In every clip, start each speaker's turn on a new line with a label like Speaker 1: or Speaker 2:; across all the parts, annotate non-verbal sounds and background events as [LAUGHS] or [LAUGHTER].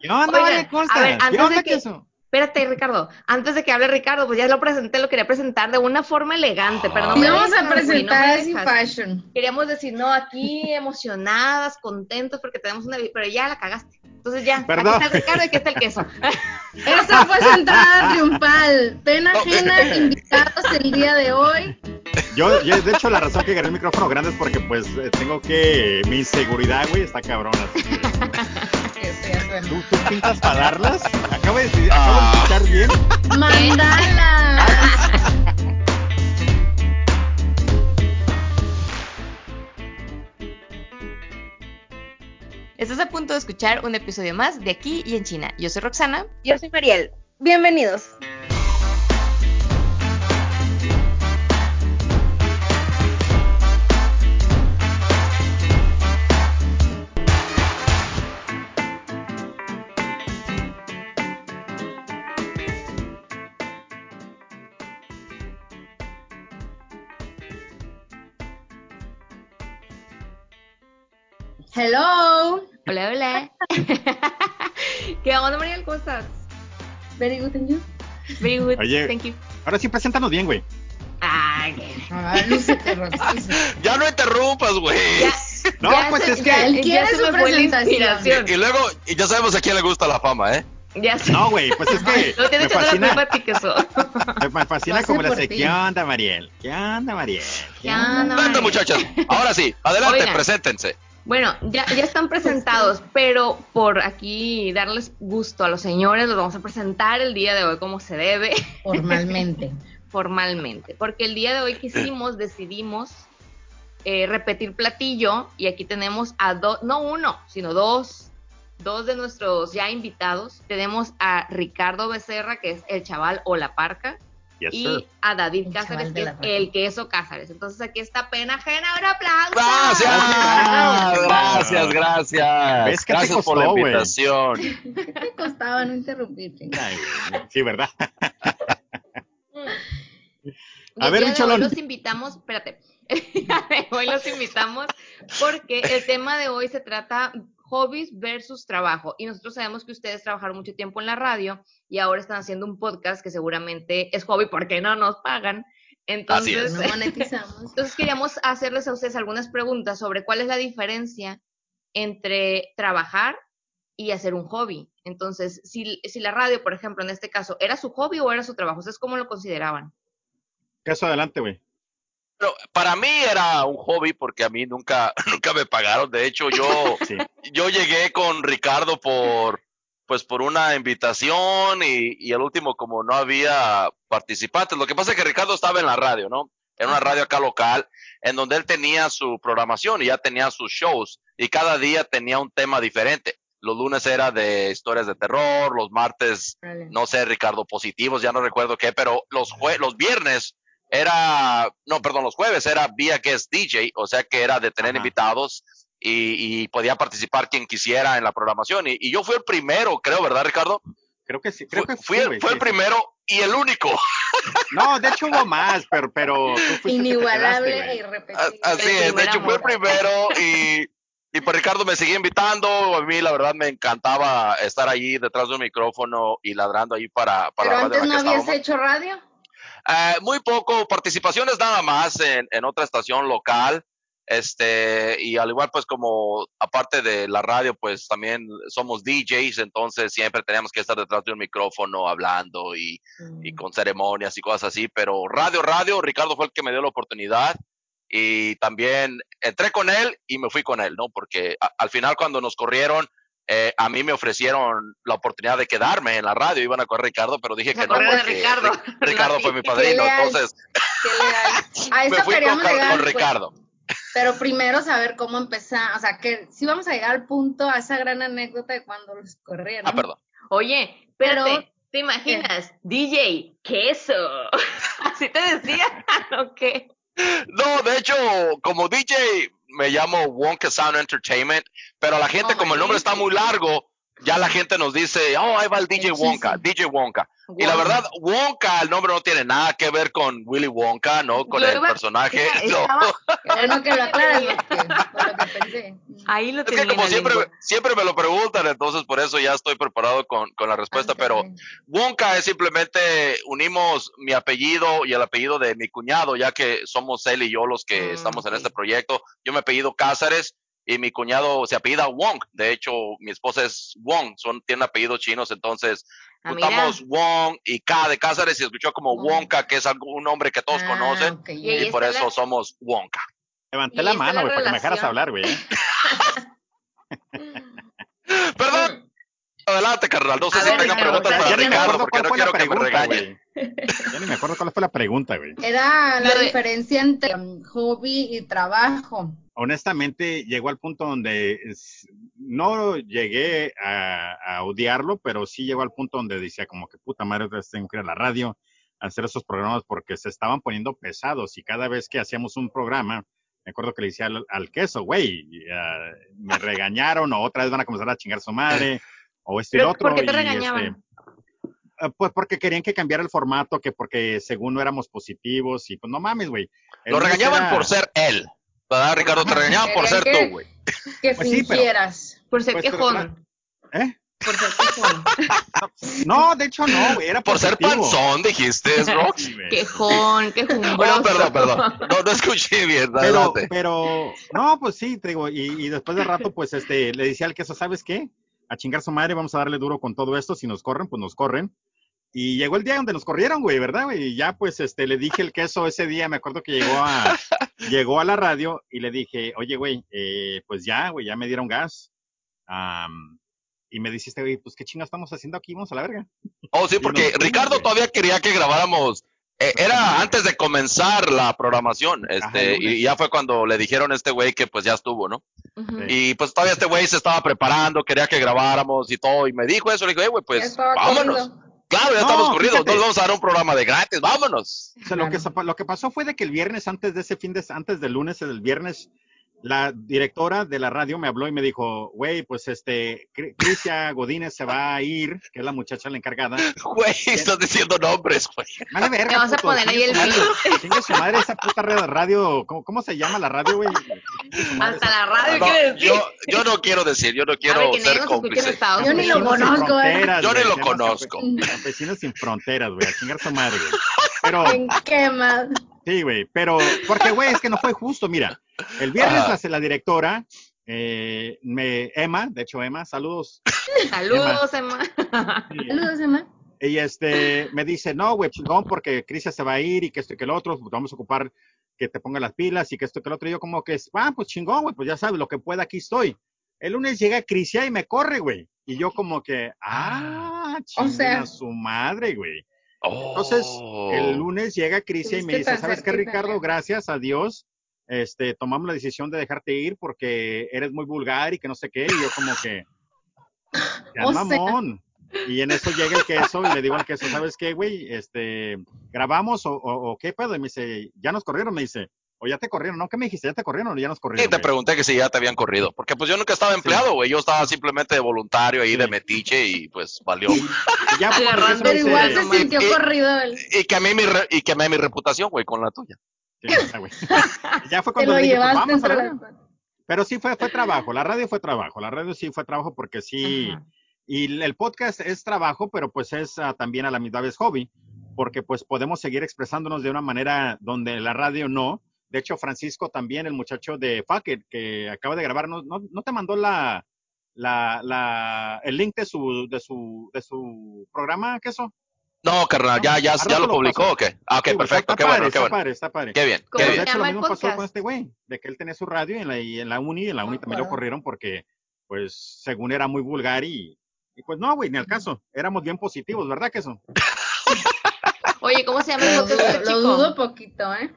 Speaker 1: ¿Qué onda,
Speaker 2: Oigan,
Speaker 1: vale, consta?
Speaker 2: a ver,
Speaker 1: ¿Qué
Speaker 2: antes
Speaker 1: onda
Speaker 2: de que-
Speaker 1: queso?
Speaker 2: Espérate, Ricardo. Antes de que hable Ricardo, pues ya lo presenté, lo quería presentar de una forma elegante, pero no
Speaker 3: Y
Speaker 2: me
Speaker 3: vamos a
Speaker 2: dejas, güey, no me
Speaker 3: presentar así
Speaker 2: dejas.
Speaker 3: fashion.
Speaker 2: Queríamos decir, no, aquí emocionadas, contentos, porque tenemos una... vi- Pero ya la cagaste. Entonces ya,
Speaker 1: Perdón.
Speaker 2: aquí está el Ricardo y aquí está el queso.
Speaker 3: Esa fue su entrada triunfal. Pena ajena, invitados el día de hoy.
Speaker 1: Yo, yo, de hecho, la razón que agarré el micrófono grande es porque, pues, eh, tengo que. Mi inseguridad, güey, está cabrona. así. ¿Tú, tú pintas para darlas? Acabo de, decir- acabo de escuchar bien.
Speaker 3: Mandala.
Speaker 2: Estás a punto de escuchar un episodio más de Aquí y en China. Yo soy Roxana.
Speaker 4: Yo soy Mariel. Bienvenidos.
Speaker 3: Hello.
Speaker 2: Hola, hola. [LAUGHS] ¿Qué onda, Mariel? ¿Cómo estás?
Speaker 3: Very good, thank you.
Speaker 2: Very good.
Speaker 1: Oye.
Speaker 2: Thank you.
Speaker 1: Ahora sí, preséntanos bien, güey.
Speaker 2: Ay,
Speaker 3: Ah, lúcete, Rosa, lúcete.
Speaker 5: Ya no interrumpas, güey.
Speaker 2: ya,
Speaker 1: No,
Speaker 2: ya
Speaker 1: pues
Speaker 2: se-
Speaker 1: es
Speaker 2: ya-
Speaker 1: que.
Speaker 3: Él quiere
Speaker 2: ya se
Speaker 3: su
Speaker 2: me fue la
Speaker 3: presentación.
Speaker 2: inspiración.
Speaker 5: Y luego, y ya sabemos a quién le gusta la fama, ¿eh?
Speaker 2: Ya se-
Speaker 1: No, güey, pues es que.
Speaker 2: [LAUGHS] No tienes
Speaker 1: Me
Speaker 2: que hacer la culpa
Speaker 1: fascina,
Speaker 2: a ti, queso.
Speaker 1: me fascina
Speaker 3: Pase
Speaker 1: como le
Speaker 3: por
Speaker 1: hace.
Speaker 3: ti.
Speaker 1: ¿Qué onda, Mariel? ¿Qué onda, Mariel?
Speaker 2: ¿Qué onda,
Speaker 5: Tanto,
Speaker 2: Mariel?
Speaker 5: muchachos. Ahora sí, adelante,
Speaker 2: Oigan.
Speaker 5: preséntense.
Speaker 2: Bueno, ya, ya están presentados, pero por aquí darles gusto a los señores, los vamos a presentar el día de hoy como se debe, [LAUGHS]
Speaker 3: Formalmente.
Speaker 2: formalmente. Porque el día de hoy quisimos, decidimos eh, repetir platillo y aquí tenemos a dos, no uno, sino dos, dos de nuestros ya invitados. Tenemos a Ricardo Becerra, que es el chaval o la parca,
Speaker 1: Yes,
Speaker 2: y
Speaker 1: sir.
Speaker 2: a David
Speaker 3: El
Speaker 2: Cáceres,
Speaker 3: chaval de
Speaker 2: que es
Speaker 3: la parca.
Speaker 2: el queso Cáceres. Entonces aquí está pena ajena, un aplauso.
Speaker 5: Gracias, gracias, gracias.
Speaker 1: ¿Ves qué te
Speaker 5: gracias por la
Speaker 1: costó, güey?
Speaker 5: invitación.
Speaker 3: ¿Qué te costaba no interrumpirte?
Speaker 1: Ay, güey, Sí, ¿verdad?
Speaker 2: Y
Speaker 1: A
Speaker 2: el
Speaker 1: ver,
Speaker 2: día de
Speaker 1: Michelón.
Speaker 2: Hoy los invitamos, espérate, [LAUGHS] el día de hoy los invitamos porque el tema de hoy se trata hobbies versus trabajo. Y nosotros sabemos que ustedes trabajaron mucho tiempo en la radio y ahora están haciendo un podcast que seguramente es hobby porque no nos pagan.
Speaker 5: Así
Speaker 2: Entonces,
Speaker 5: es.
Speaker 3: No monetizamos.
Speaker 2: entonces queríamos hacerles a ustedes algunas preguntas sobre cuál es la diferencia entre trabajar y hacer un hobby. Entonces, si, si la radio, por ejemplo, en este caso, ¿era su hobby o era su trabajo? ¿Ustedes cómo lo consideraban?
Speaker 1: Caso adelante, güey.
Speaker 5: Pero para mí era un hobby porque a mí nunca, [LAUGHS] nunca me pagaron. De hecho, yo,
Speaker 1: Sí.
Speaker 5: yo llegué con Ricardo por, pues, por una invitación y, y el último como no había participantes. Lo que pasa es que Ricardo estaba en la radio, ¿no? En una radio acá local, en donde él tenía su programación y ya tenía sus shows y cada día tenía un tema diferente. Los lunes era de historias de terror, los martes
Speaker 3: Órale.
Speaker 5: no sé, Ricardo, positivos, ya no recuerdo qué, pero los, jue- los viernes era, no, perdón, los jueves era vía guest DJ, o sea que era de tener
Speaker 1: Ajá.
Speaker 5: invitados y, y podía participar quien quisiera en la programación. Y, y yo fui el primero, creo, ¿verdad, Ricardo?
Speaker 1: Creo que sí. Creo
Speaker 5: Fui-
Speaker 1: que
Speaker 5: fui
Speaker 1: sí,
Speaker 5: el-
Speaker 1: güey,
Speaker 5: fue
Speaker 1: sí,
Speaker 5: el
Speaker 1: sí.
Speaker 5: primero y el único.
Speaker 1: No, de hecho hubo más, pero, pero tú fuiste el que te
Speaker 3: Inigualable
Speaker 1: quedaste,
Speaker 3: e
Speaker 1: güey.
Speaker 5: A-
Speaker 3: irrepetible.
Speaker 5: Así
Speaker 2: El
Speaker 5: es, de
Speaker 2: primer
Speaker 5: hecho fue el
Speaker 2: amor.
Speaker 5: primero y, y pues Ricardo me seguía invitando. A mí la verdad me encantaba estar allí detrás de un micrófono y ladrando ahí para, para
Speaker 3: Pero
Speaker 5: la radio en
Speaker 3: antes
Speaker 5: la
Speaker 3: no
Speaker 5: que
Speaker 3: habías
Speaker 5: estábamos.
Speaker 3: hecho radio.
Speaker 5: Eh, muy poco, participaciones nada más en, en otra estación local. Este, y al igual, pues, como aparte de la radio, pues también somos DJs, entonces siempre teníamos que estar detrás de un micrófono hablando y,
Speaker 2: Mm.
Speaker 5: y con ceremonias y cosas así. Pero radio, radio, Ricardo fue el que me dio la oportunidad y también entré con él y me fui con él, ¿no? Porque a- al final, cuando nos corrieron, eh, a mí me ofrecieron la oportunidad de quedarme en la radio, iban a correr a Ricardo, pero dije
Speaker 2: Se
Speaker 5: que no.
Speaker 2: corrieron a
Speaker 5: porque
Speaker 2: Ricardo. [LAUGHS]
Speaker 5: Ricardo fue mi padrino,
Speaker 3: leal.
Speaker 5: entonces
Speaker 3: Qué leal. A
Speaker 5: me
Speaker 3: eso
Speaker 5: fui con,
Speaker 3: queríamos
Speaker 5: con
Speaker 3: llegar. pues.
Speaker 5: Ricardo.
Speaker 3: Pero primero saber cómo empezar, o sea, que sí vamos a llegar al punto, a esa gran anécdota de cuando los corrieron.
Speaker 5: Ah, perdón.
Speaker 2: Oye,
Speaker 3: Pero-
Speaker 2: espérate, ¿te imaginas? DJ, queso. [LAUGHS] Así te decía, [LAUGHS] ¿o qué?
Speaker 5: No, de hecho, como DJ me llamo Wonka Sound Entertainment, pero la gente,
Speaker 2: Oh,
Speaker 5: como el nombre está muy largo, ya la gente nos dice, oh, ahí va el DJ Wonka, DJ Wonka. Y la verdad, Wonka, el nombre no tiene nada que ver con Willy Wonka, ¿no? Con
Speaker 2: Yo
Speaker 5: el
Speaker 2: iba-
Speaker 5: personaje. [LAUGHS] no.
Speaker 2: estaba-
Speaker 3: Qué bueno que lo aclaras porque, por lo que pensé. Ah,
Speaker 2: Ahí lo
Speaker 5: Es
Speaker 2: tenía en
Speaker 5: que como
Speaker 2: la
Speaker 5: siempre,
Speaker 2: lengua.
Speaker 5: siempre me lo preguntan, entonces por eso ya estoy preparado con, con la respuesta, pero Wonka es simplemente unimos mi apellido y el apellido de mi cuñado, ya que somos él y yo los que
Speaker 2: Mm,
Speaker 5: estamos en
Speaker 2: ok.
Speaker 5: este proyecto. Yo me apellido Cázares y mi cuñado se apellida Wong. De hecho, mi esposa es Wong, son, tienen apellidos chinos, entonces
Speaker 2: Ah, mira.
Speaker 5: juntamos Wong y K de Cázares y escuchó como
Speaker 3: Wong.
Speaker 5: Wonka, que es algo- un nombre que todos
Speaker 3: Ah,
Speaker 5: conocen.
Speaker 3: ok,
Speaker 2: Y
Speaker 3: ya.
Speaker 2: ahí
Speaker 5: Y por
Speaker 2: está
Speaker 5: eso
Speaker 2: la-
Speaker 5: somos
Speaker 2: [LAUGHS]
Speaker 5: Wonka.
Speaker 1: Levanté
Speaker 2: Y
Speaker 1: la
Speaker 2: está
Speaker 1: mano,
Speaker 2: la
Speaker 1: güey, para que me dejaras
Speaker 2: relación.
Speaker 1: hablar, güey. ¿eh?
Speaker 5: Perdón,
Speaker 2: Mm.
Speaker 5: adelante, carnal. No sé
Speaker 2: A
Speaker 5: si
Speaker 2: ver,
Speaker 5: tengan
Speaker 2: Ricardo,
Speaker 5: preguntas para
Speaker 1: Ya ni me
Speaker 5: Ricardo,
Speaker 1: acuerdo
Speaker 5: porque
Speaker 1: cuál
Speaker 5: no
Speaker 1: fue la
Speaker 5: quiero que me
Speaker 1: pregunta,
Speaker 5: regañe.
Speaker 1: güey. Ya ni me acuerdo cuál fue la pregunta, güey.
Speaker 3: Era la
Speaker 2: Lo de-
Speaker 3: diferencia entre um, hobby y trabajo.
Speaker 1: honestamente llegó al punto donde es- no llegué a, a odiarlo, pero sí llegó al punto donde decía como que puta madre, otra vez tengo que ir a la radio a hacer esos programas porque se estaban poniendo pesados y cada vez que hacíamos un programa, me acuerdo que le decía al, al queso, güey, y, ah, me regañaron o otra vez van a comenzar a chingar su madre o este y lo
Speaker 2: Pero,
Speaker 1: otro.
Speaker 2: ¿Por qué te
Speaker 1: y,
Speaker 2: regañaban?
Speaker 1: este, ah, pues porque querían que cambiara el formato, que porque según no éramos positivos y pues no mames, güey. El
Speaker 5: Lo
Speaker 1: mío
Speaker 5: regañaban
Speaker 1: era-
Speaker 5: por ser él. ¿Verdad, Ricardo? Te regañaban por ser tú, güey.
Speaker 3: Que
Speaker 1: Pues sí, pero-
Speaker 3: fingieras.
Speaker 2: Por ser
Speaker 1: Pues, pero
Speaker 2: quejón.
Speaker 1: ¿Eh?
Speaker 2: Por ser quejón.
Speaker 1: No, de hecho no, güey, era
Speaker 5: [LAUGHS] Por ser
Speaker 1: positivo.
Speaker 5: panzón, dijiste,
Speaker 2: [LAUGHS]
Speaker 5: bro.
Speaker 1: Sí, Ah, güey. [LAUGHS]
Speaker 2: quejón, quejumbroso.
Speaker 5: Oh, perdón, perdón. No, no escuché bien.
Speaker 1: Pero,
Speaker 5: Adelante.
Speaker 1: pero, no, pues sí, te digo, y, y después de rato, pues este, le decía al queso, ¿sabes qué? A chingar su madre, vamos a darle duro con todo esto, si nos corren, pues nos corren. Y llegó el día donde nos corrieron, güey, ¿verdad? güey? Y ya, pues, este, le dije el queso ese día, me acuerdo que llegó a, llegó a la radio y le dije, oye, güey, eh, pues ya, güey, ya me dieron gas. Am, y me dijiste, güey, pues qué chingas estamos haciendo aquí, vamos a la verga.
Speaker 5: Oh, sí,
Speaker 1: y
Speaker 5: porque
Speaker 1: nos fuimos,
Speaker 5: Ricardo
Speaker 1: güey.
Speaker 5: todavía quería que grabáramos. Eh, era antes de comenzar la programación,
Speaker 1: Ajá,
Speaker 5: este,
Speaker 1: el lunes.
Speaker 5: y ya fue cuando le dijeron a este güey que pues ya estuvo, ¿no?
Speaker 2: Ujú.
Speaker 1: Sí.
Speaker 5: Y pues todavía este güey se estaba preparando, quería que grabáramos y todo, y me dijo eso, le dije, "Eh, güey,
Speaker 3: Ya
Speaker 5: pues
Speaker 3: estaba
Speaker 5: vámonos.
Speaker 3: corrido.
Speaker 5: Claro,
Speaker 1: No,
Speaker 5: ya estamos corridos,
Speaker 1: fíjate.
Speaker 5: no le vamos a dar un programa de
Speaker 2: [LAUGHS]
Speaker 5: gratis, vámonos.
Speaker 1: O sea, lo, que,
Speaker 3: Claro.
Speaker 1: sapa- lo que pasó fue de que el viernes, antes de ese fin de, antes del lunes, el viernes, la directora de la radio me habló y me dijo, güey, pues este, Cri- Crisia Godínez se va a ir, que es la muchacha la encargada.
Speaker 5: Güey, estás diciendo nombres, güey.
Speaker 1: Vale, verga,
Speaker 2: Te vas a
Speaker 1: puto,
Speaker 2: poner ahí el
Speaker 1: chingue su madre, Chingue su madre, esa puta red de radio, ¿cómo, cómo se llama la radio, güey?
Speaker 2: Hasta la radio
Speaker 5: No,
Speaker 2: quiere decir.
Speaker 5: yo, yo no quiero decir, yo no
Speaker 2: a ver,
Speaker 5: quiero
Speaker 2: que
Speaker 5: ser
Speaker 2: nadie nos escuche en
Speaker 5: cómplice.
Speaker 2: Estados
Speaker 3: Yo ni lo
Speaker 2: Unidos.
Speaker 1: Campesinos sin
Speaker 3: conozco, eh.
Speaker 1: fronteras,
Speaker 5: Yo ni
Speaker 1: güey, se
Speaker 5: lo
Speaker 1: llama
Speaker 5: conozco.
Speaker 1: Campe- Campesinos sin fronteras, güey, a chingar su madre, güey. Pero,
Speaker 3: ¿En qué más?
Speaker 1: Sí, güey, pero porque, güey, es que no fue justo. Mira, el viernes
Speaker 5: Ajá.
Speaker 1: la, la directora, eh, me, Emma, de hecho, Emma, saludos.
Speaker 2: Saludos,
Speaker 1: [LAUGHS]
Speaker 2: Emma.
Speaker 3: Saludos, Emma.
Speaker 1: Y este, me dice, no, güey, chingón, porque Crisia se va a ir y que esto y que el otro, pues, vamos a ocupar que te ponga las pilas y que esto y que el otro. Y yo, como que es, ah, pues chingón, güey, pues ya sabes, lo que pueda, aquí estoy. El lunes llega Crisia y me corre, güey. Y yo, como que, ah,
Speaker 3: O
Speaker 1: chingón,
Speaker 3: sea.
Speaker 1: a su madre, güey.
Speaker 5: Oh.
Speaker 1: Entonces, el lunes llega Crisia y me
Speaker 3: Estuviste
Speaker 1: dice,
Speaker 3: tan
Speaker 1: ¿sabes qué,
Speaker 3: cerquita,
Speaker 1: Ricardo?
Speaker 3: ¿no?
Speaker 1: Gracias a Dios, este, tomamos la decisión de dejarte ir porque eres muy vulgar y que no sé qué. Y yo como que, ya
Speaker 3: O sea.
Speaker 1: mamón. Y en eso llega el queso y le digo al queso, ¿sabes qué, güey? Este, ¿grabamos o, o- o qué pedo? Y me dice, ya nos corrieron, me dice. O ya te corrieron, ¿no? ¿Qué me dijiste? Ya te corrieron, o ya nos
Speaker 5: Sí,
Speaker 1: corrieron.
Speaker 5: te
Speaker 1: güey?"
Speaker 5: pregunté que si ya te habían corrido, porque pues yo nunca estaba empleado, güey, yo estaba simplemente de voluntario ahí de
Speaker 1: Sí.
Speaker 5: metiche y pues valió.
Speaker 1: Y ya, pues, el queso
Speaker 2: Agarrando
Speaker 1: me
Speaker 3: Pero igual
Speaker 1: dice,
Speaker 3: se sintió
Speaker 5: Eh, eh.
Speaker 3: corrido él.
Speaker 5: Y quemé mi, re- y quemé mi reputación, güey, con la tuya.
Speaker 1: "Sí, ya, güey". [LAUGHS] Y ya fue
Speaker 3: Te
Speaker 1: cuando
Speaker 3: lo
Speaker 1: le dije, pues,
Speaker 3: llevaste
Speaker 1: vamos a
Speaker 3: entre
Speaker 1: la
Speaker 3: las
Speaker 1: verga". Pero sí fue, fue trabajo, la radio fue trabajo, la radio sí fue trabajo porque sí,
Speaker 2: Ajá.
Speaker 1: Y el- el podcast es trabajo, pero pues es ah, también a la mitad vez hobby, porque pues podemos seguir expresándonos de una manera donde la radio no. De hecho, Francisco también, el muchacho de Fucket, que acaba de grabar, no, no, no te mandó la, la, la, el link de su, de su, de su programa, ¿qué eso?
Speaker 5: No, carnal, ya, ya,
Speaker 1: Al rato
Speaker 5: ya lo
Speaker 1: lo
Speaker 5: publicó,
Speaker 1: paso.
Speaker 5: ¿o qué? Ah, ok,
Speaker 1: Sí, güey,
Speaker 5: perfecto,
Speaker 1: está
Speaker 5: qué
Speaker 1: padre,
Speaker 5: bueno, qué
Speaker 1: está
Speaker 5: bueno.
Speaker 1: padre, está padre.
Speaker 5: Qué bien,
Speaker 1: Pero
Speaker 5: qué
Speaker 2: ¿Cómo
Speaker 1: de
Speaker 5: bien.
Speaker 2: se
Speaker 1: hecho lo
Speaker 2: llama el
Speaker 1: mismo pasó con
Speaker 2: podcast?
Speaker 1: este güey, de que él tenía su radio y en la, y en la uni, y en la uni
Speaker 3: Ah,
Speaker 1: también lo
Speaker 3: claro.
Speaker 1: corrieron porque, pues, según era muy vulgar y, y pues no, güey, ni al caso. Éramos bien positivos, ¿verdad que eso?
Speaker 2: Oye, ¿cómo se llama el
Speaker 3: Lo
Speaker 2: podcast de
Speaker 3: dudo,
Speaker 2: este
Speaker 3: lo dudo
Speaker 2: chico?
Speaker 3: poquito, ¿eh?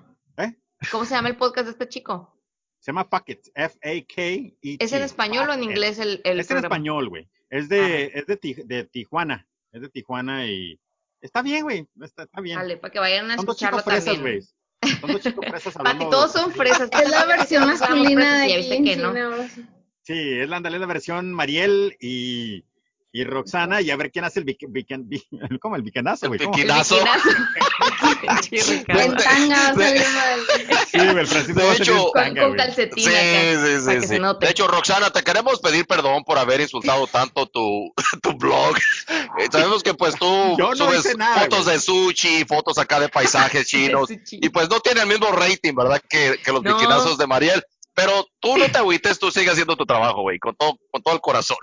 Speaker 2: ¿Cómo se llama el podcast de este chico?
Speaker 1: Se llama Fuck It, F-A-K-E-T.
Speaker 2: ¿Es en español o en
Speaker 1: Fuck It.
Speaker 2: inglés el, el
Speaker 1: Ah, es en
Speaker 2: programa?
Speaker 1: español, güey. Es de, es de, Ti- de Tijuana. Es de Tijuana y está bien, güey. Está, está bien.
Speaker 2: Dale, para que vayan a
Speaker 1: Son dos chicos
Speaker 2: escucharlo
Speaker 1: fresas,
Speaker 2: también.
Speaker 1: güey. Son dos chicos
Speaker 2: [LAUGHS]
Speaker 1: fresas hablando.
Speaker 2: Pati, todos son fresas.
Speaker 3: Es la versión
Speaker 2: Todos éramos
Speaker 3: masculina
Speaker 2: fresas
Speaker 3: de
Speaker 2: y ya
Speaker 3: aquí
Speaker 2: viste
Speaker 3: en
Speaker 2: que no.
Speaker 3: China, ahora sí.
Speaker 1: Sí, es la, es la versión Mariel y, y Roxana y a ver quién hace el biquen, biquen- bi- [LAUGHS] ¿cómo? El biquenazo, güey. ¿cómo?
Speaker 5: El biquinazo.
Speaker 1: [LAUGHS]
Speaker 2: Sí, Ricardo.
Speaker 3: En tanga, o sea,
Speaker 5: de-
Speaker 3: bien mal.
Speaker 1: Sí, güey, el Francisco
Speaker 5: De
Speaker 1: va a salir
Speaker 5: hecho-
Speaker 1: en
Speaker 2: con,
Speaker 1: tanga,
Speaker 2: con
Speaker 1: güey.
Speaker 2: calcetín.
Speaker 5: Sí,
Speaker 2: acá,
Speaker 5: sí,
Speaker 2: para
Speaker 5: sí,
Speaker 2: que
Speaker 5: sí.
Speaker 2: se note.
Speaker 5: De hecho, Roxana, te queremos pedir perdón por haber insultado tanto tu, [LAUGHS] tu blog. Eh, Sabemos que pues tú
Speaker 1: [LAUGHS] Yo no
Speaker 5: subes
Speaker 1: hice nada,
Speaker 5: fotos
Speaker 1: güey.
Speaker 5: de sushi, fotos acá de paisajes
Speaker 2: [LAUGHS]
Speaker 5: chinos,
Speaker 2: De sushi.
Speaker 5: y pues no tiene el mismo rating, ¿verdad? Que, que los
Speaker 2: No.
Speaker 5: biquinazos de Mariel. Pero tú no te agüites, tú sigues haciendo tu trabajo, güey, con todo, con todo el corazón.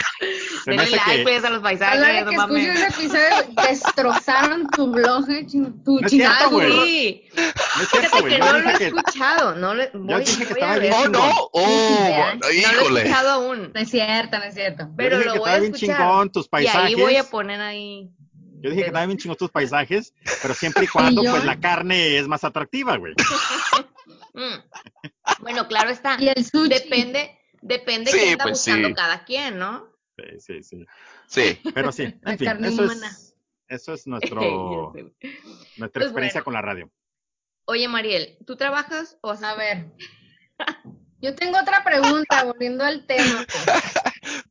Speaker 1: Se me hace
Speaker 2: Denle like,
Speaker 1: que-
Speaker 2: pues, a los
Speaker 3: A
Speaker 2: paisajes.
Speaker 3: la hora
Speaker 2: no
Speaker 3: que
Speaker 2: mames.
Speaker 3: escucho ese episodio, destrozaron tu blog, eh, chin- tu
Speaker 1: No es
Speaker 3: chingada
Speaker 2: Ah,
Speaker 1: cierto, güey.
Speaker 2: sí.
Speaker 1: No es cierto,
Speaker 2: Fíjate
Speaker 1: güey,
Speaker 2: que
Speaker 1: yo
Speaker 2: no lo
Speaker 1: dije
Speaker 2: he
Speaker 1: que-
Speaker 2: escuchado. No lo, voy,
Speaker 1: dije que
Speaker 2: voy
Speaker 1: estaba
Speaker 2: a ver.
Speaker 1: bien
Speaker 5: [LAUGHS] ¡Oh, no! ¡Oh!
Speaker 3: No
Speaker 2: No lo he
Speaker 5: ¡Híjole!
Speaker 2: escuchado aún.
Speaker 3: No es cierto, no es cierto.
Speaker 1: Yo
Speaker 2: Pero
Speaker 1: dije
Speaker 2: lo
Speaker 1: que
Speaker 2: voy a
Speaker 1: estaba bien
Speaker 2: escuchar.
Speaker 1: chingón tus paisajes.
Speaker 2: Y ahí voy a poner ahí.
Speaker 1: Yo dije que
Speaker 2: Pero-
Speaker 1: estaban bien chingos tus paisajes, pero
Speaker 2: [LAUGHS]
Speaker 1: siempre y cuando
Speaker 3: ¿Y yo?
Speaker 1: pues la carne es más atractiva, güey.
Speaker 2: Mm. Bueno, claro está.
Speaker 3: Y el sushi.
Speaker 2: Depende, depende
Speaker 5: Sí,
Speaker 2: qué anda
Speaker 5: pues,
Speaker 2: buscando
Speaker 5: sí.
Speaker 2: cada quien, ¿no? [LAUGHS]
Speaker 1: Sí, sí, sí.
Speaker 5: Sí.
Speaker 1: Pero sí,
Speaker 3: La
Speaker 1: en fin,
Speaker 3: carne
Speaker 1: eso
Speaker 3: humana.
Speaker 1: es, eso
Speaker 2: [LAUGHS]
Speaker 1: es nuestro,
Speaker 2: Ya sé.
Speaker 1: nuestra
Speaker 2: Pues
Speaker 1: experiencia
Speaker 2: bueno.
Speaker 1: con la
Speaker 2: [LAUGHS]
Speaker 1: radio.
Speaker 2: Oye, Mariel, ¿tú trabajas o haces
Speaker 3: A ver. Yo tengo otra pregunta, volviendo al tema.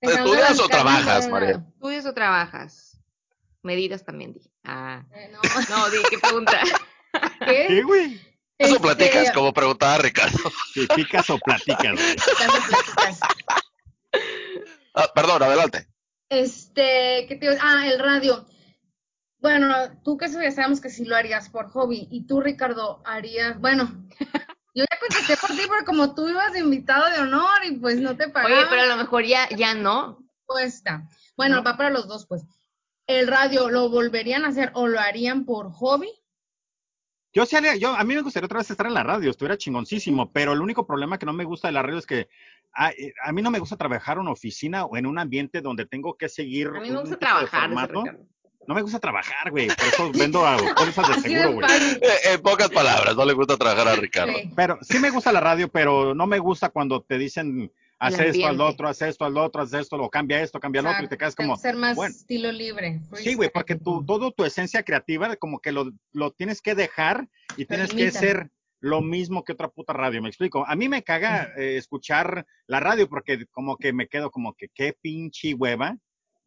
Speaker 5: ¿Te estudias o trabajas, María?
Speaker 2: estudios o trabajas? Medidas también di. Ah.
Speaker 3: eh, No, [LAUGHS]
Speaker 2: No, di, ¿qué pregunta?
Speaker 1: ¿Qué,
Speaker 3: ¿qué?
Speaker 1: güey?
Speaker 5: Eso
Speaker 3: Este,
Speaker 5: platicas, como preguntaba Ricardo. [LAUGHS]
Speaker 1: Si picas o platicas, güey.
Speaker 3: platicas, platicas.
Speaker 5: Ah, perdón, adelante.
Speaker 3: Este, ¿qué te iba a- Ah, el radio. Bueno, tú que sabes, sabemos que sí lo harías por hobby. Y tú, Ricardo, harías.
Speaker 2: [LAUGHS]
Speaker 3: Bueno, yo ya contesté por ti, pero como tú ibas de invitado de honor y pues no te pagaban.
Speaker 2: Oye, pero a lo mejor ya, ya no.
Speaker 3: pues, está. Bueno, va para los dos, pues. ¿El radio lo volverían a hacer o lo harían por hobby?
Speaker 1: Yo sí haría- yo, a mí me gustaría otra vez estar en la radio, estuviera chingoncísimo, pero el único problema que no me gusta de la radio es que a, eh, a mí no me gusta trabajar en una oficina o en un ambiente donde tengo que seguir.
Speaker 2: A mí me
Speaker 1: pues un
Speaker 2: gusta
Speaker 1: tipo de
Speaker 2: trabajar. dice
Speaker 1: formato.
Speaker 2: Ricardo.
Speaker 1: No me gusta trabajar, güey, por eso vendo a bolsas de
Speaker 3: Así
Speaker 1: seguro,
Speaker 3: de
Speaker 1: güey.
Speaker 3: fácil.
Speaker 5: Eh, en pocas palabras, no le gusta trabajar a Ricardo.
Speaker 3: Sí.
Speaker 1: Pero sí me gusta la radio, pero no me gusta cuando te dicen, haz
Speaker 2: El
Speaker 1: esto al
Speaker 2: ambiente.
Speaker 1: otro, haz esto al otro, haz esto, o cambia esto, cambia lo otro, y te quedas
Speaker 3: Exacto,
Speaker 1: como,
Speaker 3: ser más
Speaker 1: bueno.
Speaker 3: estilo libre. pues.
Speaker 1: sí, güey, porque tu, todo tu esencia creativa como que lo, lo tienes que dejar y tienes que
Speaker 3: limitan.
Speaker 1: ser lo mismo que otra puta radio, me explico. A mí me caga eh, escuchar la radio porque como que me quedo como que qué pinche hueva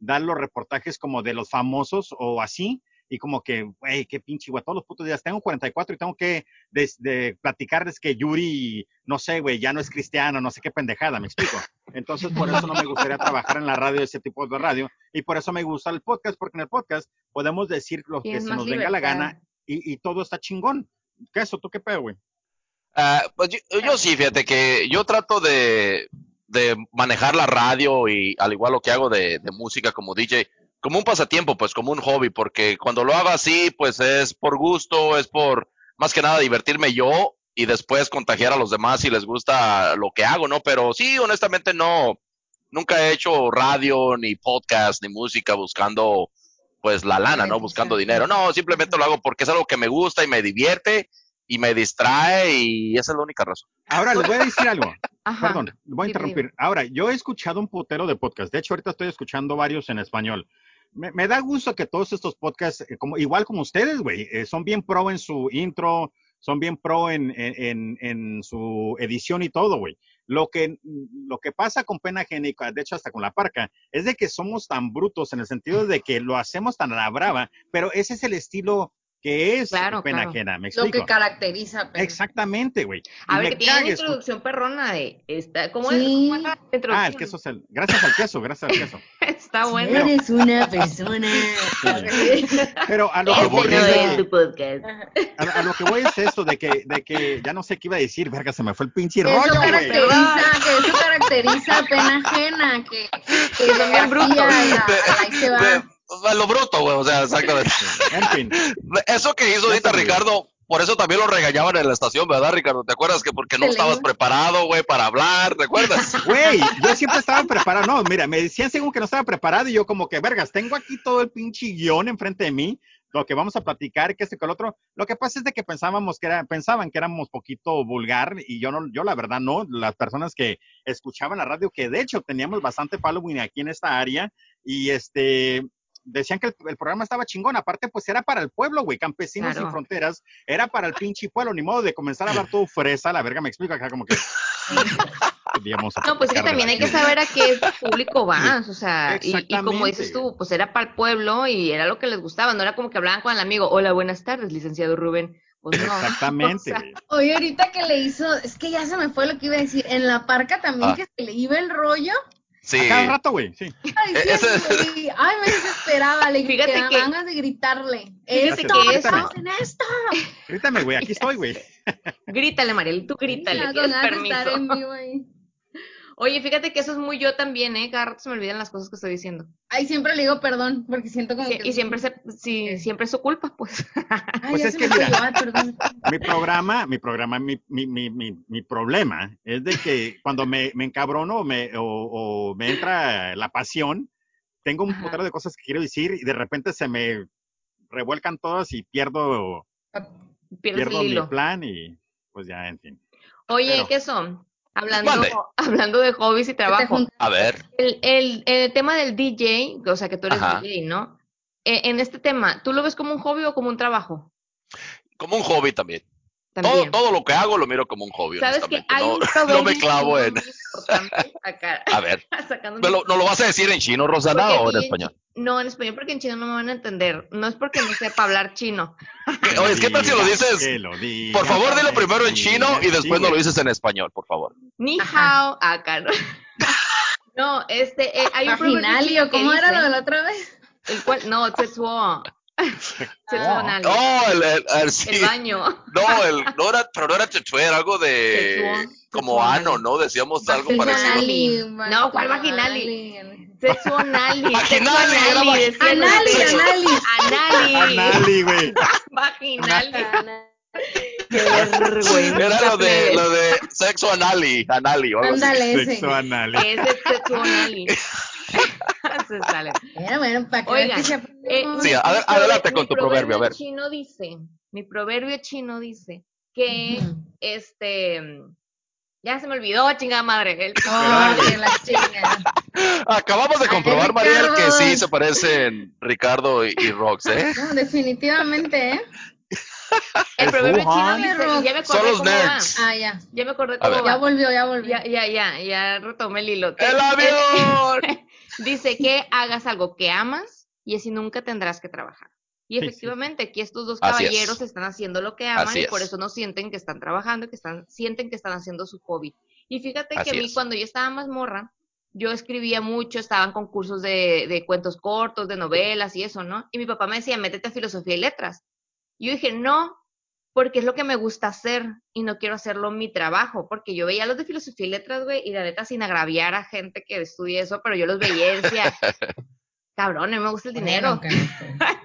Speaker 1: dar los reportajes como de los famosos o así. Y como que, güey, qué pinche, güey, todos los putos días tengo 44 y tengo que des- de platicarles que Yuri, no sé, güey, ya no es cristiano, no sé qué pendejada, me explico. Entonces, por eso no me gustaría trabajar en la radio, ese tipo de radio, y por eso me gusta el podcast, porque en el podcast podemos decir lo que
Speaker 2: Tienes
Speaker 1: se
Speaker 2: más
Speaker 1: nos venga la
Speaker 2: libertad.
Speaker 1: gana y, y todo está chingón. ¿Qué eso? ¿Tú qué pedo, güey?
Speaker 5: Ah, pues yo, yo sí, fíjate que yo trato de, de manejar la radio y al igual lo que hago de, de música como DJ, como un pasatiempo, pues como un hobby, porque cuando lo hago así, pues es por gusto, es por más que nada divertirme yo y después contagiar a los demás si les gusta lo que hago, ¿no? Pero sí, honestamente no, nunca he hecho radio, ni podcast, ni música buscando pues la lana, ¿no? Buscando dinero. No, simplemente lo hago porque es algo que me gusta y me divierte y me distrae y esa es la única razón.
Speaker 1: Ahora les voy a decir algo.
Speaker 2: Ajá.
Speaker 1: Perdón, voy a
Speaker 2: Dime,
Speaker 1: interrumpir. Ahora, yo he escuchado un putero de podcast. De hecho, ahorita estoy escuchando varios en español. Me, me da gusto que todos estos podcasts, eh, como, igual como ustedes, güey, eh, son bien pro en su intro, son bien pro en, en- en- en su edición y todo, güey. Lo que, lo que pasa con Pena Ajena y de hecho hasta con La Parca, es de que somos tan brutos en el sentido de que lo hacemos tan a la brava, pero ese es el estilo que es
Speaker 2: Claro,
Speaker 1: Pena
Speaker 2: claro.
Speaker 1: Ajena, me
Speaker 3: Lo que
Speaker 1: explico.
Speaker 3: caracteriza. pues. pero-
Speaker 1: Exactamente, güey.
Speaker 2: A
Speaker 1: Y
Speaker 2: ver,
Speaker 1: me
Speaker 2: que tiene una
Speaker 1: caga escuchar-
Speaker 2: introducción perrona de esta. ¿Cómo es?
Speaker 3: Sí.
Speaker 2: ¿Cómo es la introducción?
Speaker 1: Ah, el queso es el. Gracias al queso, gracias al queso.
Speaker 2: [LAUGHS] Está
Speaker 3: Si
Speaker 2: Ah, bueno.
Speaker 3: Eres una persona. [LAUGHS]
Speaker 1: Pero a lo, que
Speaker 2: Este
Speaker 1: voy
Speaker 2: no
Speaker 1: es
Speaker 2: es
Speaker 1: de
Speaker 2: tu podcast.
Speaker 1: que- a, a lo que voy es esto, de que, de que ya no sé qué iba a decir, verga, se me fue el pinche
Speaker 3: Que
Speaker 1: rollo,
Speaker 3: eso
Speaker 1: güey.
Speaker 3: caracteriza, que eso caracteriza a pena ajena, que, que
Speaker 2: son bien
Speaker 3: así
Speaker 2: brutos.
Speaker 3: a la- a la- ahí se va.
Speaker 5: De- de Pues, lo bruto, güey, o sea, exactamente.
Speaker 1: En fin,
Speaker 5: Eso que hizo
Speaker 1: Ya
Speaker 5: ahorita
Speaker 1: se me olvidó.
Speaker 5: Ricardo, por eso también lo regañaban en la estación, ¿verdad, Ricardo? ¿Te acuerdas que porque no
Speaker 3: Te
Speaker 5: estabas
Speaker 3: leí.
Speaker 5: preparado, güey, para hablar? ¿Te
Speaker 2: [LAUGHS]
Speaker 5: acuerdas?
Speaker 1: güey, yo siempre estaba preparado. No, mira, me decían según que no estaba preparado y yo como que, vergas, tengo aquí todo el pinche guión enfrente de mí, lo que vamos a platicar, que este que el otro. Lo que pasa es de que pensábamos que era, pensaban que éramos poquito vulgar y yo no, yo la verdad no, las personas que escuchaban la radio, que de hecho teníamos bastante following aquí en esta área y este decían que el, el programa estaba chingón, aparte pues era para el pueblo, güey, campesinos
Speaker 2: Claro.
Speaker 1: sin fronteras, era para el pinche pueblo, ni modo de comenzar a hablar todo fresa, la verga me explico acá como que [LAUGHS] digamos.
Speaker 2: No, pues es que
Speaker 1: aplicar
Speaker 2: también hay que
Speaker 1: relaciones.
Speaker 2: saber a qué
Speaker 1: [LAUGHS]
Speaker 2: público vas, o sea, y, y como
Speaker 1: Exactamente.
Speaker 2: dices tú, pues era para el pueblo y era lo que les gustaba, no era como que hablaban con el amigo, hola, buenas tardes, licenciado Rubén. Pues no.
Speaker 1: Exactamente,
Speaker 2: O sea,
Speaker 1: güey.
Speaker 3: Oye, ahorita que le hizo, es que ya se me fue lo que iba a decir, en la parca también
Speaker 5: Ah.
Speaker 3: que se le iba el rollo.
Speaker 5: Sí.
Speaker 1: Cada rato, güey, sí.
Speaker 3: Ay, sí,
Speaker 5: Ese-
Speaker 3: güey, ay, me desesperaba, le grité,
Speaker 2: Fíjate que-
Speaker 3: ganas de gritarle.
Speaker 2: Fíjate
Speaker 3: Esto,
Speaker 2: que
Speaker 3: que
Speaker 2: eso-
Speaker 3: en esto.
Speaker 1: Grítame, güey, aquí estoy, güey.
Speaker 2: Grítale, Mariel, tú grítale,
Speaker 3: Ya, con
Speaker 2: tienes
Speaker 3: ganas de estar
Speaker 2: permiso.
Speaker 3: en vivo ahí.
Speaker 2: Oye, fíjate que eso es muy yo también, ¿eh? Cada rato se me olvidan las cosas que estoy diciendo.
Speaker 3: Ay, siempre le digo perdón, porque siento como
Speaker 2: Sí,
Speaker 3: que...
Speaker 2: y siempre, se, sí, siempre es su culpa, pues. [LAUGHS]
Speaker 3: Ay,
Speaker 1: Pues
Speaker 3: ya
Speaker 1: es
Speaker 3: se
Speaker 1: que
Speaker 3: me fue,
Speaker 1: mira.
Speaker 3: ay, perdón.
Speaker 1: Mi programa, mi programa, mi, mi, mi, mi, mi problema es de que cuando me, me encabrono o me, o, o me entra la pasión, tengo un
Speaker 2: Ajá.
Speaker 1: montón de cosas que quiero decir y de repente se me revuelcan todas y pierdo,
Speaker 2: Pierdes
Speaker 1: pierdo
Speaker 2: el
Speaker 1: mi
Speaker 2: hilo.
Speaker 1: plan y pues ya, en fin.
Speaker 2: Oye,
Speaker 1: Pero-
Speaker 2: ¿qué son? Hablando,
Speaker 5: Mande.
Speaker 2: [LAUGHS] hablando de hobbies y trabajo.
Speaker 3: juntas.
Speaker 5: A ver.
Speaker 2: El, el, el tema del DJ, o sea, que tú eres
Speaker 5: Ajá.
Speaker 2: DJ, ¿no? Eh, en este tema, ¿tú lo ves como un hobby o como un trabajo?
Speaker 5: Como un hobby también. Todo,
Speaker 2: También.
Speaker 5: todo lo que hago lo miro como un hobby.
Speaker 2: ¿Sabes que
Speaker 5: honestamente.
Speaker 2: hay
Speaker 5: [LAUGHS] no,
Speaker 2: un
Speaker 5: no
Speaker 2: proverbio
Speaker 5: me clavo en.
Speaker 2: muy importante acá,
Speaker 5: [LAUGHS] A ver.
Speaker 2: [LAUGHS] sacando
Speaker 5: ¿me lo- ¿No lo vas a decir en chino, Rosana,
Speaker 2: Porque
Speaker 5: o en
Speaker 2: aquí-
Speaker 5: español?
Speaker 2: No, en español porque en chino no me van a entender. No es porque no sepa hablar chino.
Speaker 5: Que- Oye, ¿qué tal si lo
Speaker 1: digas,
Speaker 5: dices?
Speaker 1: que lo digas,
Speaker 5: Por favor, dilo primero en
Speaker 1: sí,
Speaker 5: chino y
Speaker 1: sí,
Speaker 5: después no lo
Speaker 1: güey.
Speaker 5: dices en español, por favor.
Speaker 2: Ni
Speaker 3: Ajá.
Speaker 2: hao acá.
Speaker 5: [LAUGHS]
Speaker 2: ¿no? No, este, eh, hay un proverbio
Speaker 3: Vaginalio,
Speaker 2: chino que
Speaker 3: ¿cómo era
Speaker 2: dice,
Speaker 3: lo de la otra vez?
Speaker 2: el cual, no,
Speaker 5: [LAUGHS]
Speaker 2: sexual, sexual,
Speaker 5: Oh, el, el- el- sí.
Speaker 2: el baño.
Speaker 5: No, el, no era, pero no era tetué, era algo de.
Speaker 2: Tetué,
Speaker 5: Como
Speaker 2: tetué.
Speaker 5: ano, ¿no? Decíamos algo parecido.
Speaker 2: Vaginal.
Speaker 3: Vaginali,
Speaker 2: No, ¿cuál vaginali?
Speaker 3: vaginali?
Speaker 2: Sexo anali.
Speaker 5: Vaginali, era
Speaker 2: Anali, decía
Speaker 3: vag-
Speaker 2: nosotros.
Speaker 3: Anali,
Speaker 2: Anali.
Speaker 1: Anali, güey.
Speaker 2: Vaginali. Qué
Speaker 5: Era
Speaker 2: vergüenza,
Speaker 5: lo de,
Speaker 2: plebes.
Speaker 5: lo de sexo anali, anali o algo así.
Speaker 3: Ándale ese.
Speaker 1: Sexo anal.
Speaker 2: Ese es sexo
Speaker 5: [LAUGHS]
Speaker 2: anali. Se sale.
Speaker 3: Bueno, bueno, para que
Speaker 2: Oigan,
Speaker 3: veas que se
Speaker 2: Eh,
Speaker 3: aprende.
Speaker 5: Sí,
Speaker 2: mi-
Speaker 5: a ver,
Speaker 2: mi
Speaker 5: adelante
Speaker 2: prove-
Speaker 5: con
Speaker 2: mi
Speaker 5: tu proverbio, a ver.
Speaker 2: chino dice, mi proverbio chino dice que
Speaker 3: Ujú.
Speaker 2: este ya se me olvidó, chingada
Speaker 5: [LAUGHS]
Speaker 2: madre. El-
Speaker 3: Oh, que la chinga.
Speaker 5: Acabamos de comprobar,
Speaker 3: Ay,
Speaker 5: Mariel, que
Speaker 3: Ricardo.
Speaker 5: sí se parecen Ricardo y, y Rox,
Speaker 3: [LAUGHS]
Speaker 5: ¿eh?
Speaker 3: No, definitivamente, ¿eh?
Speaker 2: El proverbio chino
Speaker 1: Wuhan.
Speaker 2: dice, ya me
Speaker 5: Son
Speaker 2: acordé
Speaker 5: los
Speaker 2: cómo va.
Speaker 5: nerds.
Speaker 3: Ah, ya.
Speaker 2: Ya me acordé
Speaker 5: ver.
Speaker 2: cómo
Speaker 3: Ya
Speaker 2: va.
Speaker 3: volvió, ya volvió.
Speaker 2: Ya, ya, ya, ya retomé el hilo.
Speaker 5: ¡El avión!
Speaker 2: Dice que hagas algo que amas y así nunca tendrás que trabajar. Y
Speaker 1: sí.
Speaker 2: efectivamente, aquí estos dos
Speaker 5: Así es.
Speaker 2: caballeros están haciendo lo que aman
Speaker 5: Así
Speaker 2: y por
Speaker 5: es.
Speaker 2: eso no sienten que están trabajando, que están, sienten que están haciendo su hobby. Y fíjate
Speaker 5: Así
Speaker 2: que a mí
Speaker 5: es.
Speaker 2: cuando yo estaba más morra, yo escribía mucho, estaban concursos de, de cuentos cortos, de novelas y eso, ¿no? Y mi papá me decía, métete a filosofía y letras. Y yo dije, no, porque es lo que me gusta hacer y no quiero hacerlo mi trabajo, porque yo veía los de filosofía y letras, güey, y la neta sin agraviar a gente que estudie eso, pero yo los veía y
Speaker 5: [LAUGHS]
Speaker 2: decía, cabrón, a mí me gusta el dinero.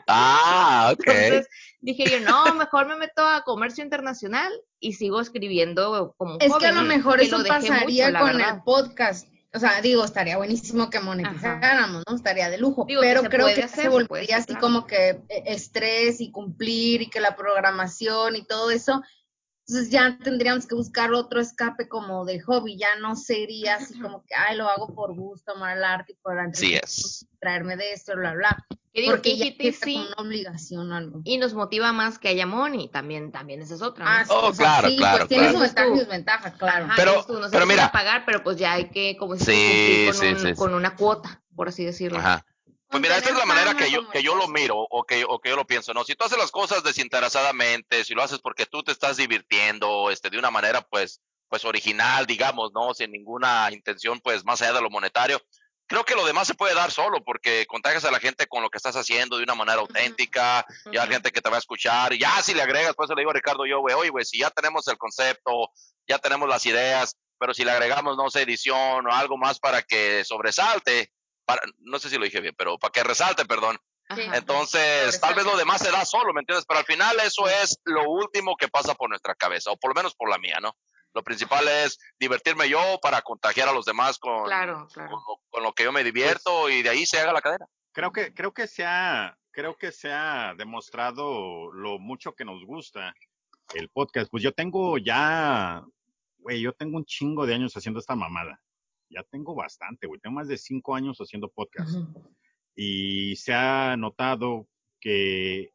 Speaker 5: Ah, ok.
Speaker 2: Entonces dije yo, no, mejor me meto a comercio internacional y sigo escribiendo como
Speaker 3: Es que a
Speaker 2: joven,
Speaker 3: lo mejor
Speaker 2: que
Speaker 3: eso
Speaker 2: lo dejé mucho,
Speaker 3: pasaría
Speaker 2: la
Speaker 3: con
Speaker 2: verdad.
Speaker 3: el podcast. O sea, digo, estaría buenísimo que monetizáramos, ¿no? Estaría de lujo,
Speaker 2: Digo,
Speaker 3: pero
Speaker 2: que se
Speaker 3: creo
Speaker 2: puede
Speaker 3: que
Speaker 2: hacer, se
Speaker 3: se volvería
Speaker 2: puede hacer,
Speaker 3: así
Speaker 2: claro.
Speaker 3: como que eh, estrés y cumplir y que la programación y todo eso. Entonces ya tendríamos que buscar otro escape como de hobby, ya no sería así como que, ay, lo hago por gusto, amar al arte y por
Speaker 5: Así es.
Speaker 3: traerme de esto, bla, bla.
Speaker 2: Que digo,
Speaker 3: Porque ya
Speaker 2: TGT
Speaker 3: empieza
Speaker 2: sí,
Speaker 3: como una obligación o algo.
Speaker 2: y nos motiva más que haya money, también, también esa es otra. ¿no?
Speaker 3: Ah, sí,
Speaker 5: Oh,
Speaker 3: o sea,
Speaker 5: claro,
Speaker 3: sí,
Speaker 5: claro,
Speaker 3: pues tiene
Speaker 5: claro.
Speaker 3: sus ventajas y desventajas, claro.
Speaker 2: Ajá,
Speaker 5: Pero-
Speaker 2: dices tú, no se
Speaker 5: pero
Speaker 2: te van a
Speaker 5: mira.
Speaker 2: pagar, pero pues ya hay que como dices tú,
Speaker 5: Sí,
Speaker 2: cumplir con,
Speaker 5: sí,
Speaker 2: un-
Speaker 5: sí, sí.
Speaker 2: con una cuota, por así decirlo.
Speaker 5: Ajá. Pues mira, esta es la
Speaker 3: Mantener
Speaker 5: manera
Speaker 3: fama
Speaker 5: que yo,
Speaker 3: como
Speaker 5: que yo lo
Speaker 3: esposo.
Speaker 5: miro o que, o que yo lo pienso, ¿no? Si tú haces las cosas desinteresadamente, si lo haces porque tú te estás divirtiendo, este, de una manera, pues, pues original, digamos, ¿no? Sin ninguna intención, pues, más allá de lo monetario, creo que lo demás se puede dar solo porque contagias a la gente con lo que estás haciendo de una manera auténtica, ya hay
Speaker 2: Ujú.
Speaker 5: gente que te va a escuchar, y ya si le agregas, pues se le digo a Ricardo yo, güey, oye, güey, si ya tenemos el concepto, ya tenemos las ideas, pero si le agregamos, no sé, edición o algo más para que sobresalte, para- no sé si lo dije bien, pero para que resalte, perdón.
Speaker 2: Ajá.
Speaker 5: Entonces, tal vez lo demás se da solo, ¿me entiendes? Pero al final eso es lo último que pasa por nuestra cabeza, o por lo menos por la mía, ¿no? Lo principal es divertirme yo para contagiar a los demás con,
Speaker 2: Claro,
Speaker 5: con,
Speaker 2: claro.
Speaker 5: lo- con lo que yo me divierto y de ahí se haga la cadena.
Speaker 1: Creo que, creo que se ha, creo que se ha demostrado lo mucho que nos gusta el podcast. Pues yo tengo ya, güey, yo tengo un chingo de años haciendo esta mamada. Ya tengo bastante, güey. Tengo más de cinco años haciendo podcast.
Speaker 3: Ujú.
Speaker 1: Y se ha notado que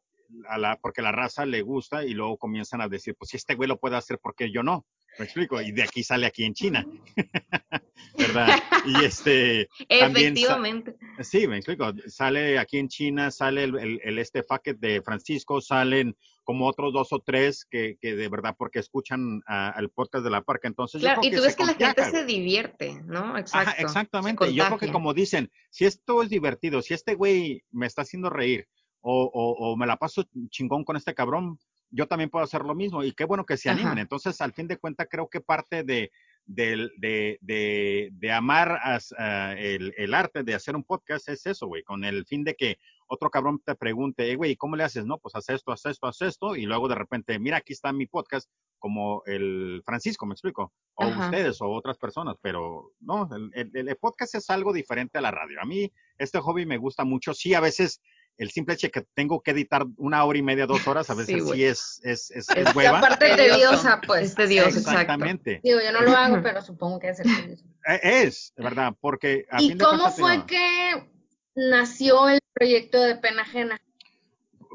Speaker 1: a la, porque la raza le gusta y luego comienzan a decir, pues si este güey lo puede hacer, ¿por qué yo no? Me explico. Y de aquí sale aquí en China. [LAUGHS] ¿verdad? Y este. también sa-
Speaker 2: Efectivamente.
Speaker 1: Sí, me explico. Sale aquí en China, sale el, el- el este faquet de Francisco, salen como otros dos o tres que, que de verdad, porque escuchan a- al podcast de la parca. Entonces, yo
Speaker 2: Claro,
Speaker 1: creo
Speaker 2: y tú
Speaker 1: se
Speaker 2: ves que la gente
Speaker 1: contagia,
Speaker 2: se
Speaker 1: güey.
Speaker 2: divierte, ¿no? Exacto.
Speaker 1: Ajá,
Speaker 2: se
Speaker 1: exactamente. Yo creo que
Speaker 2: contagia.
Speaker 1: como dicen, si esto es divertido, si este güey me está haciendo reír o, o- o me la paso chingón con este cabrón, yo también puedo hacer lo mismo. Y qué bueno que se
Speaker 2: Ajá.
Speaker 1: animen. Entonces, al fin de cuentas, creo que parte de, del- de, de- de amar as- a el, el arte de hacer un podcast es eso, güey, con el fin de que otro cabrón te pregunte, "Eh, güey, ¿y ¿cómo le haces? No, pues haz esto, haz esto, haz esto, y luego de repente, mira, aquí está mi podcast, como el Francisco, me explico, o
Speaker 2: Ajá.
Speaker 1: ustedes o otras personas, pero no, el, el- el podcast es algo diferente a la radio. A mí este hobby me gusta mucho, sí, a veces el simple hecho de que tengo que editar una hora y media, dos horas, a
Speaker 2: Sí,
Speaker 1: veces sí,
Speaker 2: güey.
Speaker 1: es, es, es,
Speaker 2: Es
Speaker 1: es
Speaker 2: que
Speaker 1: hueva.
Speaker 3: Aparte
Speaker 2: Tedioso.
Speaker 3: tediosa, pues.
Speaker 2: Es tedioso, exacto.
Speaker 1: Exactamente.
Speaker 3: Digo, yo no lo hago, pero supongo que
Speaker 1: [LAUGHS]
Speaker 3: es el tedioso.
Speaker 1: Eh, Es, de ¿verdad? Porque a
Speaker 3: ¿Y
Speaker 1: fin de
Speaker 3: cómo
Speaker 1: cuentas,
Speaker 3: fue
Speaker 1: digo,
Speaker 3: que nació el proyecto de Pena Ajena?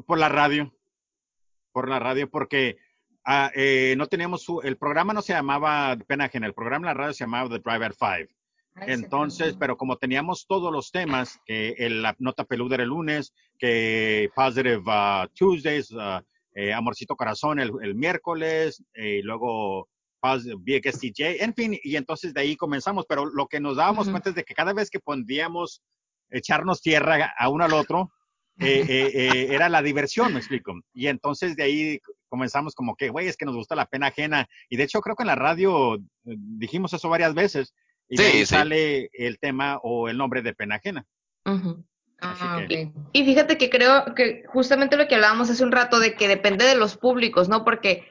Speaker 1: por la radio. Por la radio, porque ah, eh, no teníamos su- el programa no se llamaba Pena Ajena, el programa en la radio se llamaba The Driver Five.
Speaker 3: Ay, se
Speaker 1: Entonces,
Speaker 3: terminó.
Speaker 1: pero como teníamos todos los temas, que el- la nota peluda era el lunes, que Positive ah, Tuesdays, ah, eh, Amorcito Corazón el, el miércoles, eh, y luego Pos- Big STJ, en fin, y entonces de ahí comenzamos, pero lo que nos dábamos
Speaker 2: Ujú.
Speaker 1: cuenta es de que cada vez que pondríamos echarnos tierra a uno al otro, eh, eh, eh, era la diversión, me explico. Y entonces de ahí comenzamos como que, güey, es que nos gusta la pena ajena. Y de hecho creo que en la radio eh, dijimos eso varias veces. Y de
Speaker 5: Sí,
Speaker 1: ahí
Speaker 5: sí.
Speaker 1: sale el tema o el nombre de pena ajena.
Speaker 2: Ujú.
Speaker 3: Ah,
Speaker 1: así que-
Speaker 3: ok.
Speaker 2: Y fíjate que creo que justamente lo que hablábamos hace un rato de que depende de los públicos, ¿no? Porque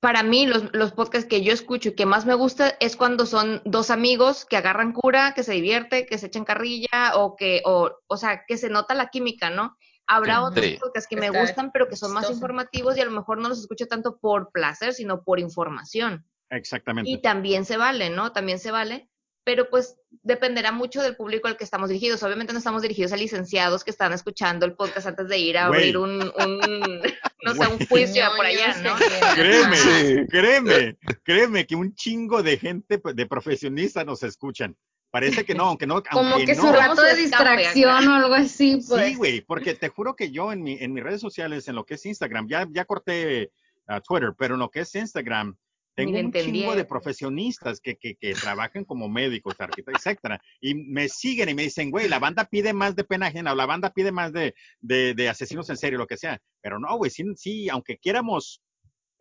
Speaker 2: para mí los, los podcasts que yo escucho y que más me gusta es cuando son dos amigos que agarran cura, que se divierte, que se echan carrilla o que, o, o sea, que se nota la química, ¿no? Habrá
Speaker 1: Sí.
Speaker 2: otros
Speaker 5: Sí.
Speaker 2: podcasts que me
Speaker 3: Está
Speaker 2: gustan, pero que son más
Speaker 3: chistoso.
Speaker 2: informativos y a lo mejor no los escucho tanto por placer, sino por información.
Speaker 1: Exactamente.
Speaker 2: Y también se vale, ¿no? También se vale, pero pues dependerá mucho del público al que estamos dirigidos. Obviamente no estamos dirigidos a licenciados que están escuchando el podcast antes de ir a
Speaker 1: Güey.
Speaker 2: abrir un,
Speaker 1: [LAUGHS]
Speaker 2: un, no sé, un
Speaker 1: Güey.
Speaker 2: juicio
Speaker 3: No,
Speaker 2: por
Speaker 3: Pues yo
Speaker 2: allá,
Speaker 3: sé
Speaker 2: ¿no?
Speaker 3: que-
Speaker 1: [LAUGHS] Créeme,
Speaker 3: Ajá.
Speaker 1: créeme, créeme que un chingo de gente, pues, de profesionistas nos escuchan. Parece que no, aunque no,
Speaker 3: Como
Speaker 1: aunque
Speaker 3: que
Speaker 1: no.
Speaker 3: su rato de
Speaker 2: Como su escape acá.
Speaker 3: distracción o algo así, pues.
Speaker 1: Sí, güey, porque te juro que yo en, mi, en mis redes sociales, en lo que es Instagram, ya, ya corté a Twitter, pero en lo que es Instagram, tengo
Speaker 2: Ni le
Speaker 1: un
Speaker 2: entendí
Speaker 1: chingo
Speaker 2: a
Speaker 1: de
Speaker 2: eso.
Speaker 1: profesionistas que, que, que trabajan como médicos,
Speaker 2: [LAUGHS]
Speaker 1: arquitectos, etcétera, y me siguen y me dicen, güey, la banda pide más de pena ajena, o la banda pide más de, de, de asesinos en serio, lo que sea. Pero no, güey, sí, sí, aunque quiéramos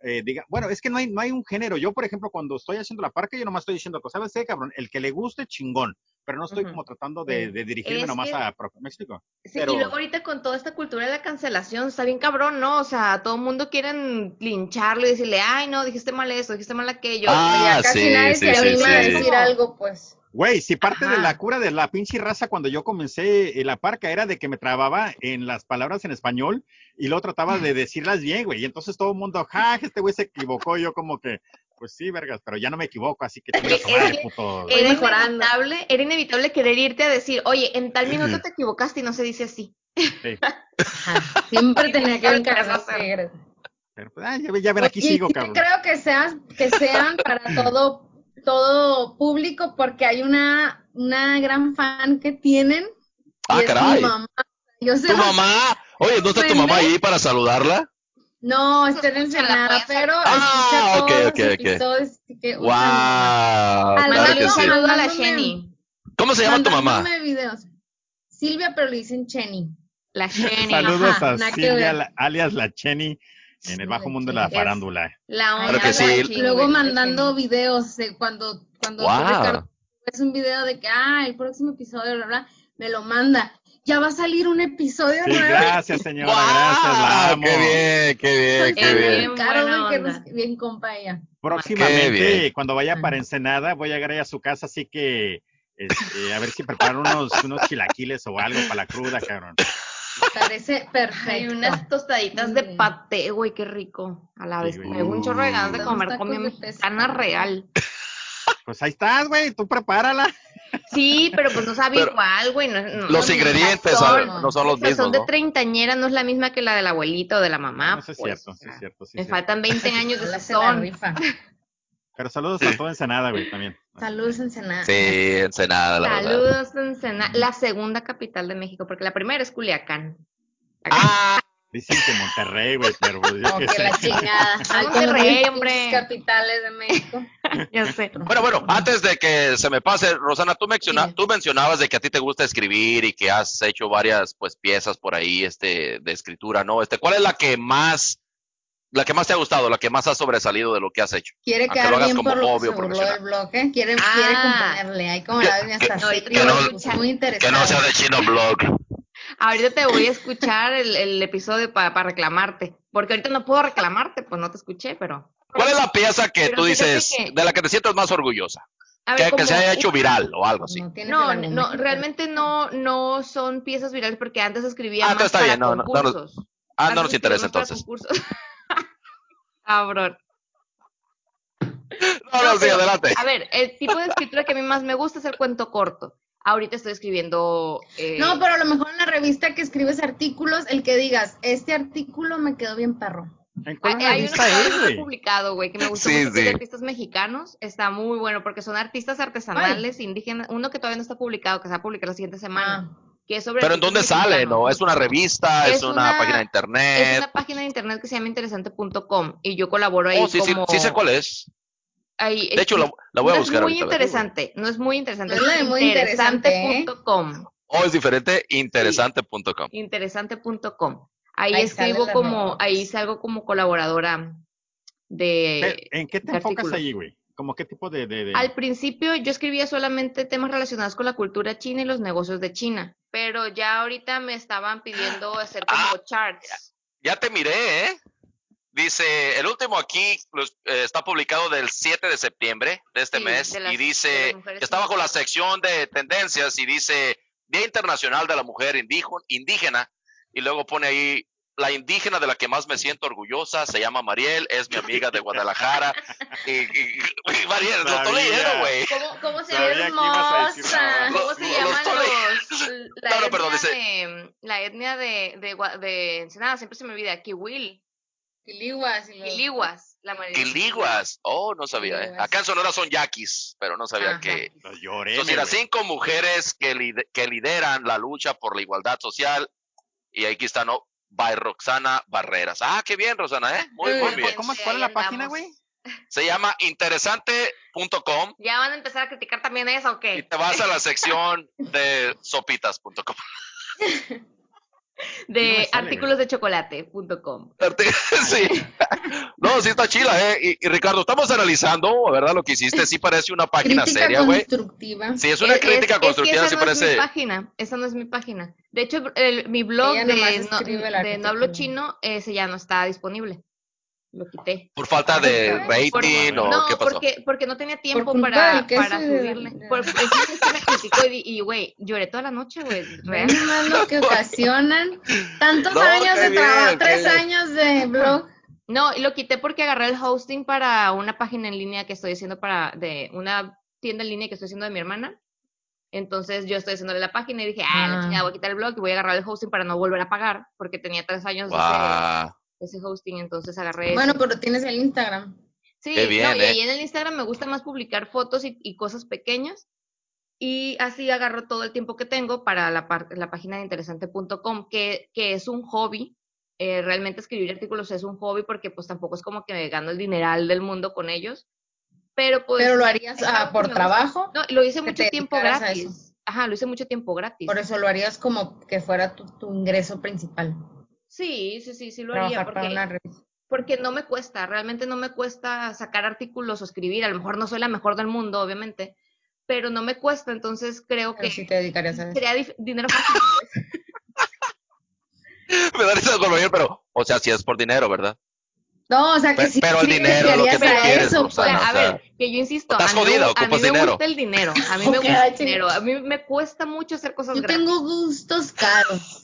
Speaker 1: eh, diga, bueno, es que no hay, no hay un género. Yo, por ejemplo, cuando estoy haciendo la parca, yo nomás estoy diciendo, pues, ¿sabes qué, cabrón? El que le guste, chingón. Pero no estoy
Speaker 2: Ujú.
Speaker 1: como tratando de,
Speaker 2: Sí.
Speaker 1: de dirigirme
Speaker 2: Es
Speaker 1: nomás
Speaker 2: que-
Speaker 1: a... pro- ¿Me explico?
Speaker 2: Sí,
Speaker 1: Pero-
Speaker 2: y luego ahorita con toda esta cultura de la cancelación, está bien cabrón, ¿no? O sea, todo el mundo quieren lincharlo y decirle, ay, no, dijiste mal esto, dijiste mal aquello.
Speaker 5: Ah,
Speaker 3: Ya casi
Speaker 5: sí,
Speaker 3: nadie
Speaker 5: sí,
Speaker 3: se
Speaker 5: sí,
Speaker 3: anima a
Speaker 5: sí.
Speaker 3: decir algo, pues.
Speaker 1: Güey, si parte de la
Speaker 2: Ajá.
Speaker 1: cura de la pinche raza cuando yo comencé en la parca era de que me trababa en las palabras en español y luego trataba de decirlas bien, güey. Y entonces todo el mundo, ja, este güey se equivocó. Y yo como que, pues sí, vergas, pero ya no me equivoco, así que chinga su
Speaker 2: Es
Speaker 1: madre,
Speaker 2: que-
Speaker 1: puto.
Speaker 3: Voy
Speaker 2: Era
Speaker 3: mejorando.
Speaker 2: inevitable, era inevitable querer irte a decir, oye, en tal minuto te equivocaste y no se dice así.
Speaker 3: Siempre tenía [LAUGHS] que
Speaker 2: Saben
Speaker 3: ver
Speaker 2: qué vas a
Speaker 3: caras
Speaker 2: hacer.
Speaker 3: negras.
Speaker 1: Pero, pues, ah, ya, ve- ya ven, aquí
Speaker 3: Oye,
Speaker 1: sigo,
Speaker 3: sí te
Speaker 1: cabrón.
Speaker 3: creo que seas, que sean
Speaker 5: [LAUGHS]
Speaker 3: para todo, todo público, porque hay una, una gran fan que tienen. y
Speaker 5: Ah,
Speaker 3: es mi
Speaker 5: caray.
Speaker 3: mamá. Yo sé,
Speaker 5: ¿Tu mamá? Oye, ¿no está
Speaker 2: Pues
Speaker 5: tu mamá ahí para saludarla?
Speaker 3: no, está en el
Speaker 2: Escúchala,
Speaker 3: Senado,
Speaker 2: pues.
Speaker 3: pero
Speaker 5: Ah,
Speaker 3: escucha
Speaker 5: ok, ok,
Speaker 3: todos los
Speaker 5: ok.
Speaker 3: episodios, así que
Speaker 5: ¡Wow!
Speaker 3: un saludo.
Speaker 5: Claro
Speaker 3: Al
Speaker 2: Mándale
Speaker 5: que
Speaker 2: un
Speaker 5: sí.
Speaker 3: rato
Speaker 2: saludo a la
Speaker 3: Mandándome-
Speaker 2: Jenny.
Speaker 5: ¿Cómo se llama tu mamá?
Speaker 3: Mandándome videos. Silvia, pero le dicen Chenny.
Speaker 1: [LAUGHS]
Speaker 2: La Jenny.
Speaker 1: Saludos
Speaker 3: Ajá,
Speaker 1: a
Speaker 3: nada que
Speaker 1: Silvia,
Speaker 3: ver.
Speaker 1: la- alias la Cheni, en el bajo
Speaker 3: Silvia
Speaker 1: mundo de la
Speaker 3: Cheni.
Speaker 2: Es-
Speaker 1: farándula.
Speaker 3: La
Speaker 2: Ay,
Speaker 3: onda.
Speaker 5: Claro que sí.
Speaker 2: Chini,
Speaker 3: Luego
Speaker 2: güey, la
Speaker 3: mandando
Speaker 2: Chini.
Speaker 3: videos de cuando, cuando tú,
Speaker 5: ¡Wow!
Speaker 3: Ricardo, ves un video de que, ah, el próximo episodio, bla, bla, me lo manda. Ya va a salir un episodio
Speaker 1: Sí,
Speaker 3: nuevo.
Speaker 1: gracias, señora,
Speaker 5: ¡Guau!
Speaker 1: gracias, la amo.
Speaker 5: ¡Qué bien, qué bien,
Speaker 3: Soy
Speaker 5: qué
Speaker 3: fan de
Speaker 5: bien!
Speaker 2: bien.
Speaker 3: Ricardo,
Speaker 2: Buena
Speaker 3: güey, que
Speaker 2: onda.
Speaker 3: es pues, bien compa ella.
Speaker 1: Próximamente,
Speaker 5: Qué bien.
Speaker 1: cuando vaya para Ensenada, voy a llegar ahí a su casa, así que este, a ver si preparo unos, unos chilaquiles o algo para la cruda, cabrón.
Speaker 2: [LAUGHS]
Speaker 3: Parece perfecto.
Speaker 2: Hay unas tostaditas de
Speaker 3: Mm.
Speaker 2: paté, güey, qué rico. A la
Speaker 1: Sí,
Speaker 2: vez,
Speaker 1: güey.
Speaker 2: traigo un chorro de ganas de
Speaker 3: Unos
Speaker 2: comer
Speaker 3: tacos
Speaker 2: comida
Speaker 3: de pescado.
Speaker 2: mexicana real.
Speaker 1: Pues ahí estás, güey, tú prepárala.
Speaker 2: Sí, pero pues no sabe
Speaker 5: Pero
Speaker 2: igual, güey. no- no-
Speaker 5: Los
Speaker 2: no,
Speaker 5: ingredientes
Speaker 2: sazón.
Speaker 5: ah, no son los
Speaker 2: La sazón
Speaker 5: mismos,
Speaker 2: de
Speaker 5: ¿no?
Speaker 2: treintañera no es la misma que la del abuelito o de la mamá.
Speaker 1: No, eso es
Speaker 2: pues,
Speaker 1: cierto,
Speaker 2: o
Speaker 1: sí
Speaker 2: sea,
Speaker 1: es cierto, sí
Speaker 2: Me
Speaker 1: es cierto.
Speaker 2: faltan 20 años de
Speaker 3: Ojalá se la
Speaker 2: sazón.
Speaker 3: rifa.
Speaker 1: Pero saludos a toda Ensenada, güey, también.
Speaker 3: Saludos, Ensenada.
Speaker 5: Sí, Ensenada, la verdad.
Speaker 2: Saludos, Ensenada, la segunda capital de México, porque la primera es Culiacán.
Speaker 5: Ah,
Speaker 1: Dicen que Monterrey, güey, pero
Speaker 2: [LAUGHS]
Speaker 1: pues, yo
Speaker 3: Como
Speaker 1: qué
Speaker 3: que
Speaker 1: sé.
Speaker 5: [LAUGHS]
Speaker 3: la chingada. Ay,
Speaker 2: Monterrey,
Speaker 3: como rey,
Speaker 2: hombre.
Speaker 3: capitales de México.
Speaker 2: Ya sé.
Speaker 5: Bueno, bueno, antes de que se me pase, Rosana, tú, menciona-
Speaker 3: Dime.
Speaker 5: tú mencionabas de que a ti te gusta escribir y que has hecho varias pues piezas por ahí este de escritura, ¿no? Este, ¿cuál es la que más la que más te ha gustado, la que más ha sobresalido de lo Ah, que has hecho?
Speaker 3: Quiere
Speaker 5: Aunque lo
Speaker 3: quedar
Speaker 5: hagas
Speaker 3: bien
Speaker 5: como
Speaker 3: por lo que
Speaker 5: obvio
Speaker 3: se burló
Speaker 5: profesional.
Speaker 3: del bloque. Quiere,
Speaker 2: Ah.
Speaker 3: quiere componerle. Ahí como la ven hasta
Speaker 5: que-
Speaker 3: serio,
Speaker 2: que
Speaker 5: no-
Speaker 3: pues, muy interesante.
Speaker 5: de Chino Blog.
Speaker 2: Ahorita te voy a escuchar el, el episodio para reclamarte, porque ahorita no puedo reclamarte, pues no te escuché, pero...
Speaker 5: ¿Cuál es la pieza que
Speaker 2: Pero
Speaker 5: tú
Speaker 2: fíjate
Speaker 5: dices
Speaker 2: que-
Speaker 5: de la que te sientes más orgullosa?
Speaker 2: A
Speaker 5: Que,
Speaker 2: ver, Mm.
Speaker 5: que se
Speaker 2: como-
Speaker 5: haya hecho viral o algo así.
Speaker 3: tienes
Speaker 2: No,
Speaker 3: el argumento.
Speaker 2: no, realmente no, no son piezas virales porque antes escribía
Speaker 5: Ah,
Speaker 2: más
Speaker 5: está
Speaker 2: para
Speaker 5: bien, no, no, no nos-
Speaker 2: concursos.
Speaker 5: Ah, no
Speaker 2: Antes
Speaker 5: nos
Speaker 2: escribía
Speaker 5: interesa
Speaker 2: más para
Speaker 5: entonces.
Speaker 2: concursos. [LAUGHS] Cabrón.
Speaker 5: No, no, sí,
Speaker 2: pero-
Speaker 5: adelante.
Speaker 2: A ver, el tipo de escritura que a mí más me gusta es el cuento corto. Ahorita estoy escribiendo. eh,
Speaker 3: No, pero a lo mejor en la revista que escribes artículos, el que digas, este artículo me quedó bien perro.
Speaker 1: ¿En cuál
Speaker 2: hay, hay uno que
Speaker 1: revista es,
Speaker 2: todavía no he
Speaker 1: güey?
Speaker 2: publicado, güey, que me gusta
Speaker 5: Sí,
Speaker 2: mucho, que es de
Speaker 5: sí.
Speaker 2: artistas mexicanos. Está muy bueno porque son artistas artesanales, indígenas. Uno que todavía no está publicado, que se va a publicar la siguiente semana.
Speaker 3: Ah,
Speaker 2: Que es sobre
Speaker 5: Pero ¿en
Speaker 2: artistas
Speaker 5: dónde sale?
Speaker 2: mexicanos.
Speaker 5: ¿No? ¿Es una revista? ¿Es,
Speaker 2: Es
Speaker 5: una,
Speaker 2: una-
Speaker 5: página de
Speaker 2: Es
Speaker 5: internet?
Speaker 2: una página de internet que se llama interesante.com y yo colaboro ahí
Speaker 5: Oh, sí, sí,
Speaker 2: como...
Speaker 5: sí sé cuál es.
Speaker 2: ahí-
Speaker 5: De hecho, la, la voy a
Speaker 2: no
Speaker 5: buscar
Speaker 2: es muy
Speaker 5: ahorita, a ver.
Speaker 2: interesante, no es muy interesante.
Speaker 3: No es la de muy interesante, ¿eh?
Speaker 2: interesante.com.
Speaker 5: Oh, es diferente, interesante.com.
Speaker 2: Interesante.com. Ahí,
Speaker 3: Ahí
Speaker 2: escribo
Speaker 3: salen las
Speaker 2: como,
Speaker 3: notas.
Speaker 2: ahí salgo como colaboradora
Speaker 1: Pero,
Speaker 5: eh.
Speaker 2: de...
Speaker 1: ¿En qué te
Speaker 2: de
Speaker 1: enfocas
Speaker 2: artículos.
Speaker 1: ahí, güey? ¿Cómo qué tipo de...? de, de-
Speaker 2: Al principio yo escribía solamente temas relacionados con la cultura china y los negocios de China, pero ya ahorita me estaban pidiendo hacer como charts.
Speaker 5: Ah, Ya te miré, ¿eh? Dice, el último aquí los- eh, está publicado del 7 de septiembre de este
Speaker 2: Sí,
Speaker 5: mes
Speaker 2: de las-
Speaker 5: y
Speaker 2: de
Speaker 5: dice,
Speaker 2: las mujeres
Speaker 5: está bajo la
Speaker 2: indígenas.
Speaker 5: sección de tendencias y dice Día Internacional de la Mujer Indijo- Indígena y luego pone ahí la indígena de la que más me siento orgullosa se llama Mariel, es mi amiga de Guadalajara y, y- y- Mariel, lo estoy
Speaker 1: Sabía.
Speaker 5: leyendo, güey.
Speaker 2: ¿Cómo, cómo se
Speaker 1: Sabía que ibas a decir
Speaker 3: hermosa.
Speaker 1: nada.
Speaker 2: ¿Cómo se
Speaker 5: Los-
Speaker 2: llaman
Speaker 5: los
Speaker 2: los, la,
Speaker 5: No, no,
Speaker 2: etnia
Speaker 5: perdón, dice-
Speaker 2: de, la etnia de, de, Gua- de Ensenada? Siempre se me olvida, Kiwil,
Speaker 3: Quiliguas. y los-
Speaker 2: Kiliguas, la mayoría.
Speaker 5: Quiliguas, oh, no sabía, ¿eh?
Speaker 3: Quiliguas.
Speaker 5: Acá en Sonora son yaquis, pero no sabía
Speaker 2: Ajá.
Speaker 5: que
Speaker 1: Lo lloré,
Speaker 5: Entonces, las
Speaker 1: güey.
Speaker 5: cinco mujeres que, lide- que lideran la lucha por la igualdad social. Y aquí está, ¿no? By Roxana Barreras. Ah, qué bien, Rosana, ¿eh? Muy, muy
Speaker 3: Eh,
Speaker 5: bien.
Speaker 1: ¿Cómo,
Speaker 2: Sí,
Speaker 1: ¿Cuál es la
Speaker 2: ahí
Speaker 1: página,
Speaker 2: andamos.
Speaker 1: güey?
Speaker 5: Se llama interesante.com
Speaker 2: ¿Ya van a empezar a criticar también eso o
Speaker 5: y
Speaker 2: qué?
Speaker 5: te vas a la sección de sopitas.com.
Speaker 1: No me
Speaker 2: De
Speaker 1: sale,
Speaker 2: artículos de chocolate.com.
Speaker 5: Sí. No, sí está chila, ¿eh? Y, y, Ricardo, estamos analizando, ¿verdad? Lo que hiciste, sí parece una página
Speaker 3: Crítica
Speaker 5: seria, güey.
Speaker 3: constructiva.
Speaker 5: Sí, es una crítica
Speaker 2: que
Speaker 5: constructiva, sí
Speaker 2: esa no es
Speaker 5: parece.
Speaker 2: mi página, esa no es mi página. De hecho, el- mi blog
Speaker 3: Ella
Speaker 2: de,
Speaker 3: nomás
Speaker 2: no,
Speaker 3: escribe el
Speaker 2: de No hablo
Speaker 3: artículo.
Speaker 2: chino, ese ya no está disponible. Lo quité.
Speaker 5: Por falta de rating
Speaker 1: Por-
Speaker 5: o
Speaker 2: No,
Speaker 5: qué pasó.
Speaker 2: porque, porque no tenía tiempo
Speaker 3: culpa
Speaker 2: para,
Speaker 3: del queso
Speaker 2: para
Speaker 3: y de la-
Speaker 2: subirle.
Speaker 3: de la-
Speaker 2: Por eso es que me criticó y di- y, güey, lloré toda la noche, güey.
Speaker 3: Vean
Speaker 2: real.
Speaker 3: nomás
Speaker 5: [LAUGHS]
Speaker 3: lo que ocasionan tantos
Speaker 5: No,
Speaker 3: años
Speaker 5: qué
Speaker 3: de
Speaker 5: bien,
Speaker 3: trabajo,
Speaker 5: qué
Speaker 3: tres
Speaker 5: bien.
Speaker 3: años de blog.
Speaker 2: No, y lo quité porque agarré el hosting para una página en línea que estoy haciendo para, de una tienda en línea que estoy haciendo de mi hermana. Entonces yo estoy haciéndole la página y dije, ah, la
Speaker 3: Ah.
Speaker 2: chingada, voy a quitar el blog y voy a agarrar el hosting para no volver a pagar, porque tenía tres años de ese-
Speaker 5: Guau. [LAUGHS]
Speaker 2: de ese, hosting, entonces agarré
Speaker 3: Bueno,
Speaker 2: ese.
Speaker 3: pero tienes el Instagram.
Speaker 2: Sí,
Speaker 5: Qué bien,
Speaker 2: no, y
Speaker 5: ¿eh?
Speaker 2: ahí en el Instagram me gusta más publicar fotos y, y cosas pequeñas. Y así agarro todo el tiempo que tengo para la, par- la página de interesante.com, que, que es un hobby. Eh, realmente escribir artículos es un hobby porque pues tampoco es como que me gano el dineral del mundo con ellos. Pero pues...
Speaker 3: pero lo harías
Speaker 2: es
Speaker 3: ah,
Speaker 2: algo que
Speaker 3: por
Speaker 2: me gusta.
Speaker 3: trabajo.
Speaker 2: No, lo hice
Speaker 3: que
Speaker 2: mucho
Speaker 3: te
Speaker 2: tiempo
Speaker 3: dedicaras a eso.
Speaker 2: gratis. Ajá, lo hice mucho tiempo gratis.
Speaker 3: Por eso lo harías como que fuera tu, tu ingreso principal.
Speaker 2: Sí, sí, sí, sí lo haría.
Speaker 3: Trabajar para
Speaker 2: Porque
Speaker 3: una revista.
Speaker 2: porque no me cuesta, realmente no me cuesta sacar artículos o escribir, a lo mejor no soy la mejor del mundo, obviamente, pero no me cuesta, entonces creo
Speaker 3: Pero
Speaker 2: que
Speaker 3: sí te dedicarías a eso.
Speaker 2: sería dif- dinero
Speaker 5: [LAUGHS]
Speaker 2: fácil. pues.
Speaker 5: Me da risa con Mariel, pero, o sea, si es por dinero, ¿verdad?
Speaker 3: No, o sea que
Speaker 5: Pe-
Speaker 3: sí.
Speaker 5: pero el
Speaker 3: sí
Speaker 5: dinero, lo
Speaker 3: dedicarías
Speaker 5: que tú
Speaker 3: a
Speaker 5: quieres,
Speaker 3: eso,
Speaker 2: O sea,
Speaker 5: Roxana. Bueno,
Speaker 2: a
Speaker 5: o sea,
Speaker 2: ver, que yo insisto,
Speaker 5: estás
Speaker 2: a mí, me,
Speaker 5: jodida,
Speaker 2: gu- a mí
Speaker 5: ocupas
Speaker 2: me
Speaker 5: dinero.
Speaker 2: gusta el dinero, a mí me
Speaker 3: [LAUGHS] Ok,
Speaker 2: gusta el
Speaker 3: chingada.
Speaker 2: dinero, a mí me cuesta mucho hacer cosas
Speaker 3: pues. Yo
Speaker 2: gratis.
Speaker 3: tengo gustos caros.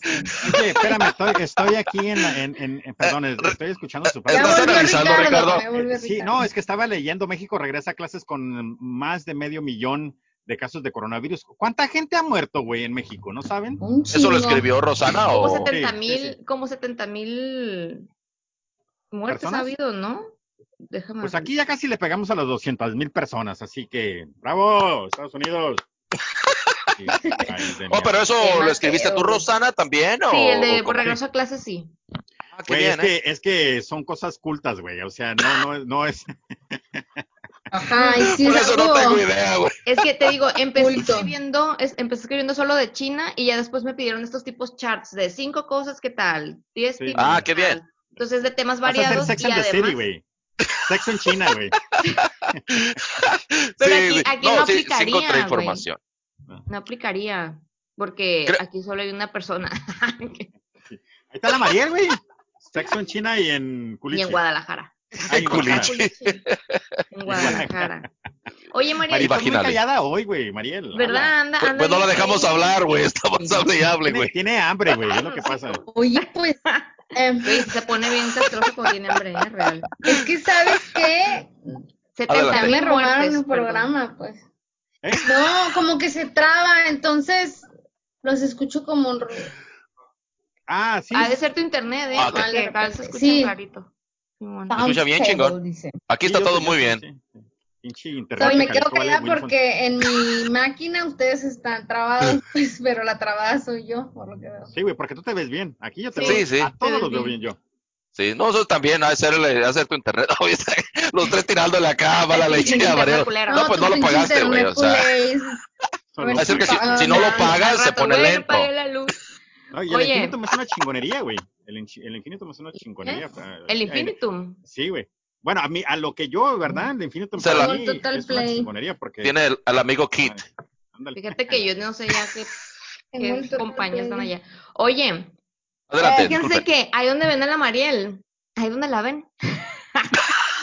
Speaker 1: Oye, espérame, estoy, estoy aquí en, la- en, en, en- Perdón,
Speaker 5: [LAUGHS]
Speaker 1: estoy escuchando su
Speaker 3: Ya
Speaker 5: ¿Estás
Speaker 3: volvió
Speaker 5: analizando, Ricardo?
Speaker 3: ya volvió
Speaker 1: Eh, Sí,
Speaker 3: Ricardo.
Speaker 1: no, es que estaba leyendo, México regresa a clases con más de medio millón de casos de coronavirus. ¿Cuánta gente ha muerto, güey, en México? ¿No saben?
Speaker 3: Un
Speaker 5: ¿Eso lo
Speaker 3: chingo.
Speaker 5: escribió Rosana
Speaker 2: Como
Speaker 5: o...?
Speaker 1: setenta-
Speaker 2: 70
Speaker 1: sí,
Speaker 2: mil,
Speaker 1: sí.
Speaker 2: como 70 mil muertes ha
Speaker 1: ¿Personas?
Speaker 2: habido, ¿no? Déjame
Speaker 1: Pues aquí ya casi le pegamos a las 200 mil personas, así que bravo, Estados
Speaker 2: [LAUGHS]
Speaker 1: Unidos. Sí, país de
Speaker 5: Oh, pero
Speaker 1: mierda.
Speaker 5: eso
Speaker 2: Qué
Speaker 5: lo escribiste tú,
Speaker 2: Mateo.
Speaker 5: Rosana, también, ¿o?
Speaker 2: Sí, el
Speaker 5: o
Speaker 2: de
Speaker 5: cómo?
Speaker 2: por regreso a clase sí.
Speaker 5: Ah, qué
Speaker 1: Güey, es,
Speaker 5: bien, ¿eh?
Speaker 1: que, es que son cosas cultas, güey. O sea, no, no, es- no
Speaker 2: [LAUGHS]
Speaker 1: es.
Speaker 3: Ajá, y sí,
Speaker 5: Por
Speaker 3: es
Speaker 5: eso no
Speaker 3: algo-
Speaker 5: tengo idea, güey.
Speaker 2: Es que te
Speaker 3: [LAUGHS]
Speaker 2: digo, empecé
Speaker 3: Culto.
Speaker 2: escribiendo, es- empecé escribiendo solo de China y ya después me pidieron estos tipos charts de cinco cosas, ¿qué tal? Diez
Speaker 1: Sí.
Speaker 2: tipos.
Speaker 5: Ah,
Speaker 2: ¿qué
Speaker 5: qué bien.
Speaker 2: tal? Entonces de temas
Speaker 1: Vas a hacer
Speaker 2: variados
Speaker 1: Sex
Speaker 2: y
Speaker 1: and the City,
Speaker 2: además.
Speaker 1: güey. Sex en China, güey.
Speaker 2: Pero
Speaker 5: Sí,
Speaker 2: aquí-
Speaker 5: sí.
Speaker 2: aquí no
Speaker 5: sí, sí
Speaker 2: aplicaría,
Speaker 5: encontré
Speaker 2: güey. Ah,
Speaker 5: información.
Speaker 2: No aplicaría, porque
Speaker 5: Creo-
Speaker 2: aquí solo hay una persona. [LAUGHS]
Speaker 1: Ahí está la Mariel, güey. Sexo en China y en
Speaker 2: y
Speaker 1: Culichi.
Speaker 2: en Guadalajara.
Speaker 1: Ah, en Guadalajara.
Speaker 5: Culichi.
Speaker 2: En Guadalajara. Oye, María,
Speaker 1: Mariel, estás muy
Speaker 5: Vaginal.
Speaker 1: callada hoy, güey, Mariel.
Speaker 2: ¿verdad? Anda,
Speaker 5: Pues,
Speaker 2: anda
Speaker 5: pues no la
Speaker 2: bien
Speaker 5: dejamos
Speaker 2: ahí.
Speaker 5: hablar, güey. [LAUGHS] Está más hable y hable,
Speaker 1: Tiene,
Speaker 5: güey.
Speaker 1: tiene hambre, güey, es lo que pasa.
Speaker 5: [LAUGHS]
Speaker 3: Oye, pues, em,
Speaker 2: Güey, se pone bien castroso cuando tiene hambre, es real.
Speaker 3: es que sabes qué,
Speaker 5: Adelante.
Speaker 2: setenta
Speaker 3: me
Speaker 2: mil
Speaker 3: robaron
Speaker 2: muertes. perdón.
Speaker 3: el programa, pues.
Speaker 1: ¿Eh?
Speaker 3: No, como que se traba, entonces los escucho como un ruido.
Speaker 1: Ah, sí.
Speaker 2: Ha de ser tu internet, ¿eh?
Speaker 5: Ah,
Speaker 2: Porque
Speaker 3: ok.
Speaker 2: acá se escucha
Speaker 3: Sí. Ah,
Speaker 2: clarito. Simón.
Speaker 5: Se escucha bien
Speaker 3: Sound
Speaker 5: chingón.
Speaker 3: stable, dice.
Speaker 5: Aquí
Speaker 1: Sí,
Speaker 5: está
Speaker 1: yo
Speaker 5: todo
Speaker 1: sé,
Speaker 5: muy
Speaker 1: yo sé,
Speaker 5: bien.
Speaker 1: sí, sí. Pinche
Speaker 3: O
Speaker 1: internet.
Speaker 3: sea, me
Speaker 1: de
Speaker 3: quedo
Speaker 1: Jalisco, vale,
Speaker 3: callada
Speaker 1: Wilson.
Speaker 3: porque
Speaker 5: [LAUGHS]
Speaker 3: en mi máquina ustedes están trabados, pues, pero la trabada soy yo, por lo que veo.
Speaker 1: Sí, güey, porque tú te ves bien. Aquí yo te
Speaker 5: Sí,
Speaker 1: veo.
Speaker 5: sí.
Speaker 1: A todos
Speaker 2: Te
Speaker 1: los
Speaker 2: ves
Speaker 1: veo bien
Speaker 2: bien.
Speaker 1: yo.
Speaker 5: Sí, no, eso también, ha de ser, el- ha de ser tu internet. [LAUGHS] Oye, está- Los tres tirándole acá, mala leche,
Speaker 2: Internet
Speaker 5: Mario.
Speaker 2: culero.
Speaker 5: No, pues
Speaker 3: tu
Speaker 5: no lo
Speaker 3: pinche
Speaker 5: pagaste, güey. O
Speaker 3: internet
Speaker 5: sea,
Speaker 3: culé,
Speaker 1: Son
Speaker 3: ver,
Speaker 1: los-
Speaker 5: ha de ser que si,
Speaker 3: culpa.
Speaker 5: si no lo
Speaker 2: Al
Speaker 5: pagas, se
Speaker 2: rato,
Speaker 5: pone
Speaker 2: güey, no
Speaker 5: lento.
Speaker 2: pagué la luz.
Speaker 1: No, y el
Speaker 2: Oye.
Speaker 1: infinito me hace una chingonería, güey. El, inchi- el infinito me hace una chingonería. Ah,
Speaker 2: El
Speaker 1: eh,
Speaker 2: infinitum.
Speaker 1: Sí, güey. Bueno, a mí, a lo que yo, ¿verdad? El infinito
Speaker 5: Se la-
Speaker 1: para mí
Speaker 3: Un total
Speaker 1: es una
Speaker 3: play.
Speaker 1: chingonería porque...
Speaker 5: Tiene el- al amigo Kit.
Speaker 2: [LAUGHS]
Speaker 1: Ándale.
Speaker 2: Fíjate que yo no sé ya qué,
Speaker 3: en
Speaker 2: qué
Speaker 3: un total
Speaker 2: compañías están
Speaker 3: play.
Speaker 2: allá. Oye,
Speaker 5: Adelante.
Speaker 2: fíjense
Speaker 5: disculpen.
Speaker 2: que ahí donde ven a la Mariel, ahí donde la
Speaker 3: [LAUGHS]
Speaker 2: ven.
Speaker 3: Ahora,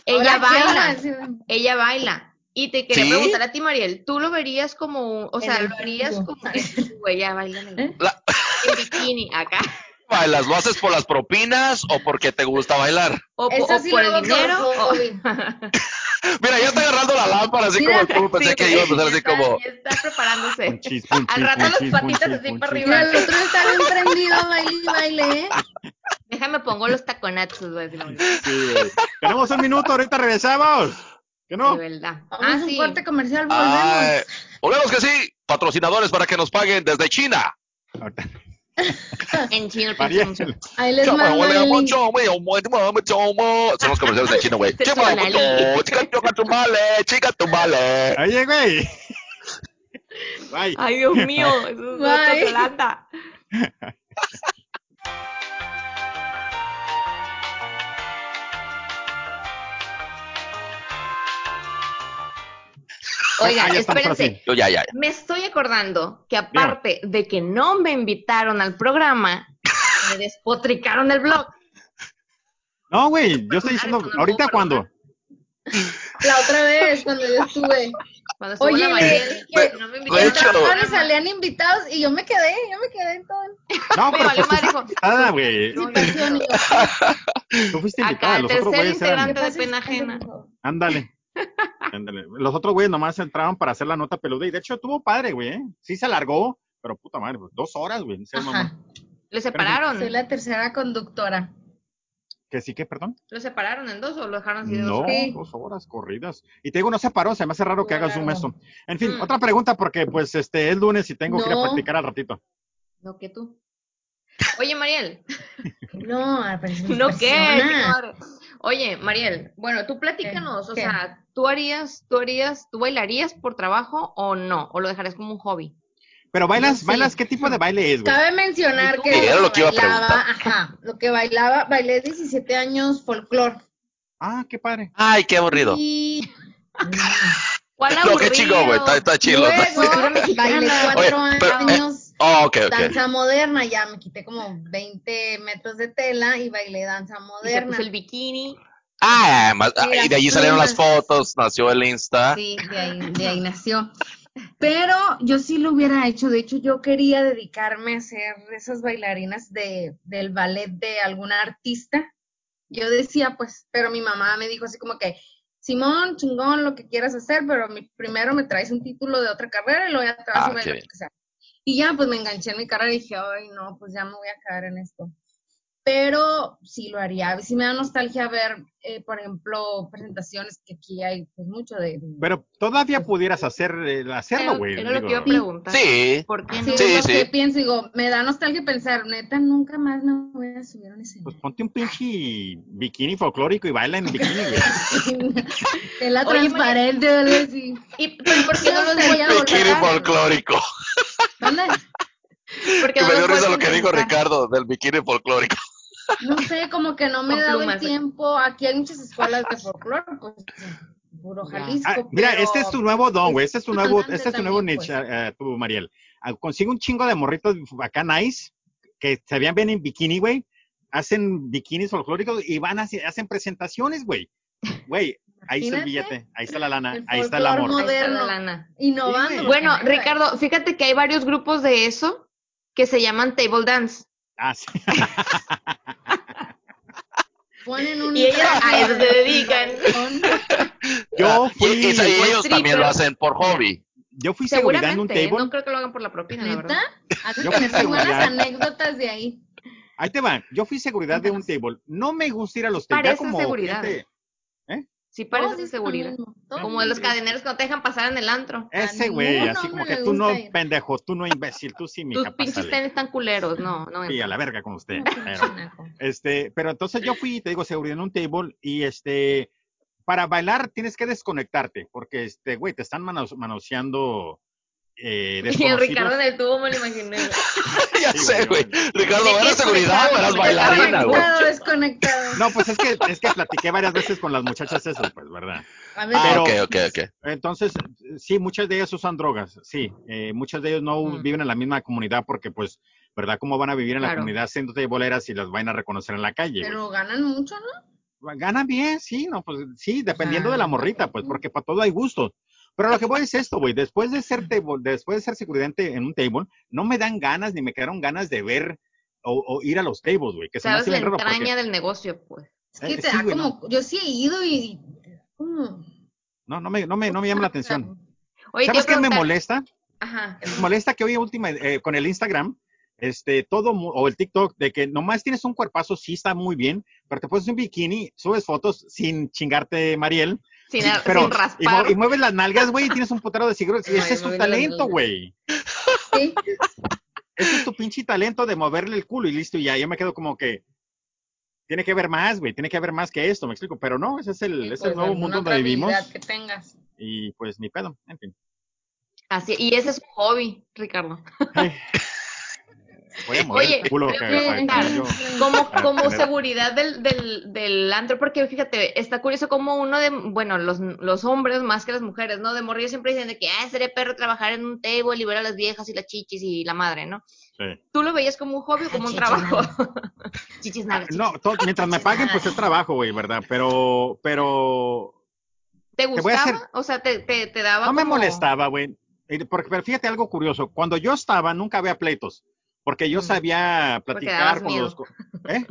Speaker 2: Ella
Speaker 3: ¿qué
Speaker 2: baila.
Speaker 3: hablas? Sí.
Speaker 2: ella baila. Y te quería
Speaker 5: ¿Sí?
Speaker 2: preguntar a ti, Mariel, ¿tú lo verías como, o sea,
Speaker 3: el
Speaker 2: lo harías
Speaker 3: bikini.
Speaker 2: como, güey, ya baila en, el-
Speaker 3: ¿Eh?
Speaker 5: La-
Speaker 2: [LAUGHS] en bikini acá,
Speaker 5: ¿Bailas? ¿Lo haces por las propinas o porque te gusta bailar?
Speaker 2: o, po-
Speaker 3: Eso
Speaker 2: o
Speaker 3: sí
Speaker 2: por
Speaker 3: lo
Speaker 2: el
Speaker 3: hago por
Speaker 2: dinero, o- [LAUGHS]
Speaker 3: hobby.
Speaker 5: Mira, ya está agarrando la lámpara, así como el culo. Pensé
Speaker 2: Sí,
Speaker 5: que
Speaker 2: güey,
Speaker 5: iba a empezar
Speaker 2: ya
Speaker 5: así
Speaker 2: está-
Speaker 5: como.
Speaker 2: ya está preparándose.
Speaker 1: Punchis,
Speaker 2: Al
Speaker 1: punchis,
Speaker 2: rato
Speaker 1: punchis,
Speaker 2: las patitas
Speaker 1: punchis,
Speaker 2: así
Speaker 1: punchis.
Speaker 2: para
Speaker 3: Mira,
Speaker 2: arriba.
Speaker 3: el otro está bien prendido, baile y baile, ¿eh?
Speaker 2: Déjame pongo los taconazos, güey, de verdad.
Speaker 1: Sí, güey. Tenemos un minuto, ahorita regresamos. ¿Qué no?
Speaker 2: De verdad. Ah,
Speaker 3: Vamos a un
Speaker 2: sí.
Speaker 3: corte comercial, volvemos.
Speaker 5: Ay, Volvemos que sí, patrocinadores para que nos paguen desde China.
Speaker 1: Ahorita.
Speaker 2: En chino el
Speaker 1: María,
Speaker 2: pinche mucho.
Speaker 3: Ahí les
Speaker 5: Son
Speaker 3: mando el link.
Speaker 2: [LAUGHS]
Speaker 5: los comerciales de China, güey. pues,
Speaker 2: Se suena el-
Speaker 5: Chica, chica, tu male, chica, tu male.
Speaker 1: oye, güey. Ay,
Speaker 2: Ay, Dios mío, eso es otra
Speaker 3: Bye.
Speaker 2: Yolanda.
Speaker 1: Ah,
Speaker 2: Oigan,
Speaker 1: ya estamos ahora
Speaker 2: espérense.
Speaker 1: sí.
Speaker 5: Yo ya, ya.
Speaker 2: Me estoy acordando que aparte de que no me invitaron al programa, me despotricaron el blog.
Speaker 1: No, güey, yo estoy diciendo,
Speaker 2: Eso no
Speaker 1: ahorita
Speaker 2: puedo
Speaker 1: cuando.
Speaker 3: La otra vez, cuando yo estuve.
Speaker 2: Cuando estuvo la
Speaker 3: Oye,
Speaker 2: Mariel,
Speaker 5: ve-
Speaker 2: que no me
Speaker 5: De
Speaker 3: En
Speaker 2: invitaron.
Speaker 5: hecho-
Speaker 3: trabajadores salían invitados y yo me quedé, yo me quedé en todo.
Speaker 1: No,
Speaker 2: Me
Speaker 1: pero pues,
Speaker 2: valió
Speaker 1: tú
Speaker 2: madre,
Speaker 1: fuiste
Speaker 2: hijo.
Speaker 1: invitada, güey.
Speaker 2: No,
Speaker 3: Invitación, y yo,
Speaker 1: Tú fuiste
Speaker 2: Acá,
Speaker 1: invitada,
Speaker 2: el
Speaker 1: los otros
Speaker 2: tercer
Speaker 1: güeyes eran.
Speaker 2: integrante de pena
Speaker 3: "Pásense,
Speaker 2: ajena.
Speaker 3: por favor".
Speaker 1: Ándale. Ándale. Los otros güeyes nomás entraban para hacer la nota peluda. Y de hecho, tuvo padre, güey. ¿eh? Sí se alargó, pero puta madre, pues, dos horas, güey. no seas
Speaker 3: Ajá,
Speaker 1: mamón.
Speaker 2: ¿Lo
Speaker 3: soy
Speaker 2: separaron?
Speaker 3: la tercera conductora.
Speaker 1: Que sí, que, perdón.
Speaker 2: ¿Lo separaron en dos o lo dejaron así de
Speaker 1: No,
Speaker 2: Ah, dos?
Speaker 3: Sí.
Speaker 1: dos horas corridas. Y te digo, no se paró, se me hace raro que
Speaker 3: Estuvo
Speaker 1: hagas un
Speaker 3: largo.
Speaker 1: eso. En fin,
Speaker 2: Mm.
Speaker 1: otra pregunta porque pues este es lunes y tengo que ir a
Speaker 3: No.
Speaker 1: practicar al ratito.
Speaker 2: No, que tú. Oye, Mariel.
Speaker 3: No, pero es mi
Speaker 2: [LAUGHS] No, que.
Speaker 3: persona.
Speaker 2: Oye, Mariel, bueno, tú platícanos, o
Speaker 3: ¿Qué?
Speaker 2: sea, ¿tú harías, tú harías, tú bailarías por trabajo o no? ¿O lo dejarías como un hobby?
Speaker 1: Pero bailas,
Speaker 3: sí.
Speaker 1: bailas, ¿qué tipo de baile es, güey?
Speaker 3: Cabe mencionar que
Speaker 5: Sí, era lo que iba a
Speaker 3: bailaba,
Speaker 5: preguntar.
Speaker 3: ajá, lo que bailaba, bailé 17 años folclore.
Speaker 1: Ah, qué padre.
Speaker 5: Ay, qué aburrido. [LAUGHS]
Speaker 3: Y
Speaker 2: ¿Cuál
Speaker 5: No, qué chico, güey. Está, está chilo.
Speaker 3: luego
Speaker 2: Cultura mexicana.
Speaker 3: bailé 4
Speaker 5: Oye, pero, eh,
Speaker 3: años
Speaker 5: [LAUGHS] Oh, ok, ok.
Speaker 3: danza moderna, ya me quité como 20 metros de tela y bailé danza
Speaker 2: Y se
Speaker 3: moderna.
Speaker 2: puso el bikini.
Speaker 5: Ah, más- ah,
Speaker 3: Sí,
Speaker 5: y de allí
Speaker 3: las
Speaker 5: salieron las
Speaker 3: plumas.
Speaker 5: fotos, nació el
Speaker 2: Ah.
Speaker 5: Insta.
Speaker 3: Sí, de ahí, de ahí nació. Pero yo sí lo hubiera hecho. De hecho, yo quería dedicarme a ser esas bailarinas de, del ballet de alguna artista. Yo decía, pues, pero mi mamá me dijo así como que, Simón, chingón, lo que quieras hacer, pero mi- primero me traes un título de otra carrera y luego ya te vas
Speaker 5: Ah,
Speaker 3: a
Speaker 5: qué
Speaker 3: bailar.
Speaker 5: bien.
Speaker 3: lo que sea". Y ya, pues me enganché en mi carrera y dije, ay, no, pues ya me voy a quedar en esto. pero sí lo haría. Sí me da nostalgia ver, eh, por ejemplo, presentaciones que aquí hay pues, mucho de... de-
Speaker 1: Pero todavía pudieras hacer, eh, hacerlo,
Speaker 2: Era-
Speaker 1: güey.
Speaker 2: Era lo que
Speaker 1: digo.
Speaker 2: iba a preguntar.
Speaker 5: Sí.
Speaker 2: ¿Por qué
Speaker 3: Sí,
Speaker 2: no?
Speaker 5: Sí,
Speaker 3: es lo
Speaker 5: sí.
Speaker 3: que pienso, digo, me da nostalgia pensar, neta, nunca más me voy a subir a un
Speaker 1: Pues
Speaker 3: escenario.
Speaker 1: ponte un pinche bikini folclórico y baila en bikini, güey.
Speaker 3: [LAUGHS] Tela
Speaker 2: Oye,
Speaker 3: transparente, algo así.
Speaker 2: ¿Y pero por qué no los
Speaker 3: Sí,
Speaker 2: vuelven
Speaker 3: ya volverá.
Speaker 5: Bikini folclórico.
Speaker 3: ¿Dónde?
Speaker 2: Porque
Speaker 5: Que
Speaker 2: no
Speaker 5: me dio
Speaker 2: los
Speaker 5: risa
Speaker 2: vuelven
Speaker 5: lo que
Speaker 2: a
Speaker 5: dijo
Speaker 2: invitar?
Speaker 5: Ricardo del bikini folclórico.
Speaker 3: No sé, como que no me he
Speaker 2: Con
Speaker 3: dado el
Speaker 2: plumas, ¿eh? güey.
Speaker 3: tiempo. Aquí hay muchas escuelas de folclore, pues puro
Speaker 2: Ya.
Speaker 3: Jalisco.
Speaker 1: Ah, mira,
Speaker 3: pero-
Speaker 1: este es tu nuevo don, güey. Este es tu nuevo,
Speaker 3: Andante
Speaker 1: este es tu nuevo
Speaker 3: también,
Speaker 1: niche, ah, ah, tú, Mariel. Ah, Consigue un chingo de morritos acá nice, que se vean bien en bikini, güey. Hacen bikinis folclóricos y van a hacen presentaciones, güey. Güey, ahí está el
Speaker 3: Imagínate.
Speaker 1: billete, ahí está la lana,
Speaker 3: El
Speaker 1: ahí está el amor.
Speaker 3: folclore
Speaker 2: Ahí está la
Speaker 3: Moderno.
Speaker 2: lana.
Speaker 1: Sí,
Speaker 3: Innovando.
Speaker 1: güey.
Speaker 2: Bueno,
Speaker 3: Porque-
Speaker 2: Ricardo, fíjate que hay varios grupos de eso que se llaman table dance.
Speaker 1: Ah, sí. [LAUGHS]
Speaker 3: Ponen un
Speaker 2: Y ellas a eso se dedican.
Speaker 1: Yo
Speaker 5: Ah, Y, [LAUGHS]
Speaker 1: fui,
Speaker 5: y- y ellos
Speaker 2: stripper.
Speaker 5: también lo hacen por hobby.
Speaker 1: yo fui seguridad en un
Speaker 2: Seguramente, ¿eh?
Speaker 1: table.
Speaker 2: no creo que lo hagan por la propina, la
Speaker 3: ¿Neta?
Speaker 2: verdad.
Speaker 3: Has de
Speaker 1: Yo fui
Speaker 3: tener muy buenas
Speaker 1: seguridad.
Speaker 3: anécdotas de ahí.
Speaker 1: Ahí te va. Yo fui seguridad de un table. No me gusta ir a los tables. ya
Speaker 2: Parece
Speaker 1: como
Speaker 2: seguridad.
Speaker 1: gente-
Speaker 2: Sí
Speaker 3: Todos
Speaker 2: parece
Speaker 3: dicen lo
Speaker 2: seguridad.
Speaker 3: mismo, todos.
Speaker 2: Como de los cadeneros que no te dejan pasar en el antro.
Speaker 1: Ese
Speaker 3: A
Speaker 1: güey,
Speaker 3: ningún
Speaker 1: así como
Speaker 3: hombre
Speaker 1: que
Speaker 3: le
Speaker 1: tú no,
Speaker 3: gusta ir.
Speaker 1: pendejo, tú no imbécil, tú sí,
Speaker 2: Tus
Speaker 1: mija,
Speaker 2: pinches
Speaker 1: pásale.
Speaker 2: tenis tan culeros, no, no.
Speaker 1: Sí, a la verga con usted. pero- [LAUGHS] Este, pero entonces yo fui, te digo, seguridad en un table y este, para bailar tienes que desconectarte porque este, güey, te están manos- manoseando
Speaker 2: [LAUGHS]
Speaker 1: eh,
Speaker 2: Y el
Speaker 1: desconocidos.
Speaker 2: Ricardo en el tubo me lo
Speaker 1: [LAUGHS]
Speaker 2: imaginé.
Speaker 5: [LAUGHS] ya
Speaker 1: Sí,
Speaker 5: sé,
Speaker 1: güey,
Speaker 5: güey. Ricardo,
Speaker 2: ¿De qué
Speaker 5: ¿eres
Speaker 2: es
Speaker 5: seguridad
Speaker 2: seguridad?
Speaker 5: o eras
Speaker 2: Yo estaba
Speaker 5: bailarina, güey?
Speaker 3: Desconectado, desconectado.
Speaker 1: No, pues es que, es que platiqué varias veces con las muchachas eso, pues, ¿verdad?
Speaker 3: A ver,
Speaker 5: Ah,
Speaker 1: Pero-
Speaker 5: ok, ok, ok.
Speaker 1: Entonces, sí, muchas de ellas usan drogas, sí. Eh, muchas de ellas no
Speaker 2: Mm.
Speaker 1: viven en la misma comunidad porque, pues, ¿verdad? ¿Cómo van a vivir en la
Speaker 2: Claro.
Speaker 1: comunidad siendo boleras si las van a reconocer en la calle? güey?
Speaker 3: pero ganan mucho, ¿no?
Speaker 1: Ganan bien, sí, no, pues sí, dependiendo
Speaker 2: sea,
Speaker 1: de la morrita, pues, porque para todo hay gustos. Pero lo que voy es esto, güey, después de ser table, después de ser seguridad en un table, no me dan ganas ni me quedaron ganas de ver o, o ir a los tables, güey, que se me
Speaker 2: Sabes
Speaker 1: hace
Speaker 2: la
Speaker 1: bien raro porque-
Speaker 2: entraña del negocio, pues.
Speaker 3: Es que
Speaker 1: Eh,
Speaker 3: te
Speaker 1: sí,
Speaker 3: da
Speaker 1: güey,
Speaker 3: como, yo sí he ido y te da como-
Speaker 1: no, no me, no me, no me llama
Speaker 2: [LAUGHS]
Speaker 1: la atención.
Speaker 2: Oye, te
Speaker 1: ¿Sabes
Speaker 2: iba
Speaker 1: qué
Speaker 2: a
Speaker 1: me
Speaker 2: preguntar-
Speaker 1: molesta?
Speaker 2: Ajá.
Speaker 1: Me eh, molesta que hoy última eh, con el Instagram, este, todo mu- o el TikTok de que nomás tienes un cuerpazo, sí está muy bien, pero te pones un bikini, subes fotos sin chingarte, Mariel,
Speaker 2: Sin,
Speaker 1: y-
Speaker 2: sin
Speaker 1: pero y, mue-
Speaker 2: raspar.
Speaker 1: y mueves las nalgas, güey, y tienes un putero de
Speaker 3: [LAUGHS]
Speaker 1: cigarros.
Speaker 2: No,
Speaker 1: Ese
Speaker 2: yo
Speaker 1: es tu
Speaker 2: moviendo las
Speaker 1: talento,
Speaker 2: nalgas.
Speaker 1: güey.
Speaker 3: Sí,
Speaker 1: Ese es tu pinche talento de moverle el culo y listo, y ya. Yo me quedo como que tiene que haber más, güey, tiene que haber más que esto, me explico. Pero no, ese es el, [LAUGHS] ese es el
Speaker 3: pues,
Speaker 1: nuevo
Speaker 3: alguna
Speaker 1: mundo
Speaker 3: otra
Speaker 1: donde vivimos
Speaker 3: habilidad que tengas.
Speaker 1: y pues ni pedo, en fin.
Speaker 2: Así, y ese es un hobby, Ricardo.
Speaker 1: Voy a mover
Speaker 2: Oye,
Speaker 1: el culo.
Speaker 2: te
Speaker 1: que-
Speaker 2: voy a
Speaker 1: para que
Speaker 2: preguntar,
Speaker 1: yo- [LAUGHS]
Speaker 2: Como,
Speaker 1: Para
Speaker 2: como
Speaker 1: Ah, tener-
Speaker 2: seguridad del, del, del antro, porque fíjate, está curioso como uno de, bueno, los, los hombres más que las mujeres, ¿no? De morrillo siempre dicen de que, ah, seré perro trabajar en un table y ver a las viejas y las chichis y la madre, ¿no?
Speaker 1: Sí.
Speaker 2: ¿Tú lo veías como un hobby o como un trabajo? [LAUGHS] chichis nalgas, chichis.
Speaker 1: No, to- mientras me paguen, pues es trabajo, güey, ¿verdad? Pero, pero
Speaker 2: ¿Te
Speaker 1: voy a
Speaker 2: gustaba?
Speaker 1: hacer-
Speaker 2: O sea, te, te, te daba
Speaker 1: no me
Speaker 2: como-
Speaker 1: molestaba, güey. Eh, Porque, pero fíjate algo curioso. Cuando yo estaba, nunca había pleitos. Porque yo
Speaker 2: Mm.
Speaker 1: sabía
Speaker 2: Porque
Speaker 1: platicar
Speaker 2: dabas
Speaker 1: con
Speaker 2: miedo.
Speaker 1: los. co- ¿Eh?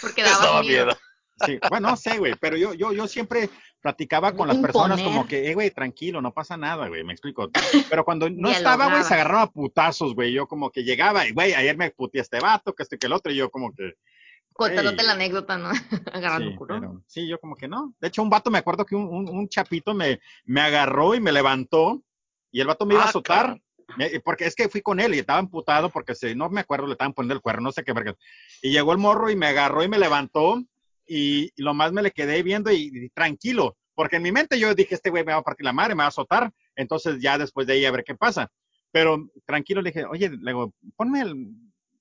Speaker 2: Porque
Speaker 5: Les
Speaker 2: daba
Speaker 5: daba
Speaker 2: miedo.
Speaker 5: miedo.
Speaker 1: Sí, bueno, no sé, güey, pero yo, yo, yo siempre platicaba con las personas
Speaker 3: Imponer.
Speaker 1: como que, eh, güey, tranquilo, no pasa nada, güey, me explico. Pero
Speaker 2: [LAUGHS]
Speaker 1: cuando no
Speaker 2: Dialogabas.
Speaker 1: estaba, güey, se agarraba a putazos, güey. Yo como que llegaba, y, güey, ayer me puteé a este vato, que este, que el otro, y yo como que.
Speaker 2: Contándote
Speaker 1: Ey.
Speaker 2: la anécdota, ¿no? [LAUGHS] Agarrando
Speaker 1: sí,
Speaker 2: el culo.
Speaker 1: pero- sí, yo como que no. De hecho, un vato me acuerdo que un, un- un chapito me, me agarró y me levantó y el vato me iba a
Speaker 5: Ah,
Speaker 1: azotar.
Speaker 5: cabrón.
Speaker 1: me- Porque es que fui con él y estaba emputado porque si no me acuerdo, le estaban poniendo el cuerno, no sé qué verga. Y llegó el morro y me agarró y me levantó y, y lo más me le quedé viendo y, y tranquilo, porque en mi mente yo dije, este güey me va a partir la madre, me va a azotar, entonces ya después de ahí a ver qué pasa. Pero tranquilo le dije, oye, le digo, ponme el...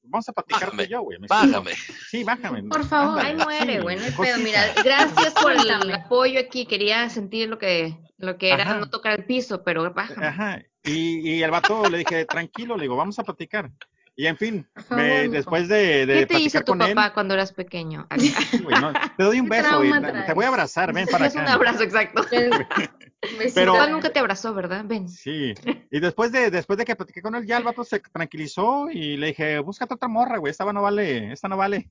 Speaker 1: Vamos a platicar tú y
Speaker 5: Bájame,
Speaker 1: yo, güey. me explico.
Speaker 5: Págame.
Speaker 1: Sí, bájame.
Speaker 3: Por favor.
Speaker 1: ándale,
Speaker 2: Ay, muere,
Speaker 1: sí,
Speaker 2: güey, no hay
Speaker 1: cosita.
Speaker 2: pedo. Mira, gracias por el
Speaker 3: Cuéntame.
Speaker 2: apoyo aquí. Quería sentir lo que, lo que era
Speaker 1: Ajá.
Speaker 2: no tocar el piso, pero bájame.
Speaker 1: Ajá. Y, y el vato le dije, tranquilo, le digo, vamos a platicar. Y en fin,
Speaker 3: Ajá,
Speaker 1: me-
Speaker 3: bueno.
Speaker 1: después de, de
Speaker 2: ¿Qué te
Speaker 1: platicar
Speaker 2: hizo tu
Speaker 1: con él,
Speaker 2: papá cuando eras pequeño? [LAUGHS]
Speaker 1: güey, no, te doy un
Speaker 3: ¿Qué
Speaker 1: beso,
Speaker 3: trauma
Speaker 1: güey,
Speaker 3: traes?
Speaker 1: te voy a abrazar, ven para
Speaker 2: Es un
Speaker 1: acá.
Speaker 2: abrazo, exacto.
Speaker 1: [LAUGHS] Pero-
Speaker 2: Tu papá nunca te abrazó, ¿verdad? Ven.
Speaker 1: Sí, y después de, después de que platiqué con él, ya el vato se tranquilizó y le dije, búscate otra morra, güey, esta no vale, esta no vale.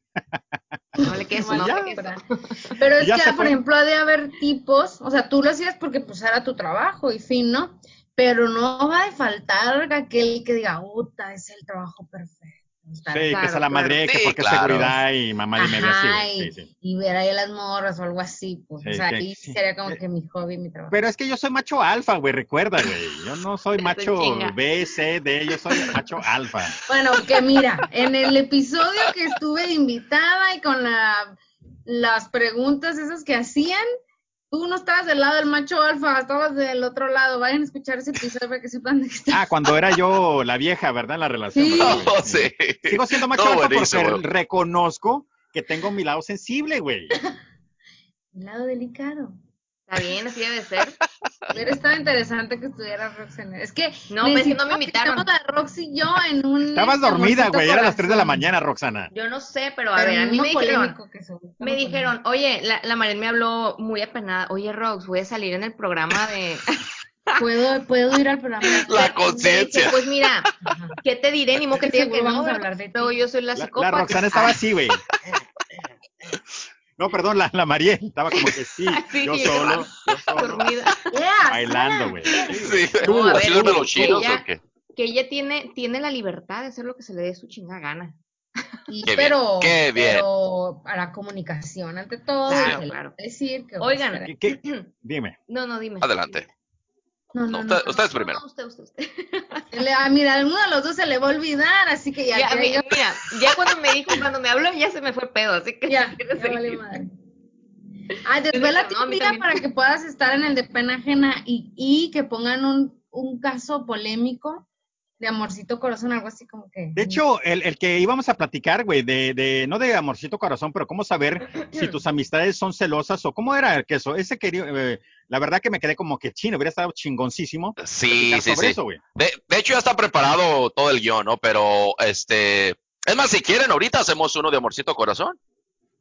Speaker 2: No vale queso, no
Speaker 1: Pues Ya.
Speaker 2: vale
Speaker 1: [LAUGHS]
Speaker 2: queso.
Speaker 3: Pero es
Speaker 1: Ya
Speaker 3: que, ah,
Speaker 1: se
Speaker 3: por
Speaker 1: fue.
Speaker 3: ejemplo, ha de haber tipos, o sea, tú lo hacías porque pues era tu trabajo y fin, ¿no? Pero no va a faltar aquel que diga, puta, es el trabajo perfecto. asustar.
Speaker 1: Sí, que
Speaker 2: Claro,
Speaker 1: se la madre,
Speaker 5: claro.
Speaker 1: que
Speaker 5: Sí,
Speaker 1: porque
Speaker 5: claro.
Speaker 1: seguridad y mamá y media, sí,
Speaker 3: Ajá,
Speaker 1: güey, sí,
Speaker 3: y,
Speaker 1: sí.
Speaker 3: y ver ahí a las morras o algo así, pues.
Speaker 1: Sí,
Speaker 3: o sea,
Speaker 1: que-
Speaker 3: ahí sería como
Speaker 1: eh,
Speaker 3: que mi hobby, mi trabajo.
Speaker 1: Pero es que yo soy macho alfa, güey, recuerda, güey. Yo no soy
Speaker 2: Te
Speaker 1: macho
Speaker 2: chinga.
Speaker 1: B, C, D, yo soy macho alfa.
Speaker 3: Bueno, que mira, en el episodio que estuve de invitada y con la- las preguntas esas que hacían, tú no estabas del lado del macho alfa, estabas del otro lado. Vayan a escuchar ese episodio para que sepan de qué está.
Speaker 1: Ah, cuando era yo la vieja, ¿verdad? En la relación.
Speaker 3: Sí.
Speaker 1: ¿verdad, güey?
Speaker 5: No, sí.
Speaker 1: Sigo siendo macho
Speaker 5: No,
Speaker 1: alfa
Speaker 5: buenísimo.
Speaker 1: porque reconozco que tengo mi lado sensible, güey.
Speaker 3: El lado delicado.
Speaker 2: Está bien, así debe ser.
Speaker 3: Pero estaba interesante que estuviera Roxy. en el- Es que
Speaker 2: No, pues, que no me
Speaker 3: necesitaba
Speaker 2: invitaron.
Speaker 3: Estamos la Roxy y yo en un.
Speaker 1: Estabas
Speaker 3: este,
Speaker 1: dormida,
Speaker 3: amorcito
Speaker 1: güey. Era las
Speaker 3: corazón.
Speaker 1: 3 de la mañana, Roxana.
Speaker 2: Yo no sé, pero a
Speaker 3: Pero
Speaker 2: ver, a mí
Speaker 3: no
Speaker 2: me dijeron,
Speaker 3: polémico que somos,
Speaker 2: me
Speaker 3: no
Speaker 2: dijeron, oye, la, la Maren me habló muy apenada, oye, Rox, voy a salir en el programa
Speaker 1: [LAUGHS]
Speaker 2: de...
Speaker 3: polémico. ¿Puedo, puedo ir al programa.
Speaker 2: Le
Speaker 5: La
Speaker 2: dije,
Speaker 5: conciencia.
Speaker 2: Pues mira,
Speaker 3: Ajá.
Speaker 2: ¿qué te diré? Ni modo que te diga
Speaker 3: Seguro
Speaker 2: que no,
Speaker 3: vamos a
Speaker 2: ¿verdad?
Speaker 3: [LAUGHS] hablar de ti.
Speaker 2: Luego yo soy la
Speaker 1: La,
Speaker 2: psicópata.
Speaker 1: la Roxana estaba así, güey. No, perdón, la, la Mariel estaba como que sí,
Speaker 2: Sí,
Speaker 1: yo
Speaker 2: yo
Speaker 1: solo, yo solo,
Speaker 2: dormida. [LAUGHS]
Speaker 3: Yeah,
Speaker 1: bailando, güey.
Speaker 5: Sí.
Speaker 2: No, a
Speaker 5: ¿La
Speaker 2: ver,
Speaker 5: ciudad de los
Speaker 2: que
Speaker 5: chinos
Speaker 2: ya-
Speaker 5: o qué?
Speaker 2: Que ella tiene, tiene la libertad de hacer lo que se le dé su chingada gana.
Speaker 3: Y-
Speaker 5: Qué bien,
Speaker 3: pero,
Speaker 5: qué bien.
Speaker 3: pero a la comunicación ante todo,
Speaker 2: Claro,
Speaker 3: se le
Speaker 2: claro.
Speaker 3: va a decir que
Speaker 2: Oigan.
Speaker 1: ¿Qué- qué? Dime.
Speaker 2: No, no, dime.
Speaker 5: Adelante.
Speaker 3: no,
Speaker 5: No,
Speaker 3: no, no,
Speaker 5: usted- ustedes primero.
Speaker 2: No, usted, usted, usted.
Speaker 3: se le- ah, mira, a alguno de los dos se le va a olvidar, así que ya,
Speaker 2: Ya,
Speaker 3: ya,
Speaker 2: mi- [LAUGHS]
Speaker 3: ya,
Speaker 2: mira, ya cuando me dijo, cuando me habló, ya se me fue el pedo, así que
Speaker 3: ya,
Speaker 2: [LAUGHS] quiero
Speaker 3: ya vale
Speaker 2: seguir.
Speaker 3: madre. Ah, después la
Speaker 2: No, a mí
Speaker 3: teoría
Speaker 2: también.
Speaker 3: para que puedas estar en el de pena ajena y, y que pongan un, un caso polémico de amorcito corazón, algo así como que. mm.
Speaker 1: De hecho, el, el que íbamos a platicar, güey, de, de, no de amorcito corazón, pero cómo saber si tus amistades son celosas o cómo era el queso. Ese querido, eh, la verdad que me quedé como que chino, hubiera estado chingoncísimo.
Speaker 5: Sí,
Speaker 1: platicar
Speaker 5: sí,
Speaker 1: sobre
Speaker 5: sí.
Speaker 1: eso, güey.
Speaker 5: De, de hecho, ya está preparado todo el guión, ¿no? Pero, este. Es más, si quieren, ahorita hacemos uno de Amorcito Corazón.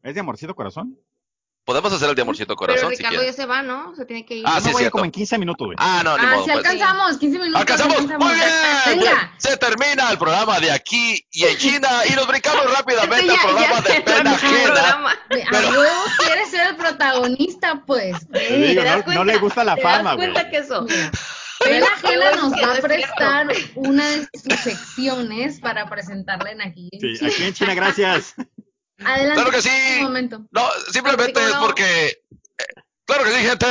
Speaker 1: ¿Es de amorcito corazón?
Speaker 5: Podemos hacer el de Amorcito
Speaker 2: Pero
Speaker 5: Corazón si
Speaker 2: Ricardo ya
Speaker 5: quieren.
Speaker 2: se va, ¿no? Se tiene que ir.
Speaker 5: Ah,
Speaker 1: Yo
Speaker 5: sí,
Speaker 1: me
Speaker 5: es
Speaker 1: voy
Speaker 5: cierto.
Speaker 1: como en 15 minutos, güey.
Speaker 5: Ah, no, ni
Speaker 3: Ah,
Speaker 5: modo.
Speaker 3: si
Speaker 5: pues.
Speaker 3: alcanzamos, 15 minutos.
Speaker 5: Alcanzamos. Muy bien.
Speaker 3: Venga.
Speaker 5: Se termina el programa de aquí y en China y nos brincamos rápidamente
Speaker 2: [LAUGHS] Este, Ya-
Speaker 5: al programa
Speaker 2: ya
Speaker 5: de
Speaker 2: se
Speaker 5: pena
Speaker 2: terminó el
Speaker 5: ajena.
Speaker 2: programa.
Speaker 3: Ve, A huevo quieres ser el protagonista, pues.
Speaker 1: Te digo,
Speaker 2: ¿te das
Speaker 1: no, no le
Speaker 2: cuenta?
Speaker 1: gusta la
Speaker 2: ¿Te
Speaker 1: fama,
Speaker 2: das
Speaker 1: güey.
Speaker 2: cuenta que eso?
Speaker 3: Mira, Pela Gela nos va a
Speaker 2: Es cierto.
Speaker 3: prestar una de sus secciones para presentarla en aquí.
Speaker 1: Sí, aquí en China, gracias.
Speaker 3: Adelante.
Speaker 5: Claro que sí.
Speaker 3: Un momento.
Speaker 5: No, simplemente
Speaker 2: Pero
Speaker 5: es
Speaker 2: no.
Speaker 5: porque. eh, Claro que sí, gente.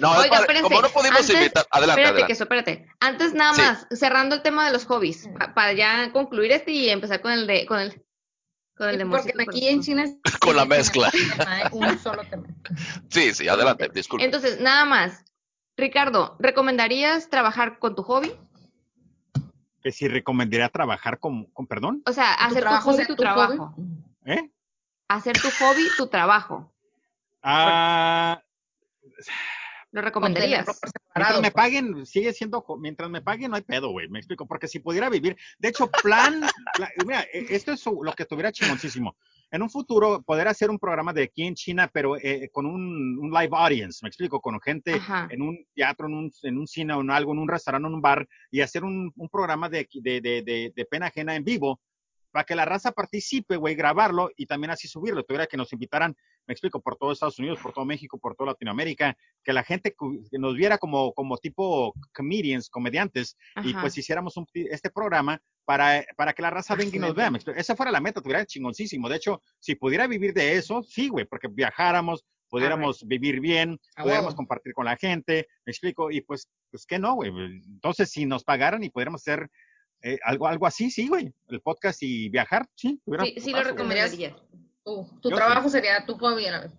Speaker 5: No, es
Speaker 2: Oiga,
Speaker 5: para-
Speaker 2: espérense,
Speaker 5: como no pudimos
Speaker 2: antes-
Speaker 5: invitar. Adelante,
Speaker 2: Espérate,
Speaker 5: adelante.
Speaker 2: que eso, espérate. Antes nada
Speaker 5: Sí.
Speaker 2: más, cerrando el tema de los hobbies, pa- para ya concluir este y empezar con el de, con el, con el de
Speaker 3: Porque
Speaker 2: Morcito
Speaker 3: aquí
Speaker 2: Corazón.
Speaker 3: en China. es- ¿eh?
Speaker 5: Con la mezcla.
Speaker 3: Un solo tema.
Speaker 5: Sí, sí, adelante, disculpe.
Speaker 2: Entonces, nada más. Ricardo, ¿recomendarías trabajar con tu hobby?
Speaker 1: Que si recomendaría trabajar con, con perdón,
Speaker 2: O sea, [LAUGHS]
Speaker 3: Tu
Speaker 2: hacer tu,
Speaker 3: trabajo
Speaker 2: hobby
Speaker 3: sea
Speaker 2: tu,
Speaker 3: tu
Speaker 2: trabajo.
Speaker 3: hobby.
Speaker 1: ¿eh?
Speaker 2: Hacer tu hobby tu trabajo.
Speaker 1: Ah,
Speaker 2: ¿Lo
Speaker 3: Contenerlo
Speaker 2: recomendarías?
Speaker 3: por
Speaker 1: Mientras
Speaker 3: separado,
Speaker 1: me
Speaker 3: pues.
Speaker 1: paguen, sigue siendo, jo- mientras me paguen no hay pedo, güey, me explico, porque si pudiera vivir, de hecho, plan, [LAUGHS] pla- mira, e- esto es su- lo que estuviera chingoncísimo. En un futuro, poder hacer un programa de aquí en China, pero eh, con un, un live audience, me explico, con
Speaker 5: este,
Speaker 1: gente
Speaker 2: Ajá.
Speaker 1: en un teatro, en un, en un cine o en algo, en un restaurante, en un bar, y hacer un, un programa de, aquí- de, de, de, de pena ajena en vivo, para que la raza participe, güey, grabarlo y también así subirlo. Tuviera que nos invitaran, me explico, por todo Estados Unidos, por todo México, por toda Latinoamérica, que la gente cu- que nos viera como, como tipo comedians, comediantes, y
Speaker 2: Ajá.
Speaker 1: pues hiciéramos un- este programa para, para que la raza venga y nos vea. me explico. Esa fuera la meta, tuviera chingoncísimo. De hecho, si pudiera vivir de eso, sí, güey, porque viajáramos, pudiéramos vivir bien,
Speaker 3: A
Speaker 1: pudiéramos
Speaker 3: huevo.
Speaker 1: compartir con la gente, me explico, y pues, pues que no, güey. Entonces, si nos pagaran y pudiéramos hacer eh, algo, algo así, sí, güey, el podcast y viajar, sí. tuviera
Speaker 2: Sí, sí lo
Speaker 1: putazo, güey.
Speaker 2: recomendarías.
Speaker 5: pues,
Speaker 3: Tu, tu
Speaker 1: Yo
Speaker 3: trabajo sería tu hobby a la vez.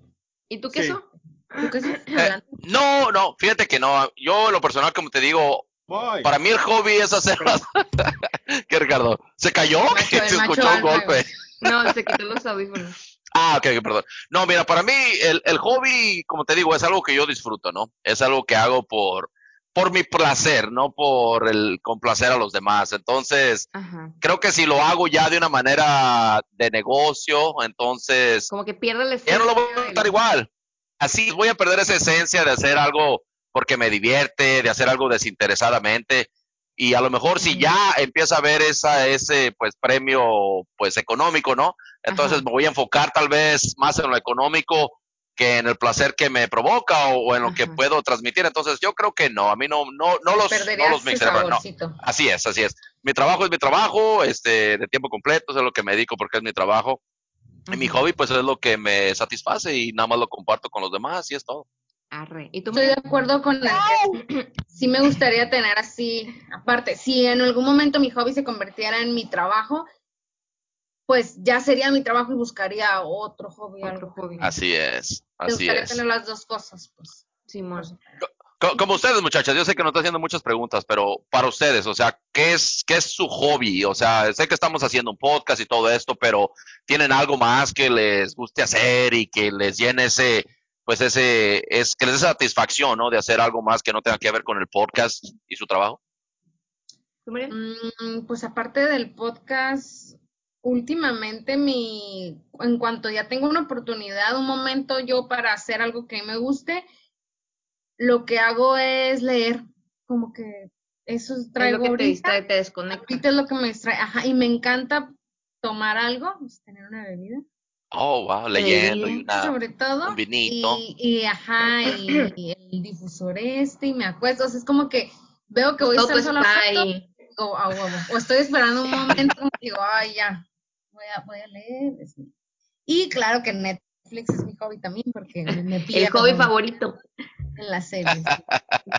Speaker 2: ¿Y tú
Speaker 1: Sí.
Speaker 2: qué
Speaker 5: [LAUGHS]
Speaker 2: eso?
Speaker 3: ¿Tú qué haces?
Speaker 5: Eh,
Speaker 3: Adelante.
Speaker 5: No, no, fíjate que no. Yo, en lo personal, como te digo,
Speaker 1: Voy.
Speaker 5: para mí el hobby es hacer las. [LAUGHS] ¿Qué, Ricardo? ¿Se [LAUGHS] cayó?
Speaker 3: Macho,
Speaker 5: Se
Speaker 3: el macho
Speaker 5: escuchó un
Speaker 3: alfa,
Speaker 5: golpe.
Speaker 3: güey.
Speaker 2: No, se quitó los audífonos.
Speaker 5: Ah, ok, ok, perdón. No, mira, para mí el, el hobby, como te digo, es algo que yo disfruto, ¿no? Es algo que hago por, por mi placer, no por el complacer a los demás. Entonces,
Speaker 2: Ajá.
Speaker 5: creo que si lo hago ya de una manera de negocio, entonces
Speaker 2: Como que pierde el
Speaker 5: ya no lo voy
Speaker 2: esencia
Speaker 5: a
Speaker 2: del-
Speaker 5: estar igual. Así voy a perder esa esencia de hacer algo porque me divierte, de hacer algo desinteresadamente. Y a lo mejor si
Speaker 3: Ujú.
Speaker 5: ya empieza a ver esa, ese pues premio pues económico, ¿no? Entonces
Speaker 2: Ajá.
Speaker 5: me voy a enfocar tal vez más en lo económico que en el placer que me provoca o, o en lo que
Speaker 2: Ajá.
Speaker 5: puedo transmitir. Entonces yo creo que no, a mí no, no, no los, no
Speaker 3: Perderías
Speaker 5: los
Speaker 3: ese
Speaker 5: mixé, no.
Speaker 3: saborcito.
Speaker 5: Así es, así es. mi trabajo es mi trabajo, este, de tiempo completo, eso es lo que me dedico porque es mi trabajo. Y mi hobby, pues, es lo que me satisface y nada más lo comparto con los demás y es todo.
Speaker 2: Arre. ¿Y tú,
Speaker 3: Estoy de acuerdo con el que [CLEARS THROAT] sí me gustaría tener así, aparte, si en algún momento mi hobby se convirtiera en mi trabajo, pues ya sería mi trabajo y buscaría otro hobby,
Speaker 2: Otro
Speaker 3: algo.
Speaker 2: hobby.
Speaker 5: Así es,
Speaker 3: Me
Speaker 5: así
Speaker 3: gustaría
Speaker 5: es.
Speaker 3: tener las dos cosas, pues.
Speaker 2: Simón.
Speaker 5: Co- Como ustedes, muchachas, yo sé que no estoy haciendo muchas preguntas, pero para ustedes, o sea, ¿qué es, qué es su hobby? O sea, sé que estamos haciendo un podcast y todo esto, pero ¿tienen algo más que les guste hacer y que les llene ese, pues ese, es que les dé satisfacción, ¿no? De hacer algo más que no tenga que ver con el podcast y su trabajo.
Speaker 2: ¿Tú, Muriel?
Speaker 3: Mm, pues aparte del podcast, últimamente mi, en cuanto ya tengo una oportunidad, un momento yo para hacer algo que me guste, lo que hago es leer, como que eso
Speaker 2: Es lo
Speaker 3: traigo
Speaker 2: que te
Speaker 3: ahorita.
Speaker 2: distrae, te desconecta.
Speaker 3: Ahorita es lo que me distrae, ajá, y me encanta tomar algo, pues, tener una bebida,
Speaker 5: Oh, wow, leyendo y
Speaker 2: Leído,
Speaker 5: una...
Speaker 3: sobre todo,
Speaker 5: un vinito.
Speaker 3: Y, y, ajá, y, y el difusor este, y me acuesto, o sea, es como que veo que voy a
Speaker 2: Todo
Speaker 3: estar
Speaker 2: está
Speaker 3: solo un rato,
Speaker 2: ahí.
Speaker 3: digo, "Ah, huevo", o estoy esperando
Speaker 5: [LAUGHS]
Speaker 3: un momento, como digo, ay, ya, voy a, voy a leer, es mi- y claro que Netflix es mi hobby también, porque
Speaker 5: [LAUGHS]
Speaker 3: me, me
Speaker 2: El
Speaker 3: pierdo
Speaker 2: hobby favorito.
Speaker 3: en las series,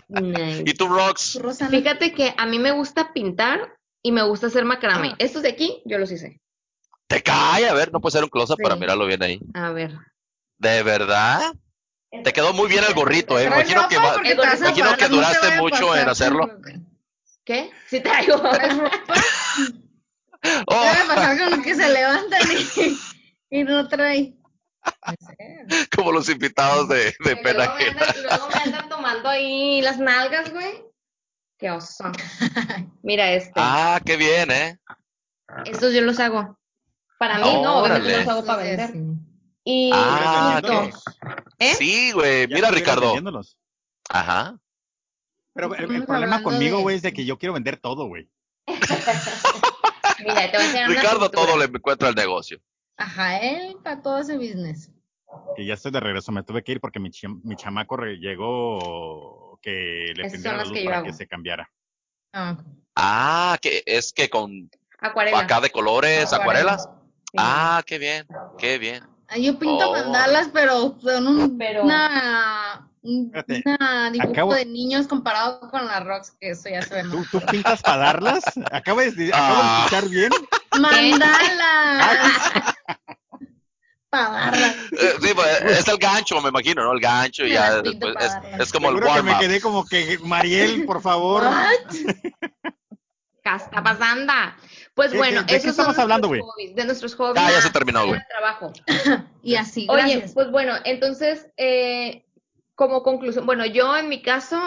Speaker 2: Nice.
Speaker 5: ¿Y tú, Rox? [LAUGHS]
Speaker 3: Rosa, no-
Speaker 2: Fíjate que a mí me gusta pintar y me gusta hacer macramé. Estos de aquí, yo los hice.
Speaker 5: Te cae, a ver, no puede ser un close
Speaker 2: Sí.
Speaker 5: para mirarlo bien ahí.
Speaker 2: A ver.
Speaker 5: ¿De verdad? Te quedó muy bien el gorrito, eh.
Speaker 3: Traes
Speaker 5: Imagino que
Speaker 3: ropa
Speaker 5: va-
Speaker 3: porque te vas a
Speaker 5: imagino que
Speaker 3: parar, no te
Speaker 5: duraste
Speaker 3: vaya a
Speaker 5: mucho en
Speaker 3: pasar. [LAUGHS]
Speaker 5: hacerlo.
Speaker 2: [LAUGHS] ¿Qué? Sí traigo.
Speaker 3: Traes ropa
Speaker 5: [LAUGHS] Oh.
Speaker 3: Debe pasar con los que se levantan y, y no trae.
Speaker 5: [LAUGHS] como los invitados de, de
Speaker 2: Porque
Speaker 5: pena
Speaker 2: luego, me
Speaker 3: [LAUGHS]
Speaker 5: ajena.
Speaker 2: andan, luego me andan tomando ahí las nalgas, güey. Qué oso. Mira este.
Speaker 5: Ah, qué bien, ¿eh?
Speaker 2: Estos yo los hago. Para mí, no, obviamente
Speaker 5: Órale.
Speaker 2: los hago para vender. Y
Speaker 5: Ah,
Speaker 2: pinto. ¿Eh?
Speaker 5: Sí, güey. Mira, Ricardo. Ajá.
Speaker 1: Pero el, el
Speaker 3: Estamos
Speaker 1: problema
Speaker 3: hablando
Speaker 1: conmigo,
Speaker 3: de-
Speaker 1: güey, es de que yo quiero vender todo, güey.
Speaker 2: Mira, te voy a enseñar una
Speaker 5: Ricardo
Speaker 2: pintura.
Speaker 5: todo le encuentra el negocio.
Speaker 3: Ajá, él para todo ese business.
Speaker 1: Que ya estoy de regreso, me tuve que ir porque mi, cham- mi chamaco re- llegó que le
Speaker 2: Esas
Speaker 1: prendieron
Speaker 2: son
Speaker 1: la
Speaker 2: las
Speaker 1: luz
Speaker 2: que yo
Speaker 1: para
Speaker 2: hago.
Speaker 1: que se cambiara.
Speaker 3: Ah,
Speaker 5: Ah, que es que con
Speaker 2: Acuarela.
Speaker 5: acá de colores,
Speaker 3: Acuarela.
Speaker 5: acuarelas. Ah, qué bien, qué bien.
Speaker 3: ah, yo pinto
Speaker 5: Oh.
Speaker 3: mandalas, pero son un,
Speaker 2: Pero-
Speaker 3: una, un-
Speaker 1: Espérate,
Speaker 3: una dibujo
Speaker 1: acabo-
Speaker 3: de niños comparado con la Rox, que eso ya se ve.
Speaker 1: ¿Tú,
Speaker 3: mal.
Speaker 1: tú pintas para darlas? Acabo de, decir- acabo de
Speaker 5: Ah.
Speaker 1: escuchar bien.
Speaker 3: ¡Mandalas!
Speaker 5: [LAUGHS]
Speaker 3: para darlas.
Speaker 5: Eh, sí, pues, es el gancho, me imagino, ¿no? El gancho y
Speaker 3: Me
Speaker 5: ya
Speaker 3: las pinto
Speaker 5: después
Speaker 3: para
Speaker 5: es,
Speaker 3: darlas.
Speaker 5: es [LAUGHS] como el
Speaker 1: Seguro que
Speaker 5: warm
Speaker 1: me
Speaker 5: up.
Speaker 1: quedé como que, Mariel, por favor.
Speaker 3: What?
Speaker 2: ¿Qué está pasando? Pues
Speaker 1: ¿Qué-
Speaker 2: bueno,
Speaker 1: qué- de qué
Speaker 2: esos
Speaker 1: estamos
Speaker 2: son
Speaker 1: hablando,
Speaker 2: nuestros hobbies, de nuestros hobbies.
Speaker 5: Ah, ya se
Speaker 2: Ah,
Speaker 5: terminó,
Speaker 2: de
Speaker 5: güey.
Speaker 2: trabajo.
Speaker 3: Y así,
Speaker 2: Oye,
Speaker 3: gracias.
Speaker 2: pues bueno, entonces, eh, como conclusión, bueno, yo en mi caso,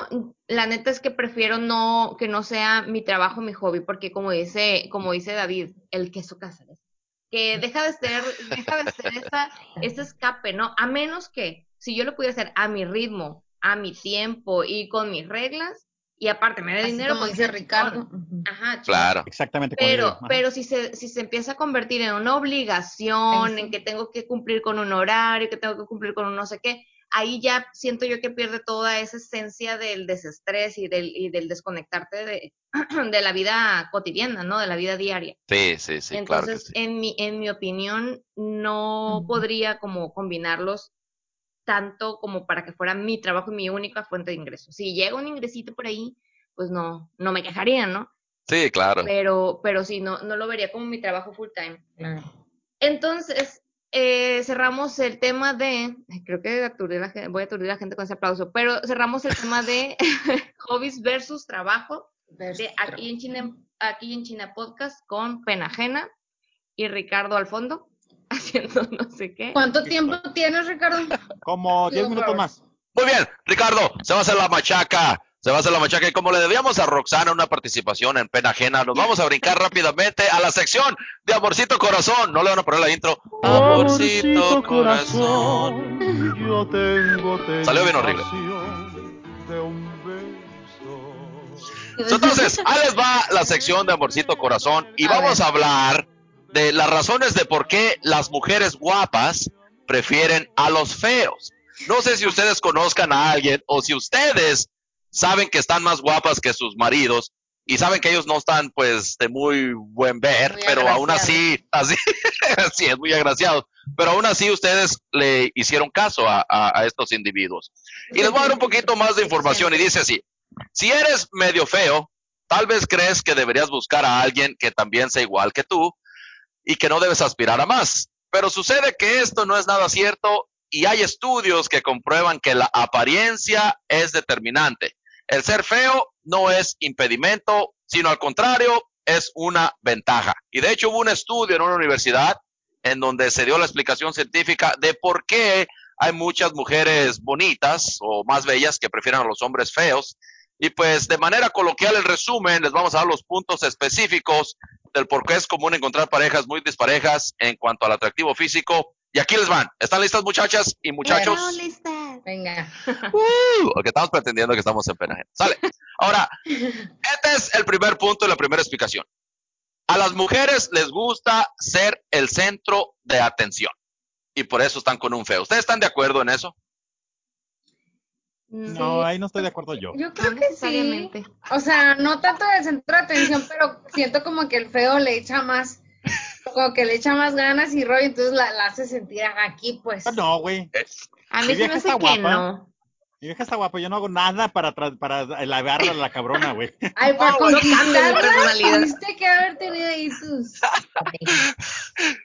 Speaker 2: la neta es que prefiero no, que no sea mi trabajo, mi hobby, porque como dice, como dice David, el queso Cáceres, que deja de ser, deja de ser esa, ese escape, ¿no? A menos que, si yo lo pudiera hacer a mi ritmo, a mi tiempo y con mis reglas, y aparte me da
Speaker 3: Así
Speaker 2: dinero.
Speaker 3: como
Speaker 2: pues,
Speaker 3: dice Ricardo.
Speaker 2: chingón.
Speaker 3: Ujú.
Speaker 2: Ajá, chingón.
Speaker 5: Claro.
Speaker 1: Exactamente. como digo,
Speaker 2: Pero,
Speaker 1: ajá.
Speaker 2: pero si se, si se empieza a convertir en una obligación,
Speaker 3: Ay, sí.
Speaker 2: en que tengo que cumplir con un horario, que tengo que cumplir con un no sé qué, ahí ya siento yo que pierde toda esa esencia del desestrés y del, y del desconectarte de, [CLEARS THROAT] de la vida cotidiana, ¿no? De la vida diaria.
Speaker 5: Sí, sí, sí, claro que
Speaker 2: Entonces,
Speaker 5: sí.
Speaker 2: en, mi, en mi opinión, no
Speaker 3: Ujú.
Speaker 2: podría como combinarlos tanto como para que fuera mi trabajo y mi única fuente de ingreso. Si llega un ingresito por ahí, pues no, no me quejaría, ¿no?
Speaker 5: Sí, claro.
Speaker 2: eh, pero, pero sí, no, no lo vería como mi trabajo full time.
Speaker 3: Claro.
Speaker 2: Entonces, eh, cerramos el tema de, ay, creo que aturdí a la gen- voy a aturdir a la gente con ese aplauso, pero cerramos el tema de [LAUGHS] hobbies versus trabajo de aquí en China, aquí en China Podcast con Pena Ajena y Ricardo al fondo [LAUGHS] haciendo no sé qué.
Speaker 3: ¿Cuánto tiempo tienes, Ricardo?
Speaker 1: Como 10
Speaker 3: Digo,
Speaker 1: minutos
Speaker 3: por-
Speaker 1: más.
Speaker 5: Muy bien, Ricardo, se va a hacer la machaca. Se va a hacer la machaca y como le debíamos a Roxana una participación en pena ajena, nos vamos a brincar rápidamente a la sección de Amorcito Corazón. No le van a poner la intro. Amorcito Corazón.
Speaker 6: yo tengo
Speaker 5: Salió bien horrible.
Speaker 6: tentación de un beso.
Speaker 5: Entonces, ahí les va la sección de Amorcito Corazón y
Speaker 3: A
Speaker 5: vamos
Speaker 3: ver.
Speaker 5: a hablar de las razones de por qué las mujeres guapas prefieren a los feos. No sé si ustedes conozcan a alguien o si ustedes saben que están más guapas que sus maridos y saben que ellos no están pues de muy buen ver,
Speaker 2: Muy
Speaker 5: pero aún
Speaker 2: agraciados.
Speaker 5: así, así, así [LAUGHS] es muy agraciado, pero aún así ustedes le hicieron caso a, a- a estos individuos. Y les voy a dar un poquito más de información y dice así, si eres medio feo, tal vez crees que deberías buscar a alguien que también sea igual que tú y que no debes aspirar a más, pero sucede que esto no es nada cierto y hay estudios que comprueban que la apariencia es determinante. El ser feo no es impedimento, sino al contrario, es una ventaja. Y de hecho hubo un estudio en una universidad en donde se dio la explicación científica de por qué hay muchas mujeres bonitas o más bellas que prefieren a los hombres feos. Y pues de manera coloquial, en resumen, les vamos a dar los puntos específicos del por qué es común encontrar parejas muy disparejas en cuanto al atractivo físico. Y aquí les van. ¿Están listas muchachas y muchachos?
Speaker 3: Venga.
Speaker 5: Uh, porque estamos pretendiendo que estamos en pena ajena. Sale. Ahora, este es el primer punto y la primera explicación. A las mujeres les gusta ser el centro de atención y por eso están con un feo. ¿Ustedes están de acuerdo en eso?
Speaker 1: No,
Speaker 5: eh,
Speaker 1: ahí no estoy de acuerdo yo.
Speaker 3: Yo creo
Speaker 2: No
Speaker 3: que sí.
Speaker 2: Mm, necesariamente.
Speaker 3: O sea, no tanto de centro de atención, pero siento como que el feo le echa más, como que le echa más ganas y rollo, entonces la, la hace sentir aquí, pues.
Speaker 1: No, güey.
Speaker 2: A
Speaker 1: Mi
Speaker 2: mí se me
Speaker 1: vieja
Speaker 2: hace
Speaker 1: está
Speaker 2: que
Speaker 1: guapa.
Speaker 2: no.
Speaker 1: Mi vieja está guapa, yo no hago nada para, tra- para lavarla a la cabrona, güey.
Speaker 3: Ay, para
Speaker 2: No, no cambia mi
Speaker 3: conquistarla,
Speaker 2: personalidad.
Speaker 3: tuviste que haber tenido ahí tus...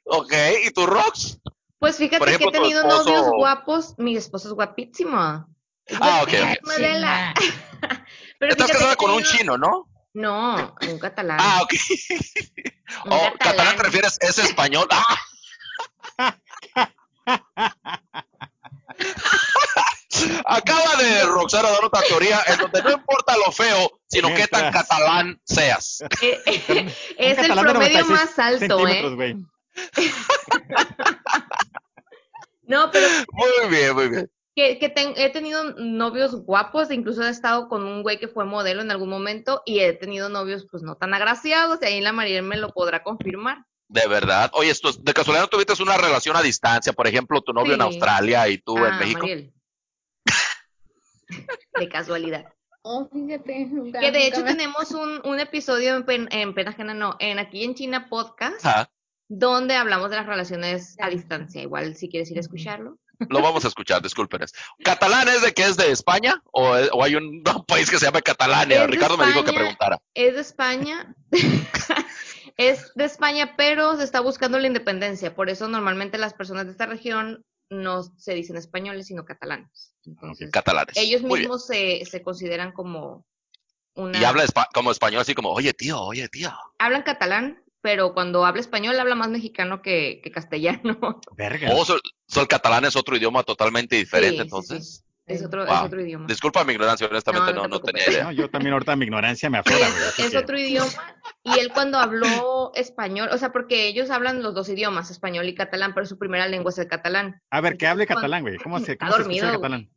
Speaker 5: Ok, ¿y tú, Rox?
Speaker 2: Pues fíjate
Speaker 5: Por ejemplo,
Speaker 2: que
Speaker 5: tu
Speaker 2: he tenido
Speaker 5: esposo-
Speaker 2: novios guapos. Mi esposo es guapísimo. Es
Speaker 5: Ah, ok,
Speaker 2: guapísimo,
Speaker 5: ok.
Speaker 2: Adela. [LAUGHS] Pero
Speaker 5: Estás
Speaker 2: fíjate que
Speaker 5: casada
Speaker 2: he
Speaker 5: con un
Speaker 2: tenido-
Speaker 5: chino, ¿no?
Speaker 2: No, un catalán.
Speaker 5: Ah, ok.
Speaker 2: un
Speaker 5: Oh, catalán te refieres, [LAUGHS] es español. Ah. Acaba de Roxana dar otra teoría en donde no importa lo feo, sino qué tan
Speaker 1: Mientras-
Speaker 5: catalán seas. [LAUGHS]
Speaker 2: Eh, eh, [LAUGHS] es
Speaker 1: Un
Speaker 2: el
Speaker 1: catalán de
Speaker 2: promedio
Speaker 1: 96
Speaker 2: más alto,
Speaker 1: centímetros,
Speaker 2: ¿eh?
Speaker 1: güey.
Speaker 2: No, pero
Speaker 5: Muy bien, muy bien.
Speaker 2: que, que ten- he tenido novios guapos, incluso he estado con un güey que fue modelo en algún momento y he tenido novios pues no tan agraciados y ahí la Mariel me lo podrá confirmar.
Speaker 5: De verdad. Oye, esto, es- de casualidad no tuviste una relación a distancia, por ejemplo, tu novio en
Speaker 2: Sí.
Speaker 5: Australia y tú en
Speaker 2: Ah,
Speaker 5: [LAUGHS] México.
Speaker 2: Mariel. De casualidad.
Speaker 3: Oh, fíjate. nunca-
Speaker 2: Que de
Speaker 3: nunca
Speaker 2: hecho
Speaker 3: me-
Speaker 2: tenemos un, un episodio en, Pen- en Pena Ajena, no, en aquí en China Podcast,
Speaker 5: Ajá.
Speaker 2: donde hablamos de las relaciones a distancia. Igual si quieres ir a escucharlo.
Speaker 5: Lo vamos a escuchar, discúlpenes. ¿Catalán es de que es de España o, es- o hay un, [LAUGHS] un país que se llama
Speaker 2: Es
Speaker 5: Catalania?
Speaker 2: de
Speaker 5: Ricardo me dijo que
Speaker 2: España.
Speaker 5: preguntara.
Speaker 2: Es de España. [LAUGHS] es de España, pero se está buscando la independencia. Por eso normalmente las personas de esta región no se dicen españoles, sino catalanes. Entonces,
Speaker 5: Catalanes.
Speaker 2: ellos
Speaker 5: Ah, Muy bien.
Speaker 2: mismos se, se consideran como una...
Speaker 5: Y habla espa- como español, así como, oye tío, oye tía.
Speaker 2: Hablan catalán, pero cuando habla español habla más mexicano que, que castellano. [LAUGHS]
Speaker 1: Verga.
Speaker 5: O so- so el catalán es otro idioma totalmente diferente,
Speaker 2: Sí, sí,
Speaker 5: entonces.
Speaker 2: Es otro, es
Speaker 5: Wow.
Speaker 2: otro idioma.
Speaker 5: Disculpa mi ignorancia, honestamente
Speaker 2: No,
Speaker 5: no,
Speaker 2: no te
Speaker 5: no tenía
Speaker 2: preocupes.
Speaker 5: idea.
Speaker 1: No, yo también ahorita mi ignorancia me aflora, güey.
Speaker 2: es,
Speaker 1: así
Speaker 2: es
Speaker 1: que-
Speaker 2: otro idioma. Y él cuando habló español, o sea, porque ellos hablan los dos idiomas, español y catalán, pero su primera lengua es el catalán.
Speaker 1: A ver, que
Speaker 2: [LAUGHS]
Speaker 1: hable
Speaker 2: Cuando-
Speaker 1: catalán, güey. ¿Cómo se,
Speaker 2: Está
Speaker 1: cómo se escucha el
Speaker 2: dormido,
Speaker 1: catalán?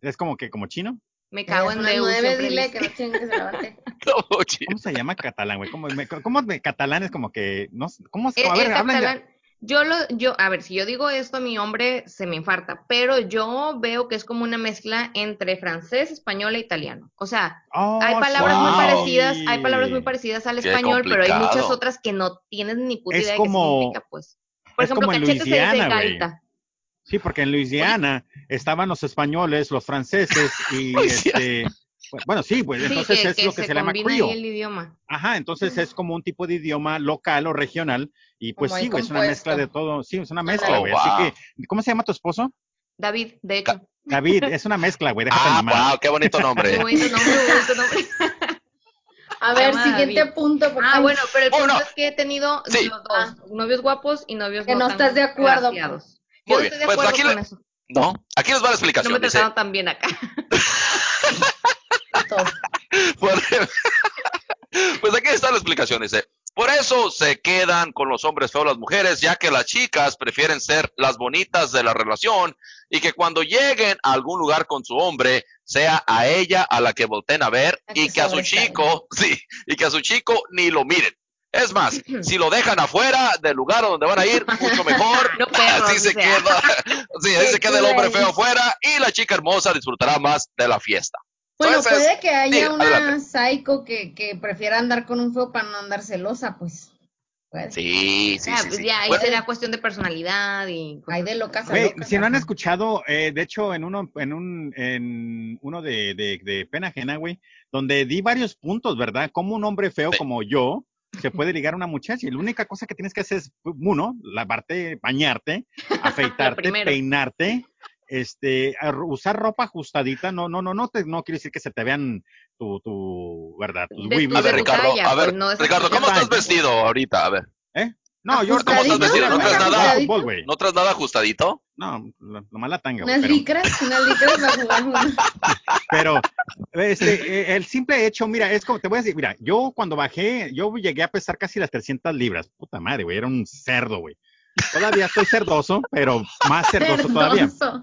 Speaker 1: ¿Es como que como chino?
Speaker 2: Me cago en
Speaker 3: Las
Speaker 2: Deus.
Speaker 3: nueve,
Speaker 2: siempre
Speaker 3: dile
Speaker 2: dice.
Speaker 3: que no chingues a la
Speaker 2: [LAUGHS]
Speaker 3: bate.
Speaker 5: [LAUGHS] No, Oh, chi-
Speaker 1: ¿Cómo se llama catalán, güey? ¿Cómo, me- cómo de catalán es como que no sé, ¿Cómo se
Speaker 2: El-
Speaker 1: A ver,
Speaker 2: el
Speaker 1: hablan de-
Speaker 2: E, catalán, yo lo, yo, a ver, si yo digo esto, mi hombre se me infarta, pero yo veo que es como una mezcla entre francés, español e italiano. O sea,
Speaker 1: Oh,
Speaker 2: hay palabras muy
Speaker 5: wow.
Speaker 2: parecidas, hay palabras muy parecidas al
Speaker 5: Qué
Speaker 2: español, pero hay muchas
Speaker 5: complicado.
Speaker 2: otras que no tienen ni puta
Speaker 1: Es
Speaker 2: idea de
Speaker 1: como-
Speaker 2: qué significa, pues. Por
Speaker 1: es
Speaker 2: ejemplo,
Speaker 1: como en
Speaker 2: cachete se dice
Speaker 1: Luisiana, güey.
Speaker 2: gaita.
Speaker 1: Sí, porque en Luisiana estaban los españoles, los franceses
Speaker 2: [LAUGHS]
Speaker 1: y este. Bueno, sí, pues
Speaker 2: Sí,
Speaker 1: entonces
Speaker 2: que-
Speaker 1: es
Speaker 2: que
Speaker 1: lo que se, llama
Speaker 2: combina ahí
Speaker 1: Creole.
Speaker 2: el idioma.
Speaker 1: Ajá, entonces es como un tipo de idioma local o regional y pues
Speaker 3: Como
Speaker 1: sí,
Speaker 3: el
Speaker 1: güey, es una
Speaker 3: compuesto.
Speaker 1: mezcla de todo, sí, es una mezcla,
Speaker 5: Oh,
Speaker 1: güey.
Speaker 5: wow.
Speaker 1: Así que, ¿cómo se llama tu esposo?
Speaker 2: David, de hecho.
Speaker 1: David, es una mezcla, güey, déjate
Speaker 5: Ah,
Speaker 1: mamar.
Speaker 5: wow, qué bonito nombre.
Speaker 2: Muy bonito nombre, muy bonito nombre.
Speaker 3: A ver,
Speaker 2: Llama
Speaker 3: siguiente
Speaker 2: David.
Speaker 3: punto. Porque
Speaker 2: Ah, bueno, pero el
Speaker 5: Oh,
Speaker 2: punto
Speaker 5: no.
Speaker 2: es que he tenido
Speaker 5: Sí.
Speaker 2: los dos,
Speaker 3: Ah.
Speaker 2: novios guapos y novios
Speaker 3: Que
Speaker 2: no
Speaker 3: no
Speaker 2: tan
Speaker 3: estás de acuerdo,
Speaker 2: agraciados. Yo
Speaker 5: Muy
Speaker 2: no
Speaker 5: bien.
Speaker 2: estoy de
Speaker 5: Pues
Speaker 2: acuerdo
Speaker 5: aquí,
Speaker 2: con
Speaker 5: le-
Speaker 2: eso.
Speaker 5: no, aquí les va la
Speaker 2: No
Speaker 5: explicación.
Speaker 2: me
Speaker 5: dice,
Speaker 2: trataron tan bien acá.
Speaker 3: todo.
Speaker 5: Por- [LAUGHS] pues aquí está la explicación, dice. eh. Por eso se quedan con los hombres feos las mujeres, ya que las chicas prefieren ser las bonitas de la relación y que cuando lleguen a algún lugar con su hombre, sea a ella a la que volteen a ver
Speaker 3: La
Speaker 5: y
Speaker 3: que
Speaker 5: que a su
Speaker 3: sobresale.
Speaker 5: chico, [LAUGHS] sí, y que a su chico ni lo miren.
Speaker 2: [CLEARS THROAT]
Speaker 5: Es más, si lo dejan afuera del lugar a donde van
Speaker 2: [LAUGHS]
Speaker 5: a ir, mucho mejor.
Speaker 2: No perros,
Speaker 5: así se
Speaker 2: o sea.
Speaker 5: queda, [LAUGHS] sí, así
Speaker 3: Qué
Speaker 5: se queda el hombre
Speaker 3: cruel.
Speaker 5: feo fuera y la chica hermosa disfrutará más de la fiesta.
Speaker 3: Bueno,
Speaker 5: Entonces,
Speaker 3: puede que
Speaker 5: sí,
Speaker 3: haya una
Speaker 5: adelante.
Speaker 3: psycho que, que prefiera andar con un feo para no andar celosa, pues. Puede.
Speaker 5: Sí, sí,
Speaker 2: Ah,
Speaker 5: sí.
Speaker 2: pues
Speaker 5: sí.
Speaker 2: ya ahí
Speaker 5: Bueno,
Speaker 2: será cuestión de personalidad y
Speaker 3: Hay pues, de locas a
Speaker 1: Güey,
Speaker 3: locas.
Speaker 1: si no han
Speaker 3: ajá.
Speaker 1: escuchado, eh, de hecho, en uno, en un, en uno de, de, de Pena Ajena, güey, donde di varios puntos, ¿verdad? Como un hombre feo
Speaker 5: Sí.
Speaker 1: como yo se puede ligar a una muchacha y la única cosa que tienes que hacer es, uno, lavarte,
Speaker 2: [LAUGHS]
Speaker 1: bañarte, afeitarte,
Speaker 2: primero.
Speaker 1: peinarte, este, ar- usar ropa ajustadita, no, no, no, no te, no quiere decir que se te vean tu, tu, ¿verdad? Tus
Speaker 2: De-
Speaker 1: wibis,
Speaker 5: a ver,
Speaker 2: de
Speaker 1: güey.
Speaker 2: tu
Speaker 5: Ricardo,
Speaker 2: talla,
Speaker 5: a ver,
Speaker 2: pues, no es-
Speaker 5: Ricardo, ¿cómo
Speaker 1: Ya
Speaker 5: estás
Speaker 1: está.
Speaker 5: vestido ahorita? A ver,
Speaker 1: No, yo
Speaker 5: ¿Cómo estás vestido? ¿No traes nada?
Speaker 1: de fútbol, güey.
Speaker 5: ¿no traes nada ajustadito?
Speaker 1: No, lo- nomás la tanga, güey.
Speaker 3: Unas
Speaker 1: pero-
Speaker 3: licras, unas licras para
Speaker 1: [LAUGHS]
Speaker 3: jugar. unas-
Speaker 1: Pero este, eh, el simple hecho, mira, es como te voy a decir, mira, yo cuando bajé, yo llegué a pesar casi las 300 libras. Puta madre, güey, era un cerdo, güey. Todavía estoy cerdoso, pero más cerdoso todavía.
Speaker 3: Verdoso.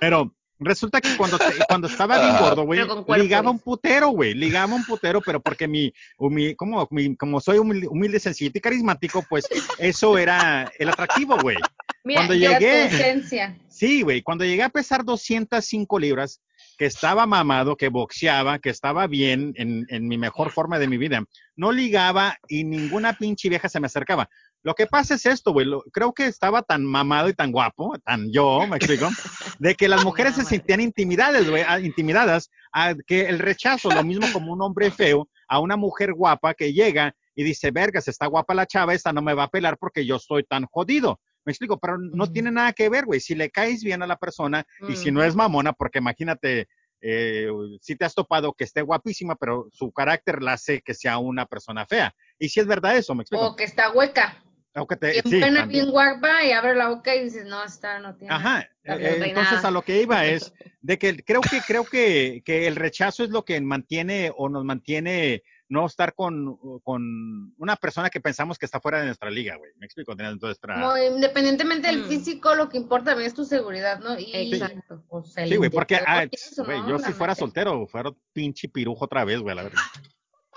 Speaker 1: Pero resulta que cuando, te- cuando estaba bien
Speaker 5: Ah.
Speaker 1: gordo, güey,
Speaker 2: Pero con cuerpo,
Speaker 1: ligaba un
Speaker 2: dices.
Speaker 1: putero, güey, ligaba un putero, pero porque mi, humi- como, mi- como soy humilde, humilde, sencillito y carismático, pues eso era el atractivo, güey.
Speaker 2: Mira,
Speaker 1: cuando
Speaker 2: yo-
Speaker 3: Era tu
Speaker 1: Llegué.
Speaker 3: esencia.
Speaker 1: Sí, güey, cuando llegué a pesar 205 libras, que estaba mamado, que boxeaba, que estaba bien, en, en mi mejor forma de mi vida, no ligaba y ninguna pinche vieja se me acercaba. Lo que pasa es esto, güey, lo- creo que estaba tan mamado y tan guapo, tan yo, me explico, de que las mujeres se
Speaker 2: Mamá.
Speaker 1: sentían intimidadas, güey, ah, intimidadas, a que el rechazo, lo mismo como un hombre feo, a una mujer guapa que llega y dice, vergas, está guapa la chava, esta no me va a pelar porque yo soy tan jodido. Me explico, pero no
Speaker 2: Ujú.
Speaker 1: tiene nada que ver, güey. Si le caes bien a la persona y si
Speaker 2: Mm.
Speaker 1: no es mamona, porque imagínate, eh, si te has topado que esté guapísima, pero su carácter la hace que sea una persona fea. Y si es verdad eso, me explico.
Speaker 3: O que está hueca.
Speaker 1: Aunque te-
Speaker 3: Bien
Speaker 1: Eh, sí,
Speaker 3: buena,
Speaker 1: también.
Speaker 3: Oh, bien guapa, y abre la boca y dices, no, está, no tiene.
Speaker 1: Ajá.
Speaker 3: Está
Speaker 1: eh,
Speaker 3: bien,
Speaker 1: eh,
Speaker 2: no hay
Speaker 1: entonces
Speaker 2: nada.
Speaker 1: a lo que iba
Speaker 3: [LAUGHS]
Speaker 1: es de que el- creo que creo que, que el rechazo es lo que mantiene o nos mantiene no estar con, con una persona que pensamos que está fuera de nuestra liga, güey. Me explico, de nuestra.
Speaker 3: Como independientemente del
Speaker 2: Mm.
Speaker 3: físico, lo que importa también es tu seguridad, ¿no? Y,
Speaker 2: Exacto.
Speaker 3: pues, el
Speaker 1: Sí, güey, porque
Speaker 3: interior
Speaker 1: ah,
Speaker 3: y eso,
Speaker 1: güey,
Speaker 3: ¿no?
Speaker 1: yo
Speaker 3: La
Speaker 1: si fuera
Speaker 3: neta.
Speaker 1: soltero, fuera pinche pirujo otra vez, güey, la verdad.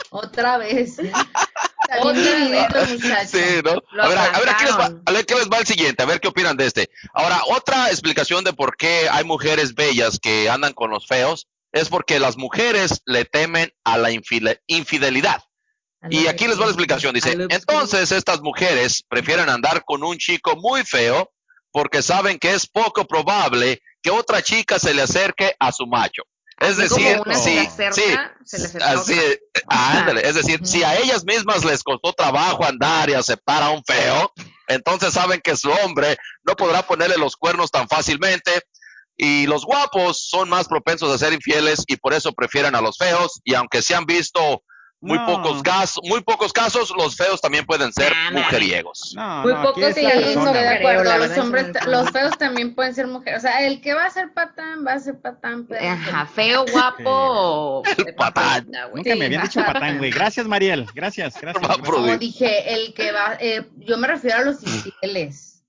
Speaker 3: Otra vez. ¿eh?
Speaker 5: [LAUGHS]
Speaker 2: Otra
Speaker 3: También dividito, muchacho.
Speaker 5: Sí, ¿no?
Speaker 2: Lo
Speaker 5: A ver, a ver, ¿a qué les va-
Speaker 2: atraparon.
Speaker 5: a ver qué les va el siguiente, a ver qué opinan de este. Ahora, otra explicación de por qué hay mujeres bellas que andan con los feos es porque las mujeres le temen a la infile- infidelidad. Y aquí les va la explicación. Dice, entonces estas mujeres prefieren andar con un chico muy feo porque saben que es poco probable que otra chica se le acerque a su macho. Es
Speaker 2: Así como
Speaker 5: decir,
Speaker 2: una
Speaker 5: sí,
Speaker 2: se le
Speaker 5: sí,
Speaker 2: acerca, se le acerca
Speaker 5: así,
Speaker 2: otra.
Speaker 5: eh, ándale. Es decir,
Speaker 3: Ujú.
Speaker 5: si a ellas mismas les costó trabajo andar y aceptar a un feo, entonces saben que su hombre no podrá ponerle los cuernos tan fácilmente. Y los guapos son más propensos a ser infieles y por eso prefieren a los feos. Y aunque se han visto muy
Speaker 1: No.
Speaker 5: pocos casos, muy pocos casos, los feos también pueden ser
Speaker 2: Nah, nah.
Speaker 5: mujeriegos.
Speaker 1: No,
Speaker 2: Muy
Speaker 1: no,
Speaker 2: poco
Speaker 1: aquí es
Speaker 3: Pues Sí,
Speaker 1: la
Speaker 2: se
Speaker 3: ahí
Speaker 1: persona,
Speaker 3: estoy de
Speaker 2: creo,
Speaker 1: güey.
Speaker 3: acuerdo.
Speaker 2: la
Speaker 3: los
Speaker 2: verdad,
Speaker 3: hombres,
Speaker 2: sí, no,
Speaker 3: ta-
Speaker 2: no.
Speaker 3: los feos también pueden ser mujeres. O sea, el que va a ser patán, va a ser patán. pero-
Speaker 2: Ajá, feo, [LAUGHS] guapo.
Speaker 5: El patán.
Speaker 2: Nah, güey.
Speaker 1: Nunca me habían
Speaker 3: Sí,
Speaker 1: dicho
Speaker 2: ajá.
Speaker 1: patán, güey. Gracias, Mariel.
Speaker 5: [LAUGHS]
Speaker 1: Gracias, gracias.
Speaker 5: Va,
Speaker 1: gracias.
Speaker 5: bro.
Speaker 3: No, dije, el que va, eh, yo me refiero a los infieles,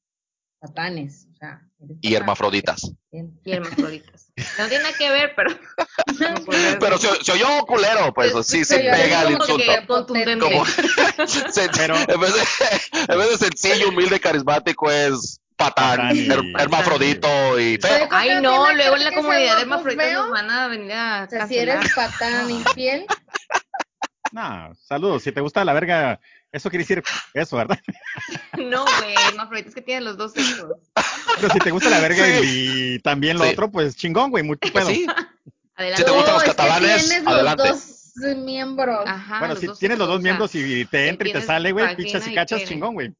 Speaker 3: patanes, o sea.
Speaker 5: Y
Speaker 3: eres patán,
Speaker 5: hermafroditas.
Speaker 3: bien.
Speaker 2: Y [LAUGHS] hermafroditas. No tiene nada que ver, [LAUGHS] pero. no puedo ver.
Speaker 5: Pero se, se oyó culero, pues sí, se
Speaker 3: se oyó así
Speaker 5: pega el
Speaker 3: como que-
Speaker 5: insulto.
Speaker 2: contundente.
Speaker 5: Como- Se-
Speaker 1: Pero-
Speaker 5: en, vez de, [LAUGHS] en vez de sencillo, humilde, carismático, es patán,
Speaker 1: Patán y-
Speaker 5: her- hermafrodito y
Speaker 1: Sí.
Speaker 2: [LAUGHS]
Speaker 5: feo.
Speaker 2: Ay,
Speaker 3: Pero
Speaker 2: no,
Speaker 3: tiene
Speaker 2: luego
Speaker 3: que
Speaker 2: en la
Speaker 3: ser
Speaker 2: comunidad de
Speaker 3: guapo,
Speaker 2: hermafroditas
Speaker 3: feo.
Speaker 2: nos van a venir a
Speaker 3: O sea, si
Speaker 2: cancelar. [LAUGHS]
Speaker 3: eres patán infiel,
Speaker 1: No, saludos. Si te gusta la verga, eso quiere decir eso, ¿verdad? [LAUGHS]
Speaker 2: [LAUGHS] No, güey, hermafroditas que tienen los dos sexos.
Speaker 1: Pero si te gusta la verga y también lo
Speaker 5: Sí.
Speaker 1: otro, pues chingón, güey, mucho
Speaker 5: [LAUGHS] Pues
Speaker 1: pedo.
Speaker 5: sí,
Speaker 2: Adelante.
Speaker 5: Si te gustan los
Speaker 3: oh, es que
Speaker 5: catalanes,
Speaker 3: tienes
Speaker 5: adelante.
Speaker 3: los dos miembros.
Speaker 2: Ajá,
Speaker 1: bueno,
Speaker 2: Ah, los
Speaker 1: si
Speaker 2: dos
Speaker 1: tienes los
Speaker 2: sexos,
Speaker 1: dos
Speaker 2: o sea,
Speaker 1: miembros y te entra y te
Speaker 2: tienes
Speaker 1: sale, güey,
Speaker 2: vagina
Speaker 1: pichas y
Speaker 2: y
Speaker 1: cachas,
Speaker 2: pene.
Speaker 1: chingón, güey.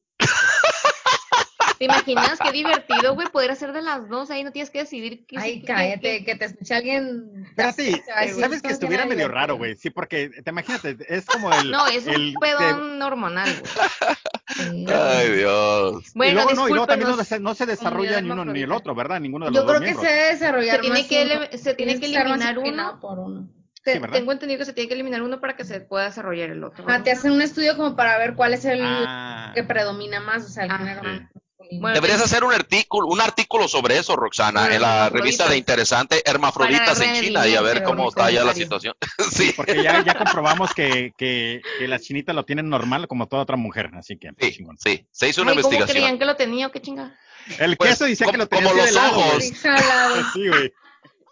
Speaker 2: ¿Te imaginas qué divertido, güey? Poder hacer de las dos, ahí no tienes que decidir qué
Speaker 3: Ay,
Speaker 2: qué-
Speaker 3: cállate, que te escuche alguien.
Speaker 1: Espérate,
Speaker 3: Te va a decir,
Speaker 1: sabes que
Speaker 3: "No,
Speaker 1: estuviera
Speaker 3: era
Speaker 1: medio
Speaker 3: divertido".
Speaker 1: raro, güey. Sí, porque te imagínate, es como el.
Speaker 2: No, es un
Speaker 1: el- te-
Speaker 2: pedón hormonal, güey.
Speaker 1: [LAUGHS]
Speaker 3: Sí.
Speaker 5: Ay, Dios.
Speaker 1: y
Speaker 2: Bueno,
Speaker 1: luego no, y luego también no,
Speaker 2: discúlpenos.
Speaker 1: se- no se desarrolla
Speaker 2: comunidad
Speaker 1: ni uno ni el
Speaker 2: hermafrodita.
Speaker 1: otro, ¿verdad? Ninguno de los
Speaker 3: Yo
Speaker 1: dos
Speaker 3: creo que
Speaker 1: miembros.
Speaker 3: se debe desarrollar
Speaker 2: se tiene
Speaker 3: más
Speaker 2: que,
Speaker 3: uno.
Speaker 2: ele- se tiene
Speaker 3: Tienes
Speaker 2: que
Speaker 3: estar más
Speaker 2: eliminar
Speaker 3: inclinado
Speaker 2: uno.
Speaker 3: por uno.
Speaker 2: Te-
Speaker 1: Sí, ¿verdad?
Speaker 2: tengo entendido que se tiene que eliminar uno para que se pueda desarrollar el otro.
Speaker 3: Ah,
Speaker 2: ¿no?
Speaker 3: te hacen un estudio como para ver cuál es el
Speaker 1: Ah,
Speaker 3: que predomina más, o sea, el
Speaker 5: Ah,
Speaker 2: Ajá.
Speaker 3: género masculino. [LAUGHS]
Speaker 2: Bueno,
Speaker 5: Deberías hacer un artículo, un artículo sobre eso, Roxana,
Speaker 2: Sobre
Speaker 5: en la
Speaker 2: hermafroditas.
Speaker 5: revista de Interesante Hermafroditas
Speaker 2: Para
Speaker 5: en China y a ver
Speaker 2: redimir
Speaker 5: cómo
Speaker 2: mi
Speaker 5: está ya la
Speaker 2: comentario.
Speaker 5: situación. [LAUGHS] Sí,
Speaker 1: porque ya,
Speaker 2: [LAUGHS]
Speaker 1: ya comprobamos que, que, que las chinitas lo tienen normal como toda otra mujer, así que
Speaker 5: sí,
Speaker 1: chingón.
Speaker 5: sí. Se hizo una
Speaker 2: Ay, ¿cómo
Speaker 5: investigación. [LAUGHS]
Speaker 2: creían que lo tenía o qué chinga?
Speaker 1: El
Speaker 5: Pues,
Speaker 1: queso dice que
Speaker 5: como-
Speaker 1: lo tenía
Speaker 5: como
Speaker 1: así de
Speaker 5: los
Speaker 1: lado,
Speaker 5: ojos.
Speaker 1: güey.
Speaker 3: Sí, jalado.
Speaker 1: Sí, güey.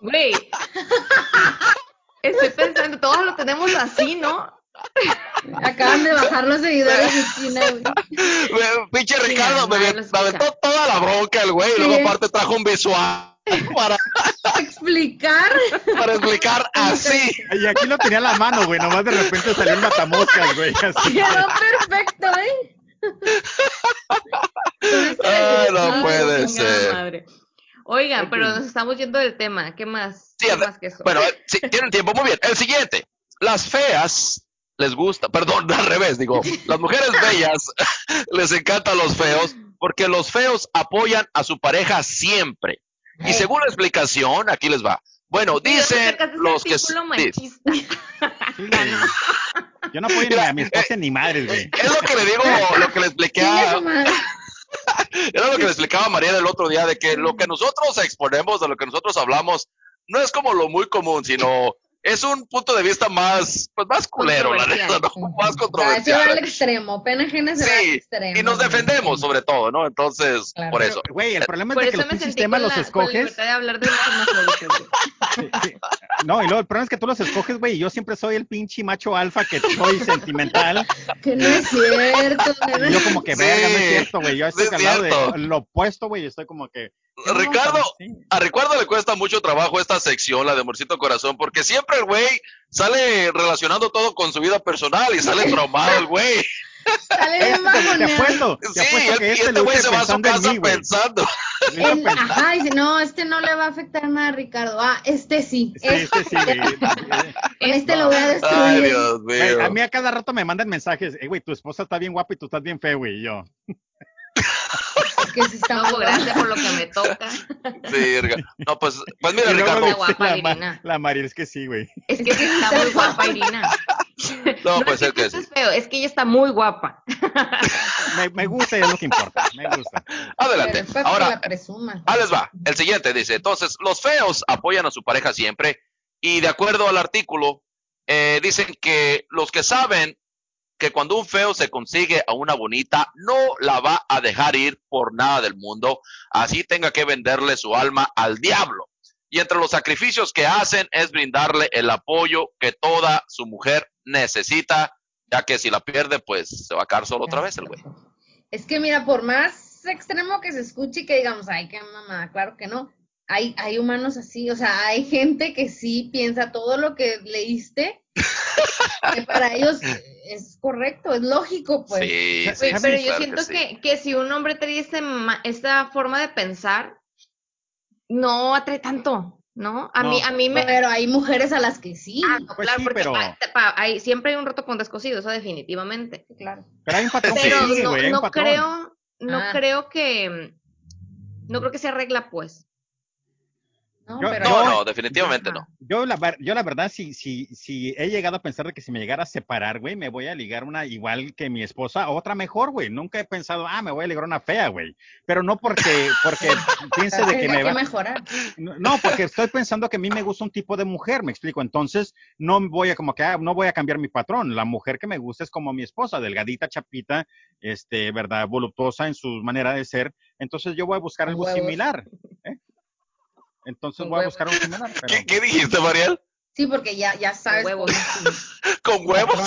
Speaker 2: Güey, Estoy pensando, todos lo tenemos así, ¿no?
Speaker 3: Acaban de bajar los seguidores de China, güey.
Speaker 5: Güey, Pinche Ricardo, me,
Speaker 2: madre,
Speaker 5: me
Speaker 2: lo escucha.
Speaker 5: aventó toda la bronca el güey. Y
Speaker 3: Sí.
Speaker 5: luego aparte trajo un visual [LAUGHS] para,
Speaker 3: Explicar. [LAUGHS]
Speaker 5: para explicar así.
Speaker 2: [LAUGHS]
Speaker 1: Y aquí lo tenía en la mano, güey. Nomás de repente salió el matamoscas, güey.
Speaker 2: [LAUGHS]
Speaker 1: Así.
Speaker 3: Quedó perfecto, ¿eh?
Speaker 5: [LAUGHS] Ah, no
Speaker 2: Ay,
Speaker 5: puede
Speaker 2: chingada
Speaker 5: ser.
Speaker 2: madre. Oigan, pero nos estamos yendo del tema. ¿Qué más?
Speaker 5: Sí,
Speaker 2: ¿Qué
Speaker 5: a ver,
Speaker 2: más que eso?
Speaker 5: Bueno, eh, sí, tienen tiempo. Muy bien. El siguiente. Las feas les gusta. Perdón, [LAUGHS] al revés, digo. Las mujeres bellas [LAUGHS] les encantan los feos porque los feos apoyan a su pareja siempre. Y según la explicación, aquí les va. Bueno,
Speaker 2: ¿Y de dónde
Speaker 5: dicen
Speaker 2: sacaste ese
Speaker 5: los que...
Speaker 2: artículo
Speaker 5: sí,
Speaker 2: machista?
Speaker 1: Sí, güey. Yo no apoyo ni a mi esposa ni madres, güey.
Speaker 5: eh, Es lo que le digo, lo que le
Speaker 3: [LAUGHS]
Speaker 5: expliqué
Speaker 3: Chingue
Speaker 5: a,
Speaker 3: su madre.
Speaker 5: Era lo que le explicaba María el otro día, de que lo que nosotros exponemos, de lo que nosotros hablamos, no es como lo muy común, sino es un punto de vista más, pues más culero, la neta,
Speaker 2: Controversial.
Speaker 5: ¿no? Más
Speaker 3: Ah, eso va al
Speaker 5: controversial.
Speaker 3: extremo. Pena ajena se va al
Speaker 5: Sí,
Speaker 3: extremo.
Speaker 5: y nos defendemos sobre todo, ¿no? Entonces,
Speaker 3: Claro.
Speaker 5: por eso.
Speaker 1: Güey, el problema es
Speaker 2: Por
Speaker 1: de que
Speaker 2: eso
Speaker 1: los
Speaker 2: me
Speaker 1: pinches
Speaker 2: sentí
Speaker 1: temas
Speaker 2: con la,
Speaker 1: los
Speaker 2: con la
Speaker 1: escoges.
Speaker 2: libertad de hablar de los temas favoritos, güey.
Speaker 1: Sí, sí. No, y luego el problema es que tú los escoges, güey, y yo siempre soy el pinche macho alfa que soy sentimental.
Speaker 3: Que no es cierto.
Speaker 5: [LAUGHS]
Speaker 1: Y yo como que,
Speaker 5: Sí.
Speaker 1: verga, no es cierto, güey. Yo estoy
Speaker 5: Sí, es
Speaker 1: al lado
Speaker 5: cierto.
Speaker 1: de lo opuesto, güey, estoy como que...
Speaker 5: Ricardo,
Speaker 1: Sí.
Speaker 5: a Ricardo le cuesta mucho trabajo esta sección, la de Morcito Corazón, porque siempre el güey sale relacionando todo con su vida personal y sale traumado el güey.
Speaker 3: Sale bien
Speaker 1: Este, Te
Speaker 3: bajoneado.
Speaker 1: apuesto, te
Speaker 5: Sí,
Speaker 1: apuesto
Speaker 5: y
Speaker 1: que este
Speaker 5: este
Speaker 1: lo
Speaker 5: güey
Speaker 1: hice
Speaker 5: se va a su
Speaker 1: pensando en
Speaker 5: casa
Speaker 1: mí, güey.
Speaker 5: pensando.
Speaker 1: Lo hice
Speaker 3: El-
Speaker 1: pensando-
Speaker 3: ajá, dice, no, este no le va a afectar nada a Ricardo. Ah, este sí.
Speaker 1: Sí,
Speaker 3: este,
Speaker 1: este sí,
Speaker 5: [LAUGHS]
Speaker 1: güey.
Speaker 3: este lo voy a destruir.
Speaker 5: Ay, Dios
Speaker 1: Güey,
Speaker 5: mío.
Speaker 1: a mí a cada rato me mandan mensajes, "Eh, güey, tu esposa está bien guapa y tú estás bien feo, güey, y yo.
Speaker 3: Que sí está
Speaker 2: No, [LAUGHS]
Speaker 3: muy
Speaker 2: pues,
Speaker 3: bueno.
Speaker 2: gracias por lo que me toca.
Speaker 5: Sí, Rica- No, pues, pues
Speaker 1: [LAUGHS]
Speaker 5: mira,
Speaker 1: Y luego
Speaker 5: Ricardo.
Speaker 1: dice
Speaker 2: guapa,
Speaker 1: la, Ma-
Speaker 2: Irina.
Speaker 1: la Mariel es que sí, güey.
Speaker 2: Es que sí está muy guapa, Irina.
Speaker 5: No, pues
Speaker 2: es
Speaker 5: es que
Speaker 2: tú
Speaker 5: sí.
Speaker 2: estés feo, es que ella está muy guapa.
Speaker 1: Me, me gusta y es lo que importa, me gusta.
Speaker 3: Pero
Speaker 5: Adelante.
Speaker 3: es para que
Speaker 5: Ahora,
Speaker 3: la presuma.
Speaker 5: ahí les va. El siguiente dice: Entonces, los feos apoyan a su pareja siempre. Y de acuerdo al artículo, eh, dicen que los que saben que cuando un feo se consigue a una bonita, no la va a dejar ir por nada del mundo, así tenga que venderle su alma al diablo. Y entre los sacrificios que hacen es brindarle el apoyo que toda su mujer necesita, ya que si la pierde, pues se va a caer solo otra vez el güey.
Speaker 3: Es que mira, por más extremo que se escuche y que digamos, ay, qué mamá, claro que no. Hay, hay humanos así, o sea, hay gente que sí piensa todo lo que leíste, que para ellos es correcto, es lógico, pues.
Speaker 5: sí,
Speaker 1: Güey,
Speaker 5: sí,
Speaker 2: Güey,
Speaker 5: sí,
Speaker 2: pero yo
Speaker 5: claro
Speaker 2: siento
Speaker 5: sí.
Speaker 2: que, que si un hombre trae este ma- esta forma de pensar, no atrae tanto, ¿no? A mí,
Speaker 1: No.
Speaker 2: a mí me,
Speaker 3: Pero hay mujeres a las que sí.
Speaker 2: Ah, no,
Speaker 1: Pues
Speaker 2: claro,
Speaker 1: sí,
Speaker 2: porque
Speaker 1: pero-
Speaker 2: hay- pa- hay- siempre hay un roto con descosido, eso definitivamente.
Speaker 3: Claro.
Speaker 1: Pero hay un patrón que
Speaker 2: Pero
Speaker 1: sigue,
Speaker 2: no,
Speaker 1: güey, hay un
Speaker 2: no
Speaker 1: patrón.
Speaker 2: creo, no
Speaker 3: Ah.
Speaker 2: creo que, mm, no creo que se arregla, pues.
Speaker 3: No,
Speaker 1: Yo-
Speaker 3: pero
Speaker 5: No,
Speaker 1: yo-
Speaker 5: no, definitivamente
Speaker 2: Ajá.
Speaker 5: no.
Speaker 1: Yo la, ver- yo la verdad, si, si, si he llegado a pensar de que si me llegara a separar, güey, me voy a ligar una igual que mi esposa, otra mejor, güey. Nunca he pensado, ah, me voy a ligar una fea, güey. Pero no porque,
Speaker 2: [LAUGHS]
Speaker 1: porque piense de que
Speaker 3: tenga
Speaker 1: me
Speaker 3: que
Speaker 1: va.
Speaker 3: mejorar.
Speaker 1: No, porque estoy pensando que a mí me gusta un tipo de mujer, me explico. Entonces, no voy a como que, ah, no voy a cambiar mi patrón. La mujer que me gusta es como mi esposa, delgadita, chapita, este, verdad, voluptuosa en su manera de ser. Entonces, yo voy a buscar
Speaker 3: Con
Speaker 1: algo
Speaker 3: huevos.
Speaker 1: similar. ¿eh? Entonces,
Speaker 2: Con
Speaker 1: voy a
Speaker 2: huevos.
Speaker 1: buscar algo similar. pero-
Speaker 5: ¿Qué, qué dijiste, Mariel?
Speaker 3: Sí, porque ya, ya sabes.
Speaker 2: huevos.
Speaker 5: ¿Con huevos?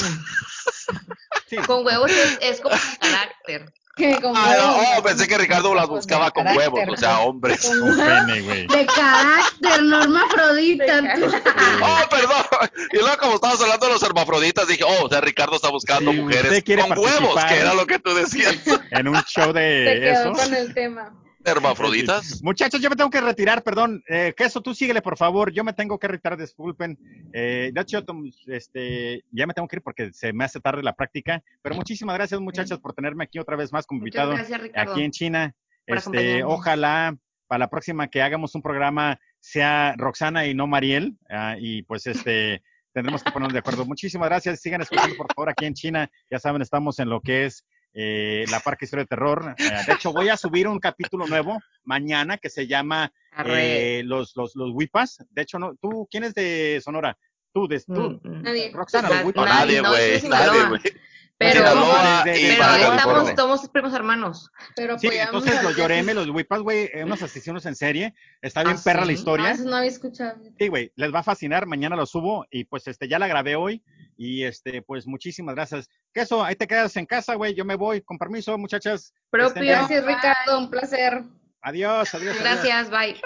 Speaker 1: Sí.
Speaker 2: Con huevos es, es como un
Speaker 1: [LAUGHS]
Speaker 2: carácter.
Speaker 3: [LAUGHS] Que con
Speaker 5: Ah,
Speaker 3: huevos,
Speaker 5: no,
Speaker 3: ¿no?
Speaker 5: oh, pensé que Ricardo las
Speaker 3: Pues de
Speaker 5: buscaba con
Speaker 3: carácter.
Speaker 5: huevos, o sea, hombres.
Speaker 3: Con
Speaker 1: Con
Speaker 3: huevos
Speaker 1: pene,
Speaker 2: [LAUGHS]
Speaker 1: güey.
Speaker 3: de carácter, Norma Afrodita.
Speaker 5: [LAUGHS]
Speaker 3: tú. [LAUGHS]
Speaker 5: Oh, perdón. Y luego, como estabas hablando de los hermafroditas, dije, oh, o sea, Ricardo está buscando
Speaker 1: Sí,
Speaker 5: mujeres
Speaker 1: usted quiere
Speaker 5: con huevos,
Speaker 1: participar.
Speaker 5: que era lo que tú decías.
Speaker 1: En un show
Speaker 3: Se
Speaker 1: de
Speaker 3: quedó
Speaker 1: eso.
Speaker 3: con el tema.
Speaker 5: ¿Hermafroditas?
Speaker 1: Muchachos, yo me tengo que retirar, perdón. Eh, queso, tú síguele, por favor. Yo me tengo que retirar, disculpen. Eh, de hecho, tom- este, ya me tengo que ir porque se me hace tarde la práctica. Pero muchísimas gracias, muchachos, por tenerme aquí otra vez más como
Speaker 2: Muchas
Speaker 1: invitado
Speaker 2: gracias, Ricardo.
Speaker 1: aquí en China.
Speaker 2: por
Speaker 1: Este,
Speaker 2: acompañarnos.
Speaker 1: ojalá para la próxima que hagamos un programa sea Roxana y no Mariel. ah, y pues
Speaker 2: [LAUGHS]
Speaker 1: este tendremos que ponernos de acuerdo. Muchísimas gracias. Sigan escuchando, por favor, aquí en China. Ya saben, estamos en lo que es eh, la Parque Historia de Terror. Eh, de hecho, voy a subir un capítulo nuevo mañana que se llama
Speaker 2: Arre.
Speaker 1: eh, los, los, los Whipas. De hecho, no, tú, ¿quién es de Sonora? Tú, de, tú.
Speaker 2: Mm, mm.
Speaker 3: Nadie.
Speaker 1: Roxana, los
Speaker 2: Na-
Speaker 1: Whipas.
Speaker 5: No,
Speaker 2: Nadie,
Speaker 5: nadie,
Speaker 2: no, yo soy
Speaker 5: güey.
Speaker 2: de
Speaker 5: Nadie,
Speaker 2: Sinaloa.
Speaker 5: güey.
Speaker 1: Pues
Speaker 2: Pero,
Speaker 5: Sinaloa
Speaker 1: pero
Speaker 5: y
Speaker 2: pero
Speaker 5: Baja
Speaker 1: estamos-
Speaker 2: estamos,
Speaker 5: California.
Speaker 2: somos primos hermanos.
Speaker 3: Pero
Speaker 1: Sí,
Speaker 3: apoyamos
Speaker 1: entonces
Speaker 3: a
Speaker 1: los
Speaker 3: Jeffy.
Speaker 1: lloreme, los whipas, güey, eh, unos asesinos en serie. Está bien
Speaker 2: Ah,
Speaker 1: perra la
Speaker 2: sí.
Speaker 3: Ah,
Speaker 1: historia.
Speaker 3: eso no había escuchado.
Speaker 1: Sí, güey, les va a fascinar, mañana lo subo y pues este ya la grabé hoy y este pues muchísimas gracias. Queso, ahí te quedas en casa, güey, yo me voy, con permiso, muchachas.
Speaker 2: Propio.
Speaker 1: Estén bien.
Speaker 3: Gracias, Ricardo, un placer.
Speaker 1: Adiós, adiós. adiós.
Speaker 2: Gracias, bye.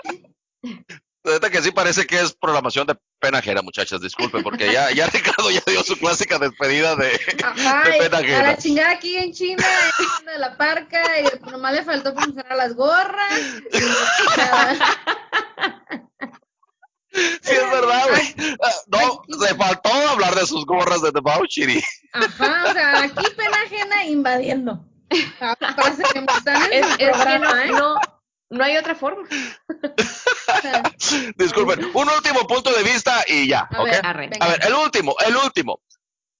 Speaker 5: La neta que sí parece que es programación de pena ajena, muchachas, disculpen, porque ya, [LAUGHS] ya Ricardo ya dio su clásica despedida de... [LAUGHS]
Speaker 3: Ajá,
Speaker 5: Qué
Speaker 3: y
Speaker 5: pena ajena.
Speaker 3: a la chingada aquí en China, en de la parca, y nomás le faltó funcionar las gorras. y, o sea,
Speaker 5: Sí, es verdad, güey. Ah, No,
Speaker 3: Ay,
Speaker 5: le faltó hablar de sus gorras de The Bauchiri.
Speaker 3: Ajá, o sea, aquí pena ajena invadiendo. Ah, Frase que me
Speaker 2: [LAUGHS]
Speaker 3: están en
Speaker 2: Es,
Speaker 3: el
Speaker 2: es que no,
Speaker 3: programa, ¿eh?
Speaker 2: no, no hay otra forma.
Speaker 3: O sea,
Speaker 5: Disculpen, un último punto de vista y ya,
Speaker 3: A
Speaker 5: ¿ok?
Speaker 3: ver,
Speaker 2: Arre.
Speaker 3: venga.
Speaker 5: A ver, el último, el último.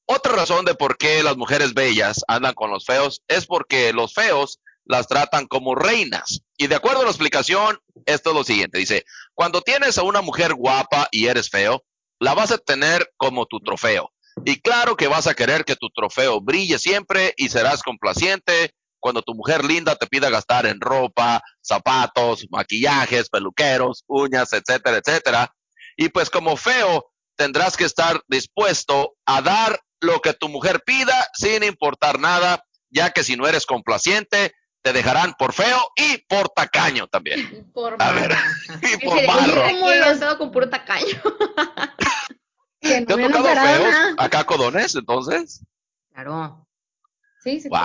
Speaker 5: Otra razón de por qué las mujeres bellas andan con los feos es porque los feos las tratan como reinas. Y de acuerdo a la explicación, esto es lo siguiente. Dice, cuando tienes a una mujer guapa y eres feo, la vas a tener como tu trofeo. Y claro que vas a querer que tu trofeo brille siempre y serás complaciente cuando tu mujer linda te pida gastar en ropa, zapatos, maquillajes, peluqueros, uñas, etcétera, etcétera. Y pues como feo, tendrás que estar dispuesto a dar lo que tu mujer pida sin importar nada, ya que si no eres complaciente, te dejarán por feo y por tacaño también.
Speaker 3: y por
Speaker 5: A
Speaker 3: más
Speaker 5: ver, y
Speaker 2: Ese
Speaker 5: por
Speaker 2: de-
Speaker 5: barro.
Speaker 2: Aquí he estado con puro tacaño.
Speaker 5: ¿Te
Speaker 3: que no
Speaker 5: han
Speaker 3: me
Speaker 5: tocado
Speaker 3: nombraron,
Speaker 5: feos
Speaker 3: ah.
Speaker 5: acá codones entonces?
Speaker 2: Claro.
Speaker 3: Sí, sí.
Speaker 5: ¡Wow!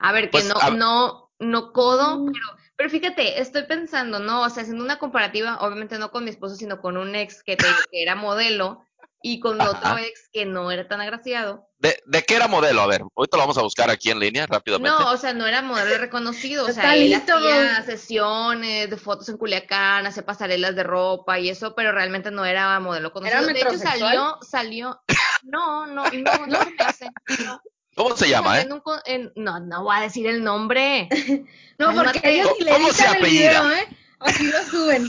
Speaker 2: A ver, que
Speaker 5: Pues,
Speaker 2: no,
Speaker 5: a-
Speaker 2: no, no codo,
Speaker 3: Mm.
Speaker 2: pero, pero fíjate, estoy pensando, ¿no? O sea, haciendo una comparativa, obviamente no con mi esposo, sino con un ex que, te- que era modelo y con
Speaker 5: Ajá.
Speaker 2: otro ex que no era tan agraciado.
Speaker 5: ¿De, de qué era modelo? A ver, ahorita lo vamos a buscar aquí en línea rápidamente.
Speaker 2: No, o sea, no era modelo reconocido, o sea,
Speaker 3: Está
Speaker 2: él
Speaker 3: listo,
Speaker 2: hacía
Speaker 3: güey.
Speaker 2: sesiones de fotos en Culiacán, hacía pasarelas de ropa y eso, pero realmente no era modelo conocido. de hecho,
Speaker 3: metrosexual?
Speaker 2: salió, salió, no, no, no, no se me hace, no.
Speaker 5: ¿Cómo se llama, eh?
Speaker 2: En un con- en- no, no voy a decir el nombre.
Speaker 3: No, porque
Speaker 2: Cálmate.
Speaker 3: ellos ni le
Speaker 5: ¿Cómo se
Speaker 3: editan el
Speaker 5: apellida?
Speaker 3: video, ¿eh? Aquí lo suben.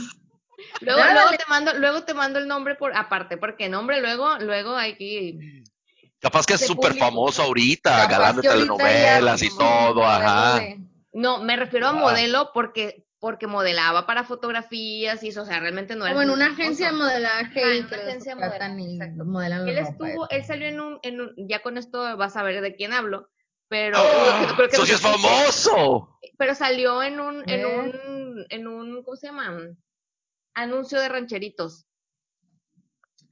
Speaker 2: Luego,
Speaker 3: Nada,
Speaker 2: luego
Speaker 3: le-
Speaker 2: te mando, luego te mando el nombre por aparte, porque nombre luego, luego hay que
Speaker 5: Capaz que es
Speaker 2: de
Speaker 5: súper
Speaker 2: público.
Speaker 5: famoso ahorita,
Speaker 3: Capaz
Speaker 5: galán de
Speaker 3: que ahorita
Speaker 5: telenovelas
Speaker 3: ya-
Speaker 5: y todo, ajá.
Speaker 2: no, me refiero a
Speaker 5: Wow.
Speaker 2: modelo porque, porque modelaba para fotografías y eso, o sea, realmente no era.
Speaker 3: Como en
Speaker 2: tan
Speaker 3: una
Speaker 2: famoso.
Speaker 3: agencia de modelaje.
Speaker 2: Ajá, en
Speaker 3: y
Speaker 2: una
Speaker 3: que los
Speaker 2: agencia de
Speaker 3: contratan
Speaker 2: modelaje,
Speaker 3: y
Speaker 2: exacto.
Speaker 3: modelan la
Speaker 2: Él
Speaker 3: ropa,
Speaker 2: estuvo, él salió en un, en un- ya con esto vas a ver de quién hablo, pero
Speaker 5: ¡Ah!
Speaker 2: creo que
Speaker 5: ¡Eso
Speaker 2: no
Speaker 5: sí es
Speaker 2: te puse,
Speaker 5: famoso!
Speaker 2: pero salió en un, en
Speaker 3: Eh.
Speaker 2: un, en un, ¿cómo se llama? Anuncio de rancheritos.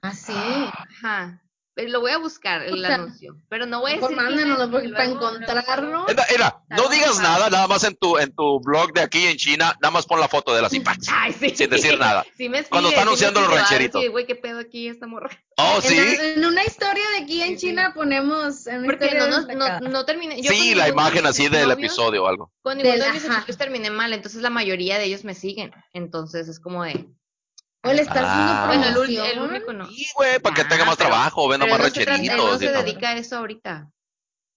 Speaker 3: Ah, sí.
Speaker 2: Ajá. Eh, Lo voy a buscar el
Speaker 3: Puta.
Speaker 2: anuncio, pero no voy a
Speaker 3: Mejor
Speaker 2: decir. quién pues es,
Speaker 3: mándanoslo porque
Speaker 2: porque
Speaker 3: para
Speaker 2: luego- luego-
Speaker 3: encontrarlo.
Speaker 5: Mira, mira, no
Speaker 2: Claro,
Speaker 5: digas
Speaker 2: claro.
Speaker 5: nada, nada más en tu, en tu blog de aquí en China, nada más pon la foto
Speaker 2: [LAUGHS]
Speaker 5: de la cipa.
Speaker 2: Ay, sí.
Speaker 5: Sin decir nada.
Speaker 2: [LAUGHS] Sí me
Speaker 5: Cuando
Speaker 2: sigue,
Speaker 5: está anunciando
Speaker 2: sí me sigue,
Speaker 5: los
Speaker 2: va a
Speaker 5: rancheritos.
Speaker 2: decir, Güey, qué pedo aquí esta morra.
Speaker 5: Oh,
Speaker 3: En,
Speaker 5: sí.
Speaker 3: la- en una historia de aquí en
Speaker 2: Sí, sí.
Speaker 3: China ponemos. En una
Speaker 2: Porque
Speaker 3: historia
Speaker 2: no, nos, no,
Speaker 3: destacada.
Speaker 2: no terminé. yo
Speaker 5: Sí,
Speaker 2: con
Speaker 5: la
Speaker 2: ninguno de
Speaker 5: imagen
Speaker 2: mis
Speaker 5: así del
Speaker 2: exnovios-
Speaker 5: episodio o algo.
Speaker 2: Con ninguno
Speaker 3: Del-
Speaker 2: de mis
Speaker 3: ajá.
Speaker 2: exnovios terminé mal, entonces la mayoría de ellos me siguen. Entonces es como de.
Speaker 3: O le está
Speaker 5: Ah.
Speaker 3: haciendo
Speaker 2: Bueno, el, ul-
Speaker 3: promoción.
Speaker 2: el único no.
Speaker 5: Sí, güey, para que
Speaker 2: Ah,
Speaker 5: tenga más
Speaker 2: pero-
Speaker 5: trabajo, venda
Speaker 2: Pero
Speaker 5: más
Speaker 2: no se, trata- él
Speaker 5: rancheritos.
Speaker 2: no
Speaker 5: y
Speaker 2: se
Speaker 5: todo.
Speaker 2: dedica a eso ahorita.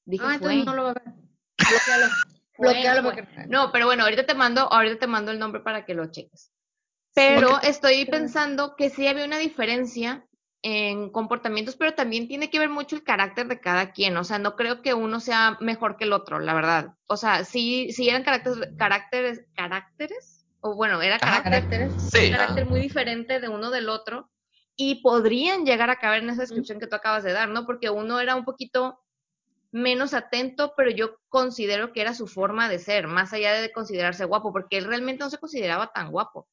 Speaker 2: Dije,
Speaker 3: Ah,
Speaker 2: fue.
Speaker 3: entonces no lo va a ver.
Speaker 2: [LAUGHS]
Speaker 3: Bloquealo.
Speaker 2: Bueno,
Speaker 3: Bloquealo
Speaker 2: bueno.
Speaker 3: porque.
Speaker 2: No, pero bueno, ahorita te mando, ahorita te mando el nombre para que lo cheques. Pero estoy pensando que sí había una diferencia en comportamientos, pero también tiene que ver mucho el carácter de cada quien. O sea, no creo que uno sea mejor que el otro, la verdad. O sea, sí, sí eran caracteres, caracteres, caracteres, o bueno, era
Speaker 5: Ajá.
Speaker 2: carácter,
Speaker 3: Caracteres.
Speaker 5: Sí,
Speaker 2: un carácter
Speaker 5: ah,
Speaker 2: muy diferente de uno del otro y podrían llegar a caber en esa descripción que tú acabas de dar, ¿no? Porque uno era un poquito menos atento, pero yo considero que era su forma de ser, más allá de considerarse guapo, porque él realmente no se consideraba tan guapo.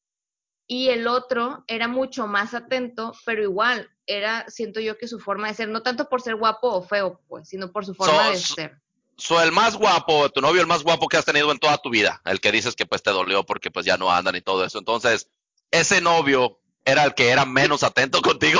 Speaker 2: Y el otro era mucho más atento, pero igual era, siento yo que su forma de ser, no tanto por ser guapo o feo, pues, sino por su forma de
Speaker 5: Sos-
Speaker 2: ser.
Speaker 5: So, el más guapo, tu novio, el más guapo que has tenido en toda tu vida, el que dices que pues te dolió porque pues ya no andan y todo eso. Entonces, ese novio era el que era menos atento contigo.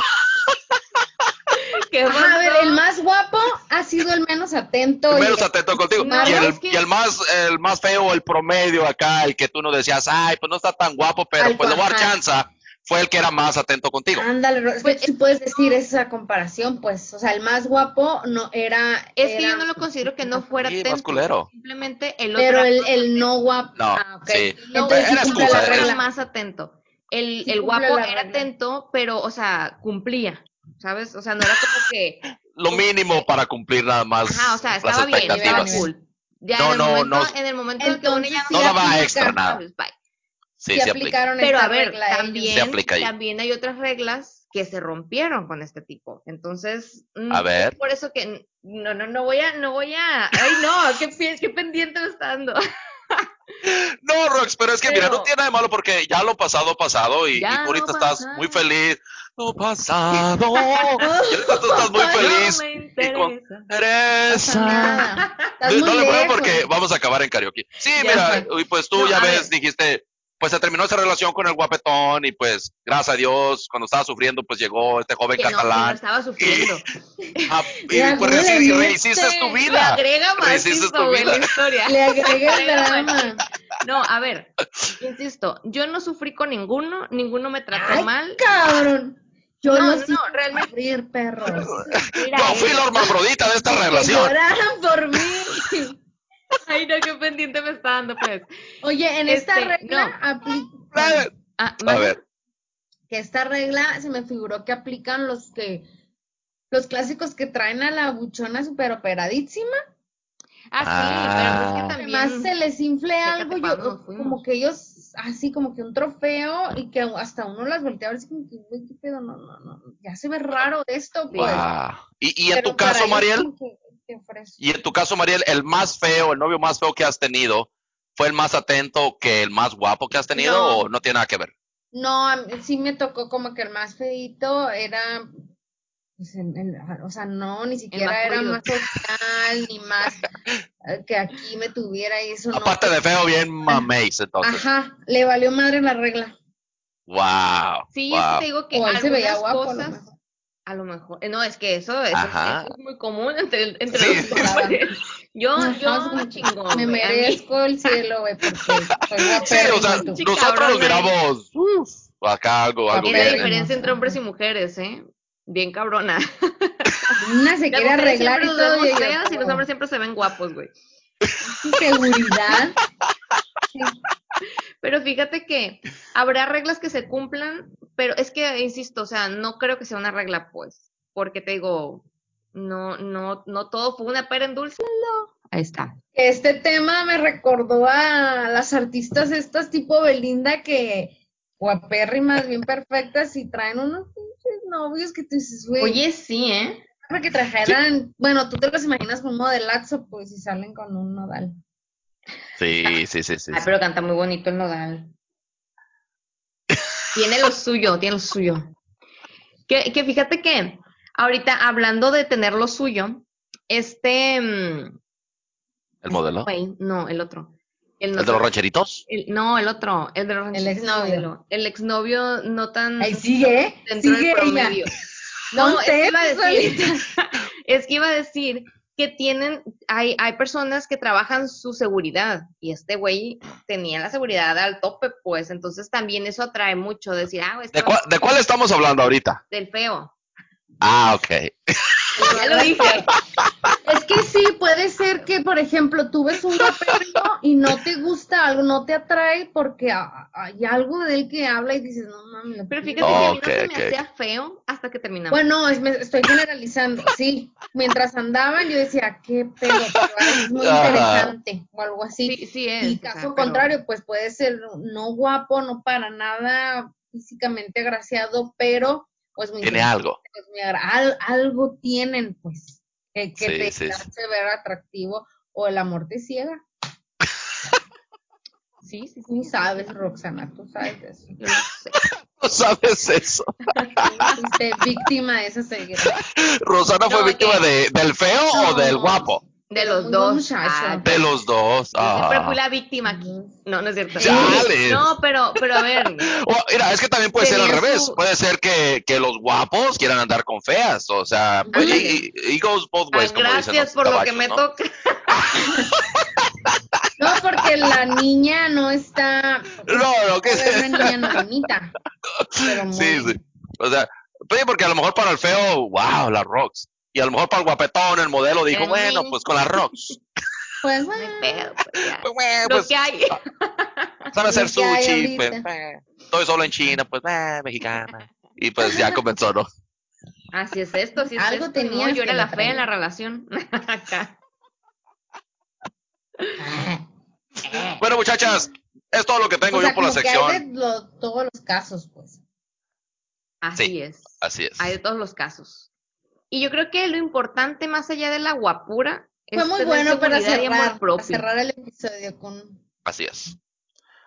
Speaker 2: ¿Qué
Speaker 3: Ajá, a ver,
Speaker 2: pasó?
Speaker 3: el más guapo ha sido el menos atento. y-
Speaker 5: menos atento contigo.
Speaker 2: No,
Speaker 5: y, el,
Speaker 2: es que-
Speaker 5: y el más el más feo, el promedio acá, el que tú no decías, ay, pues no está tan guapo, pero
Speaker 3: Al
Speaker 5: pues le voy a dar
Speaker 3: cuajá.
Speaker 5: chance, fue el que era más atento contigo.
Speaker 3: Ándale, Ro- es que
Speaker 2: Pues,
Speaker 3: tú puedes decir esa comparación, pues, o sea, el más guapo no era.
Speaker 2: Es que
Speaker 3: era-
Speaker 2: yo no lo considero que no fuera
Speaker 5: Sí, más
Speaker 2: atento,
Speaker 5: culero.
Speaker 2: simplemente el otro
Speaker 3: Pero
Speaker 2: era
Speaker 3: el, el no guapo.
Speaker 5: No,
Speaker 3: ah, ok.
Speaker 5: sí.
Speaker 2: No,
Speaker 3: Entonces,
Speaker 5: Era
Speaker 3: sí cumple
Speaker 5: excusa,
Speaker 3: la
Speaker 5: era-
Speaker 2: era
Speaker 3: regla.
Speaker 2: más atento. El,
Speaker 3: Sí
Speaker 2: el
Speaker 3: cumple
Speaker 2: guapo
Speaker 3: la
Speaker 2: era
Speaker 3: regla.
Speaker 2: atento, pero, o sea, cumplía, ¿sabes? O sea, no era como que
Speaker 5: lo mínimo para cumplir nada más
Speaker 2: Ajá, o sea,
Speaker 5: las
Speaker 2: estaba bien, estaba
Speaker 5: expectativas.
Speaker 2: cool. Ya
Speaker 5: No,
Speaker 2: en, el
Speaker 5: no,
Speaker 2: momento,
Speaker 5: no.
Speaker 2: en el momento en que uno
Speaker 3: Entonces,
Speaker 2: ya
Speaker 3: no
Speaker 2: se
Speaker 5: daba
Speaker 2: aplica,
Speaker 5: extra nada.
Speaker 2: pues, bye.
Speaker 5: Sí,
Speaker 3: Sí
Speaker 5: se aplica.
Speaker 3: aplicaron
Speaker 2: Pero
Speaker 3: esta
Speaker 2: a ver,
Speaker 3: regla ellos.
Speaker 5: Se
Speaker 2: también,
Speaker 5: aplica ahí.
Speaker 2: también hay otras reglas que se rompieron con este tipo. Entonces, mm,
Speaker 5: A ver.
Speaker 2: es por eso que no, no, no voy a, no voy a. Ay, no, qué, pi- qué pendiente me está dando.
Speaker 5: No, Rox, pero es que mira,
Speaker 2: Pero-
Speaker 5: no tiene nada de malo porque ya lo pasado, pasado y,
Speaker 2: Ya
Speaker 5: y tú ahorita
Speaker 2: lo
Speaker 5: estás
Speaker 2: pasado.
Speaker 5: muy feliz. Lo pasado.
Speaker 2: [LAUGHS]
Speaker 5: y ahorita tú estás muy
Speaker 2: No
Speaker 5: feliz.
Speaker 2: me
Speaker 5: y con-
Speaker 2: interesa.
Speaker 5: Eres.
Speaker 3: Nada.
Speaker 2: Ah.
Speaker 3: Estás
Speaker 5: No,
Speaker 3: muy
Speaker 5: le
Speaker 3: lejos.
Speaker 5: puedo porque vamos a acabar en karaoke. Sí,
Speaker 2: Ya
Speaker 5: mira,
Speaker 2: sé.
Speaker 5: y pues tú
Speaker 2: No,
Speaker 5: ya
Speaker 2: a
Speaker 5: ves,
Speaker 2: ver.
Speaker 5: dijiste, pues se terminó esa relación con el guapetón y pues gracias a Dios, cuando estaba sufriendo, pues llegó este joven
Speaker 2: Que no, que no
Speaker 5: catalán.
Speaker 2: estaba sufriendo.
Speaker 3: [LAUGHS]
Speaker 5: Ah, y
Speaker 3: Ya,
Speaker 5: pues
Speaker 3: no
Speaker 5: reci-
Speaker 3: le
Speaker 5: y
Speaker 3: metes.
Speaker 5: rehiciste tu
Speaker 2: Le
Speaker 5: vida.
Speaker 2: agrega más
Speaker 5: Rehiciste tu
Speaker 2: güey,
Speaker 5: vida.
Speaker 2: la historia. [LAUGHS]
Speaker 3: Le agregué el
Speaker 2: Agrega
Speaker 3: drama.
Speaker 2: No, a ver, insisto, yo no sufrí con ninguno, ninguno me trató
Speaker 3: Ay,
Speaker 2: mal.
Speaker 3: Cabrón. Yo
Speaker 2: No,
Speaker 3: los
Speaker 2: no,
Speaker 3: hice
Speaker 2: realmente-
Speaker 3: sufrir, perros.
Speaker 2: Mira,
Speaker 5: Yo fui
Speaker 2: eh,
Speaker 5: la hermafrodita
Speaker 3: [LAUGHS]
Speaker 5: de esta
Speaker 3: Que
Speaker 5: relación.
Speaker 3: lloraran
Speaker 2: [LAUGHS]
Speaker 3: por mí.
Speaker 2: eh, Ay, no, qué pendiente me está dando, pues.
Speaker 3: Oye, en esta
Speaker 2: Este,
Speaker 3: regla aplica.
Speaker 5: Eh,
Speaker 2: Ah,
Speaker 5: A
Speaker 2: mande.
Speaker 5: ver,
Speaker 3: que esta regla se me figuró que aplican los que los clásicos que traen a la buchona super operadísima,
Speaker 2: Ah, sí,
Speaker 5: Ah.
Speaker 2: pero es que
Speaker 3: además
Speaker 2: también.
Speaker 3: se les infle
Speaker 2: Fíjate
Speaker 3: algo,
Speaker 2: pa'
Speaker 3: yo-
Speaker 2: dónde nos fuimos.
Speaker 3: como que ellos, así como que un trofeo y que hasta uno las voltea a ver, así como que, güey, qué pedo, no, no, no, ya se ve raro esto, pues.
Speaker 5: guau. Y, y en
Speaker 3: Pero
Speaker 5: tu caso,
Speaker 3: para ellos
Speaker 5: Mariel,
Speaker 3: como que, te ofrezco.
Speaker 5: y en tu caso, Mariel, el más feo, el novio más feo que has tenido, ¿fue el más atento que el más guapo que has tenido
Speaker 3: No.
Speaker 5: o no tiene nada que ver?
Speaker 3: No, a mí sí me tocó como que el más feito era, pues, en- en- o sea, no, ni siquiera
Speaker 2: más
Speaker 3: era
Speaker 2: jodido.
Speaker 3: más social, ni más eh, que aquí me tuviera y eso no.
Speaker 5: Aparte de feo, bien mameis, entonces.
Speaker 3: Ajá, le valió madre la regla.
Speaker 5: Wow.
Speaker 2: Sí, es que
Speaker 5: wow.
Speaker 2: te digo que
Speaker 3: O él se veía
Speaker 2: algunas
Speaker 3: guapo, a lo
Speaker 2: cosas,
Speaker 3: mejor.
Speaker 2: a lo mejor. eh, No, es que eso, eso-
Speaker 5: Ajá.
Speaker 2: eso es muy común entre, entre
Speaker 5: Sí,
Speaker 2: los
Speaker 5: sí,
Speaker 2: hombres. Yo,
Speaker 3: Ajá, así
Speaker 2: yo,
Speaker 3: como que
Speaker 2: chingón.
Speaker 3: Me
Speaker 2: güey, a mí-
Speaker 3: merezco el cielo, güey, porque soy
Speaker 5: Sí,
Speaker 3: guapérrimo
Speaker 5: o sea,
Speaker 3: y tú.
Speaker 2: Sí,
Speaker 5: nosotros nos
Speaker 2: cabrón, ahí.
Speaker 5: miramos uf, acá algo, algo
Speaker 2: Es
Speaker 3: Papel.
Speaker 2: la
Speaker 5: bien.
Speaker 2: diferencia entre
Speaker 3: Ajá.
Speaker 2: hombres y mujeres, ¿eh? Bien cabrona.
Speaker 3: Una se
Speaker 2: Las
Speaker 3: quiere
Speaker 2: mujeres
Speaker 3: arreglar
Speaker 2: siempre
Speaker 3: y
Speaker 2: nos
Speaker 3: todo.
Speaker 2: vemos
Speaker 3: yo- "Oh".
Speaker 2: feas y los hombres siempre se ven guapos, güey.
Speaker 3: Seguridad.
Speaker 2: Pero fíjate que habrá reglas que se cumplan, pero es que, insisto, o sea, no creo que sea una regla, pues, porque te digo, no, no, no todo fue una pera en dulce. no. Ahí está.
Speaker 3: Este tema me recordó a las artistas estas tipo Belinda que guapérrimas, bien perfectas y traen unos pinches novios que tú dices, güey,
Speaker 2: Oye, sí, ¿eh?
Speaker 3: para que trajeran, bueno, tú te los imaginas con un modelazo, pues, y salen con un nodal.
Speaker 5: Sí, sí, sí, sí.
Speaker 2: Ay,
Speaker 5: sí.
Speaker 2: pero canta muy bonito el nodal. [LAUGHS] Tiene lo suyo, tiene lo suyo. Que, que fíjate que ahorita hablando de tener lo suyo, este mm,
Speaker 5: ¿El modelo?
Speaker 2: güey, no, el otro. El,
Speaker 5: ¿El
Speaker 2: no
Speaker 5: de los
Speaker 2: tan-
Speaker 5: rancheritos?
Speaker 2: el- no, el otro, el de los
Speaker 3: El exnovio.
Speaker 2: modelo. El exnovio no tan
Speaker 3: Ahí sigue, ¿eh?
Speaker 2: dentro del
Speaker 3: sigue ella. [LAUGHS] pues,
Speaker 2: promedio. No, es que iba a
Speaker 3: Contenta,
Speaker 2: decir, [LAUGHS] es que iba a decir que tienen, hay, hay personas que trabajan su seguridad y este güey tenía la seguridad al tope, pues entonces también eso atrae mucho, decir, ah, este
Speaker 5: ¿De,
Speaker 2: va a
Speaker 5: cuál- de cuál estamos hablando ahorita?
Speaker 2: ser del feo.
Speaker 5: Ah, ok.
Speaker 2: Ya lo dije.
Speaker 3: Es que sí, puede ser que, por ejemplo, tú ves un guapérrimo y no te gusta algo, no te atrae porque ah, hay algo de él que habla y dices, no mames. la
Speaker 2: Pero
Speaker 3: pinche
Speaker 2: fíjate que a mí no
Speaker 5: Oh, Ok,
Speaker 2: se me
Speaker 5: ok.
Speaker 2: hacía feo hasta que terminamos.
Speaker 3: Bueno, es- me estoy generalizando, sí. Mientras andaban, yo decía, qué pedo, pero es muy
Speaker 5: Ajá.
Speaker 3: interesante, o algo así.
Speaker 2: sí, sí es.
Speaker 3: y
Speaker 2: o sea,
Speaker 3: caso
Speaker 2: pero-
Speaker 3: contrario, pues puede ser no guapo, no para nada físicamente agraciado, pero pues muy
Speaker 5: Tiene
Speaker 3: inteligente,
Speaker 5: algo. [LAUGHS]
Speaker 3: pues, muy agra- al- algo tienen, pues, que, que
Speaker 5: Sí,
Speaker 3: te
Speaker 5: sí, sí.
Speaker 3: hace ver atractivo, o el amor te ciega.
Speaker 2: Sí, sí, sí.
Speaker 3: Tú sabes, Roxana, tú sabes de eso.
Speaker 2: yo no sé.
Speaker 5: No sabes eso.
Speaker 3: Fuiste víctima de esa ceguera.
Speaker 5: ¿Rosana fue
Speaker 2: No,
Speaker 5: víctima
Speaker 2: ok.
Speaker 5: de, del feo o
Speaker 3: No.
Speaker 5: del guapo?
Speaker 2: De
Speaker 3: Pero
Speaker 2: los
Speaker 3: muy buen
Speaker 2: dos.
Speaker 3: muchacho.
Speaker 2: ah,
Speaker 5: De los dos.
Speaker 2: yo siempre
Speaker 5: Ah.
Speaker 2: fui la víctima aquí. No, no es cierto.
Speaker 5: Chales.
Speaker 2: No, pero, pero a
Speaker 5: [LAUGHS]
Speaker 2: ver,
Speaker 5: O, Oh, mira, es que también puede ser al
Speaker 2: Tenía
Speaker 5: revés.
Speaker 2: su-
Speaker 5: Puede ser que, que los guapos quieran andar con feas. O sea, pues, y, y- y goes both ways,
Speaker 2: Ah,
Speaker 5: pues, como dicen
Speaker 2: gracias
Speaker 5: los
Speaker 2: por lo que
Speaker 5: tabachos,
Speaker 2: me
Speaker 5: ¿no?
Speaker 2: toca.
Speaker 3: No, porque la niña no está.
Speaker 5: No, no, que
Speaker 3: Es una niña no bonita. Pero muy.
Speaker 5: Sí, sí. O sea, pues, sí, porque a lo mejor para el feo, wow, las rocks. Y a lo mejor para el guapetón, el modelo dijo,
Speaker 2: Ay.
Speaker 5: bueno, pues con las rocks.
Speaker 3: Pues
Speaker 2: No hay
Speaker 3: bueno.
Speaker 2: pedo, pues, ya.
Speaker 5: Pues, bueno,
Speaker 2: Lo
Speaker 5: pues
Speaker 2: que hay.
Speaker 5: sabe
Speaker 3: [LAUGHS]
Speaker 5: hacer
Speaker 3: lo que hay
Speaker 5: sushi. Pues,
Speaker 3: ahorita. [LAUGHS]
Speaker 5: eh, estoy solo en China, pues, eh, mexicana. Y pues ya comenzó, ¿no?
Speaker 2: Así es esto, así es
Speaker 3: Algo
Speaker 2: esto.
Speaker 3: tenías
Speaker 2: no, yo era
Speaker 3: que
Speaker 2: la
Speaker 3: me
Speaker 2: fea en
Speaker 3: traía.
Speaker 2: la relación. [LAUGHS] Acá.
Speaker 5: Bueno, muchachas, es todo lo que tengo
Speaker 3: O sea,
Speaker 5: yo por la
Speaker 3: como que
Speaker 5: sección.
Speaker 3: hay de lo- todos los casos, pues.
Speaker 2: Así
Speaker 5: Sí,
Speaker 2: es.
Speaker 5: Así es.
Speaker 2: Hay de todos los casos. Y yo creo que lo importante, más allá de la guapura, es
Speaker 3: Fue muy
Speaker 2: tener
Speaker 3: bueno para
Speaker 2: seguridad Este, y amor
Speaker 3: cerrar, para
Speaker 2: propio.
Speaker 3: cerrar el episodio con...
Speaker 5: Así es.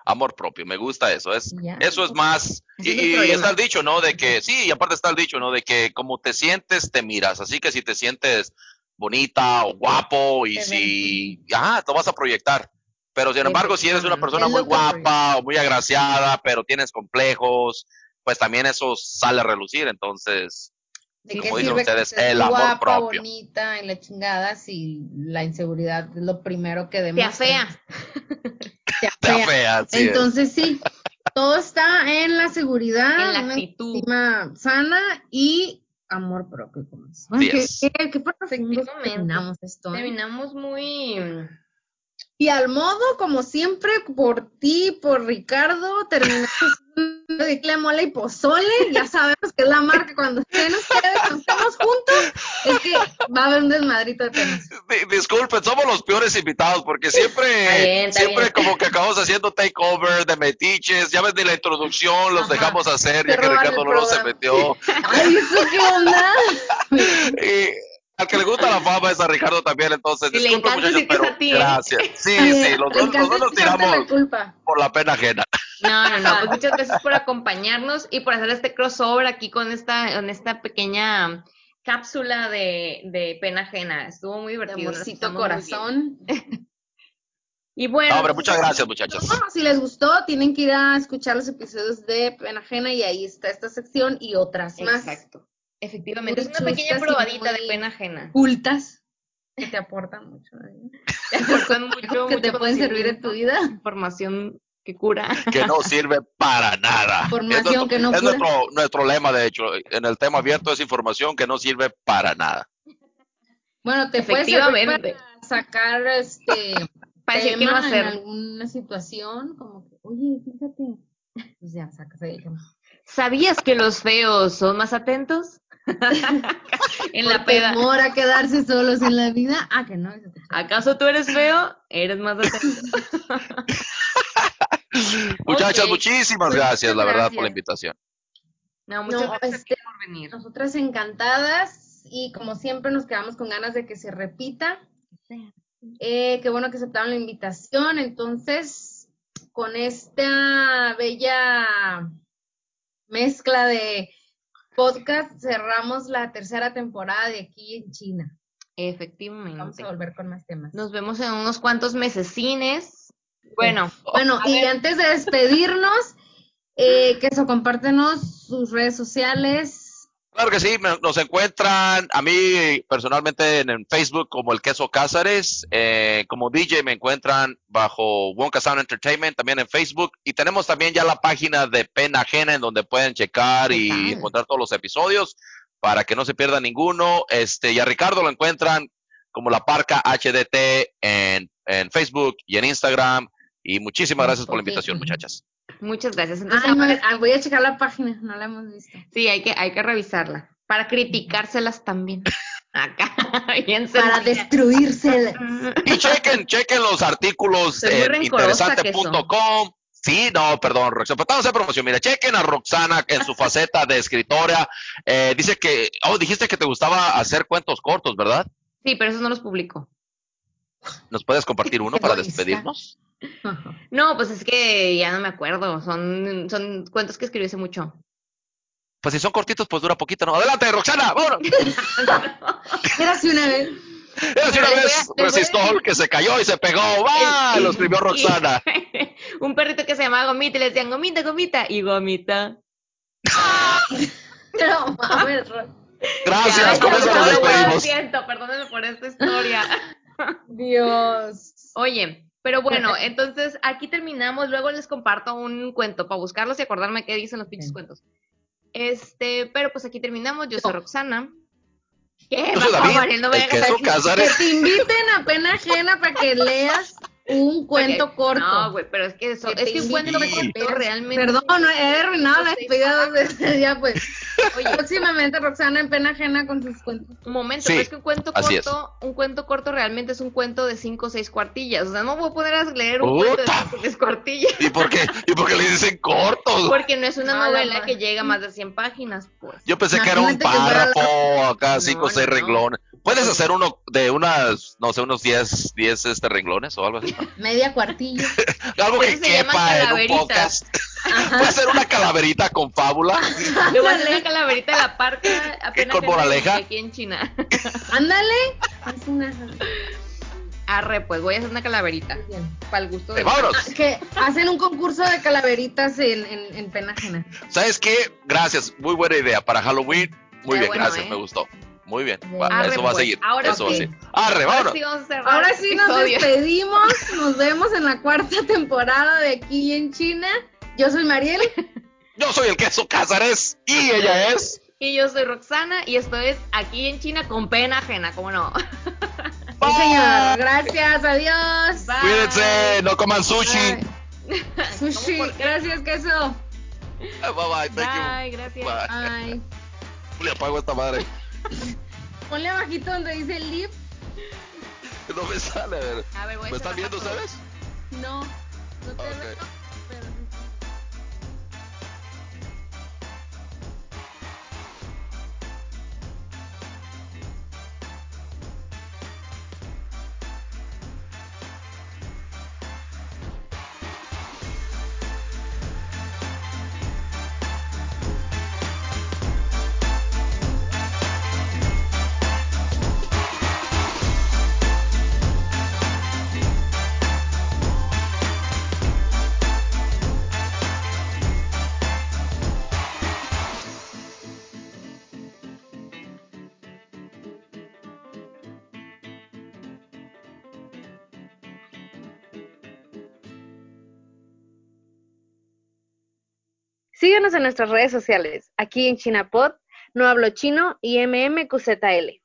Speaker 5: Amor propio, me gusta eso. Es,
Speaker 3: Ya.
Speaker 5: Eso es más.
Speaker 2: Ese
Speaker 5: Y,
Speaker 2: es el
Speaker 5: y- y
Speaker 2: problema.
Speaker 5: está el dicho, ¿no? De que, sí, y aparte está el dicho, ¿no? De que como te sientes, te miras. Así que si te sientes bonita o guapo y
Speaker 3: Te
Speaker 5: si. Ah, te vas a proyectar. Pero sin embargo, si eres una persona
Speaker 3: Es
Speaker 5: muy
Speaker 3: lo que proyectas.
Speaker 5: guapa o muy agraciada, pero tienes complejos, pues también eso sale a relucir. Entonces,
Speaker 3: ¿De
Speaker 5: Como
Speaker 3: qué
Speaker 5: dicen
Speaker 3: sirve
Speaker 5: ustedes,
Speaker 3: que estés
Speaker 5: el amor
Speaker 3: guapa,
Speaker 5: propio.
Speaker 3: bonita, en la chingada, si la inseguridad es lo primero que
Speaker 2: Te
Speaker 3: demuestra?
Speaker 2: afea.
Speaker 3: Te
Speaker 5: te
Speaker 3: afea.
Speaker 5: afea. así es.
Speaker 3: Entonces sí, todo está en la seguridad,
Speaker 2: En la
Speaker 3: una
Speaker 2: actitud.
Speaker 3: estima sana y amor propio. como es.
Speaker 5: Así
Speaker 3: qué,
Speaker 5: es.
Speaker 3: qué- qué profundo
Speaker 2: Efectivamente.
Speaker 3: terminamos esto. ¿eh?
Speaker 2: Terminamos muy.
Speaker 3: Y al modo, como siempre, por ti, por Ricardo, terminamos [LAUGHS] haciendo de chile mole y pozole. Ya sabemos que es la marca cuando estén ustedes, cuando estemos juntos, es que va a haber un desmadrito de temas.
Speaker 5: Di- Disculpen, somos los peores invitados porque siempre,
Speaker 2: Está bien, está
Speaker 5: siempre
Speaker 2: bien.
Speaker 5: como que acabamos haciendo takeover de metiches, ya ves de la introducción, los
Speaker 3: Ajá.
Speaker 5: dejamos hacer,
Speaker 3: Te
Speaker 5: ya que
Speaker 3: roban
Speaker 5: Ricardo
Speaker 3: el
Speaker 5: no se
Speaker 3: programa.
Speaker 5: metió.
Speaker 3: Ay, ¿eso qué onda?
Speaker 5: Y al que le gusta la fama es a Ricardo también, entonces
Speaker 2: Y le
Speaker 5: disculpen
Speaker 2: encanta
Speaker 5: muchachos,
Speaker 2: decir que es
Speaker 5: pero
Speaker 2: a ti, ¿eh?
Speaker 5: gracias. Sí, sí, los dos,
Speaker 3: Me
Speaker 5: los dos
Speaker 3: encanta
Speaker 5: nos
Speaker 3: echarte la
Speaker 5: tiramos
Speaker 3: culpa.
Speaker 5: por la pena ajena.
Speaker 2: No, no, no.
Speaker 3: [LAUGHS]
Speaker 2: Pues muchas gracias por acompañarnos y por hacer este crossover aquí con esta, con esta pequeña cápsula de, de pena ajena. Estuvo muy
Speaker 3: De
Speaker 2: divertido. nos
Speaker 3: amorcito
Speaker 2: pasamos muy bien.
Speaker 3: corazón.
Speaker 2: Y bueno,
Speaker 5: No, hombre, muchas gracias muchachos.
Speaker 3: No, Ah, si les gustó, tienen que ir a escuchar los episodios de Pena Ajena y ahí está esta sección y otras más
Speaker 2: Exacto. pues, Efectivamente, es
Speaker 3: Muy
Speaker 2: una pequeña
Speaker 3: chuscas y
Speaker 2: probadita de
Speaker 3: muy-
Speaker 2: pena
Speaker 3: [LAUGHS]
Speaker 2: ajena. [LAUGHS]
Speaker 3: cultas que te aportan mucho. ¿eh?
Speaker 2: Te aportan mucho,
Speaker 3: que te
Speaker 2: mucho
Speaker 3: pueden servir en
Speaker 2: conocimiento,
Speaker 3: tu vida.
Speaker 2: Información que cura. [LAUGHS]
Speaker 5: Que no sirve para nada.
Speaker 3: Información
Speaker 5: Es nuestro-
Speaker 3: que no
Speaker 5: es
Speaker 3: cura.
Speaker 5: nuestro, nuestro lema, de hecho, en el tema abierto es información que no sirve para nada.
Speaker 3: Bueno, te puede servir
Speaker 2: Efectivamente.
Speaker 3: para sacar este
Speaker 2: [LAUGHS] Para decir que no
Speaker 3: tema en
Speaker 2: hacer.
Speaker 3: alguna situación, como que, oye, fíjate, pues ya sacas ahí. como-
Speaker 2: ¿Sabías que los feos son más
Speaker 3: [LAUGHS]
Speaker 2: atentos? [LAUGHS] en la
Speaker 3: Por
Speaker 2: peda.
Speaker 3: temor a quedarse solos en la vida, ah, que no. eso te-
Speaker 2: ¿Acaso tú eres feo? Eres más atento.
Speaker 5: Muchachas,
Speaker 2: Ok. Pues,
Speaker 5: muchísimas
Speaker 2: Muchas
Speaker 5: gracias, la verdad, por
Speaker 2: gracias.
Speaker 5: la invitación.
Speaker 2: No, muchas
Speaker 3: No,
Speaker 2: gracias a ti
Speaker 3: este-
Speaker 2: por venir.
Speaker 3: Nosotras encantadas y como siempre nos quedamos con ganas de que se repita. Eh, qué bueno que aceptaron la invitación. Entonces, con esta bella mezcla de podcast, cerramos la tercera temporada de aquí en China. Vamos
Speaker 2: Efectivamente.
Speaker 3: a volver con más temas.
Speaker 2: Nos vemos en unos cuantos mesecines. Bueno,
Speaker 3: Bueno,
Speaker 2: A
Speaker 3: y
Speaker 2: ver.
Speaker 3: antes de despedirnos, eh, que eso, compártenos sus redes sociales.
Speaker 5: Claro que sí, me- nos encuentran a mí personalmente en, en Facebook como el Queso Cázares, eh, como DJ me encuentran bajo Wonka Sound Entertainment también en Facebook y tenemos también ya la página de Pena Ajena en donde pueden checar y
Speaker 2: Total.
Speaker 5: encontrar todos los episodios para que no se pierda ninguno. Este, y a Ricardo lo encuentran como la Parca HDT en, en Facebook y en Instagram y muchísimas gracias por la
Speaker 3: Ok.
Speaker 5: invitación, muchachas.
Speaker 2: muchas gracias. Entonces,
Speaker 3: Ay, no,
Speaker 2: ahora
Speaker 3: ah, voy a checar la página, no la hemos visto.
Speaker 2: sí, hay que, hay que revisarla. Para criticárselas
Speaker 3: [LAUGHS]
Speaker 2: también. Ah, Acá, bien
Speaker 3: Para
Speaker 2: sencilla.
Speaker 3: destruírsela.
Speaker 5: Y chequen, chequen los artículos
Speaker 2: Soy muy
Speaker 5: en
Speaker 2: rencorosa que
Speaker 5: interesante.com. Sí, no, perdón, Roxana, pero estamos en promoción. Mira, chequen a Roxana en su faceta de escritora. Eh, dice que, oh, dijiste que te gustaba hacer cuentos cortos, ¿verdad?
Speaker 2: Sí, pero eso no los publico.
Speaker 5: ¿Nos puedes compartir uno
Speaker 3: Qué
Speaker 5: para
Speaker 3: egoísta.
Speaker 5: despedirnos?
Speaker 2: No, pues es que ya no me acuerdo. Son, son cuentos que escribí hace mucho. [LAUGHS]
Speaker 5: Pues si son cortitos, pues dura poquito, ¿no? Adelante, Roxana, vámonos.
Speaker 3: [LAUGHS] Era así una vez.
Speaker 5: Era así una
Speaker 2: les voy a-
Speaker 5: vez
Speaker 2: les voy a
Speaker 5: resistol
Speaker 2: decir-
Speaker 5: que se cayó y se pegó. ¡Va!
Speaker 2: [LAUGHS]
Speaker 5: Lo escribió Roxana.
Speaker 2: un perrito que se llamaba Gomita y le decían Gomita, Gomita y Gomita.
Speaker 3: No, a ver, Ro-
Speaker 2: Ya,
Speaker 5: Gracias,
Speaker 3: Ay,
Speaker 5: con eso
Speaker 2: perdón,
Speaker 5: nos
Speaker 3: perdón,
Speaker 2: Lo
Speaker 5: despedimos.
Speaker 2: siento, perdónenme por esta
Speaker 5: [LAUGHS]
Speaker 2: historia.
Speaker 3: Dios.
Speaker 2: Oye, pero bueno,
Speaker 5: [LAUGHS]
Speaker 2: entonces aquí terminamos. Luego les comparto un cuento para buscarlos y acordarme qué dicen los pinches
Speaker 3: Ok.
Speaker 2: cuentos. Este, pero pues aquí terminamos. Yo soy Roxana. ¿Qué?
Speaker 5: Yo soy
Speaker 2: Por favor, [LAUGHS]
Speaker 5: David,
Speaker 2: él no me
Speaker 5: el
Speaker 2: hagas [LAUGHS]
Speaker 5: queso
Speaker 2: así.
Speaker 5: Cázares.
Speaker 3: Que te inviten a pena ajena para que leas un cuento
Speaker 2: Ok,
Speaker 3: corto.
Speaker 2: No, güey, pero es que eso,
Speaker 3: Que
Speaker 2: es
Speaker 3: te
Speaker 2: que un cuento
Speaker 3: inviten
Speaker 2: corto realmente.
Speaker 3: Perdón, no, he arruinado la
Speaker 2: Los seis
Speaker 3: despedida dos
Speaker 2: párrafos.
Speaker 3: veces ya, pues.
Speaker 2: [LAUGHS] Oye,
Speaker 3: Próximamente Roxana en pena ajena con sus cuentos.
Speaker 2: un momento,
Speaker 5: Sí,
Speaker 2: pero es que un cuento
Speaker 5: así es.
Speaker 2: corto, un cuento corto realmente es un cuento de cinco o seis cuartillas. O sea, no voy a poner a leer un cuento de
Speaker 5: Puta.
Speaker 2: cinco o seis cuartillas.
Speaker 5: ¿Y por qué? ¿Y por qué le dicen cortos?
Speaker 2: Porque no es una
Speaker 3: Mala
Speaker 2: novela
Speaker 3: madre.
Speaker 2: que llega a más de 100 páginas, pues. [LAUGHS]
Speaker 5: Yo pensé que era un
Speaker 3: Imagínate que fuera la-
Speaker 5: párrafo, acá
Speaker 2: No,
Speaker 5: cinco o
Speaker 2: no,
Speaker 5: seis
Speaker 2: no.
Speaker 5: renglones. Puedes hacer uno de unas, no sé, unos 10, 10 este, renglones
Speaker 2: [LAUGHS]
Speaker 5: o algo así.
Speaker 3: Media cuartilla.
Speaker 5: Algo que
Speaker 2: Eso Pues se llaman
Speaker 5: quepa en un
Speaker 2: calaveritas.
Speaker 5: podcast. Puede ser una calaverita
Speaker 2: [LAUGHS]
Speaker 5: con fábula.
Speaker 2: Le voy a hacer una calaverita de la parte apenas
Speaker 5: con
Speaker 2: que-
Speaker 5: moraleja?
Speaker 2: aquí en China. [LAUGHS]
Speaker 3: Ándale. Haz una.
Speaker 2: Arre, pues voy a hacer una calaverita. Para el gusto de.
Speaker 5: Eh, Vámonos.
Speaker 3: Ah, que hacen un concurso de calaveritas en, en, en pena ajena.
Speaker 5: ¿Sabes qué? Gracias. Muy buena idea para Halloween. Muy
Speaker 2: Está
Speaker 5: bien,
Speaker 2: bueno,
Speaker 5: gracias.
Speaker 2: ¿eh?
Speaker 5: Me gustó. Muy bien.
Speaker 3: Bien.
Speaker 5: Va-
Speaker 2: Arre,
Speaker 5: eso va a
Speaker 2: pues.
Speaker 5: seguir.
Speaker 2: Ahora
Speaker 5: eso va a
Speaker 2: sí.
Speaker 5: seguir. Arre,
Speaker 2: Ahora
Speaker 5: vámonos.
Speaker 2: sí, vamos a cerrar
Speaker 3: Ahora
Speaker 2: este
Speaker 3: sí nos
Speaker 2: episodio.
Speaker 3: despedimos. Nos vemos en la cuarta temporada de aquí en China. Yo soy Mariel.
Speaker 5: Yo soy el queso Cázares y ella es.
Speaker 2: Y yo soy Roxana y esto es aquí en China con pena ajena, ¿cómo no? [LAUGHS]
Speaker 3: Sí, señor. Gracias. Adiós.
Speaker 2: Bye.
Speaker 5: Cuídense, no coman sushi.
Speaker 3: Bye.
Speaker 2: ¿Cómo
Speaker 3: Sushi.
Speaker 2: por qué?
Speaker 3: Gracias, queso.
Speaker 5: Bye bye, thank
Speaker 2: Bye,
Speaker 5: you.
Speaker 2: gracias.
Speaker 5: Bye.
Speaker 3: Ay.
Speaker 5: Le apago esta madre.
Speaker 3: Ponle abajito donde dice live.
Speaker 5: No me sale. a ver.
Speaker 2: A ver, voy a
Speaker 5: ¿Me
Speaker 2: cerrar
Speaker 5: están viendo,
Speaker 2: todo.
Speaker 5: sabes?
Speaker 3: No. No te
Speaker 5: Ok.
Speaker 3: veo, pero sí está.
Speaker 4: Síguenos en nuestras redes sociales, aquí en ChinaPod, No Hablo Chino y MMQZL.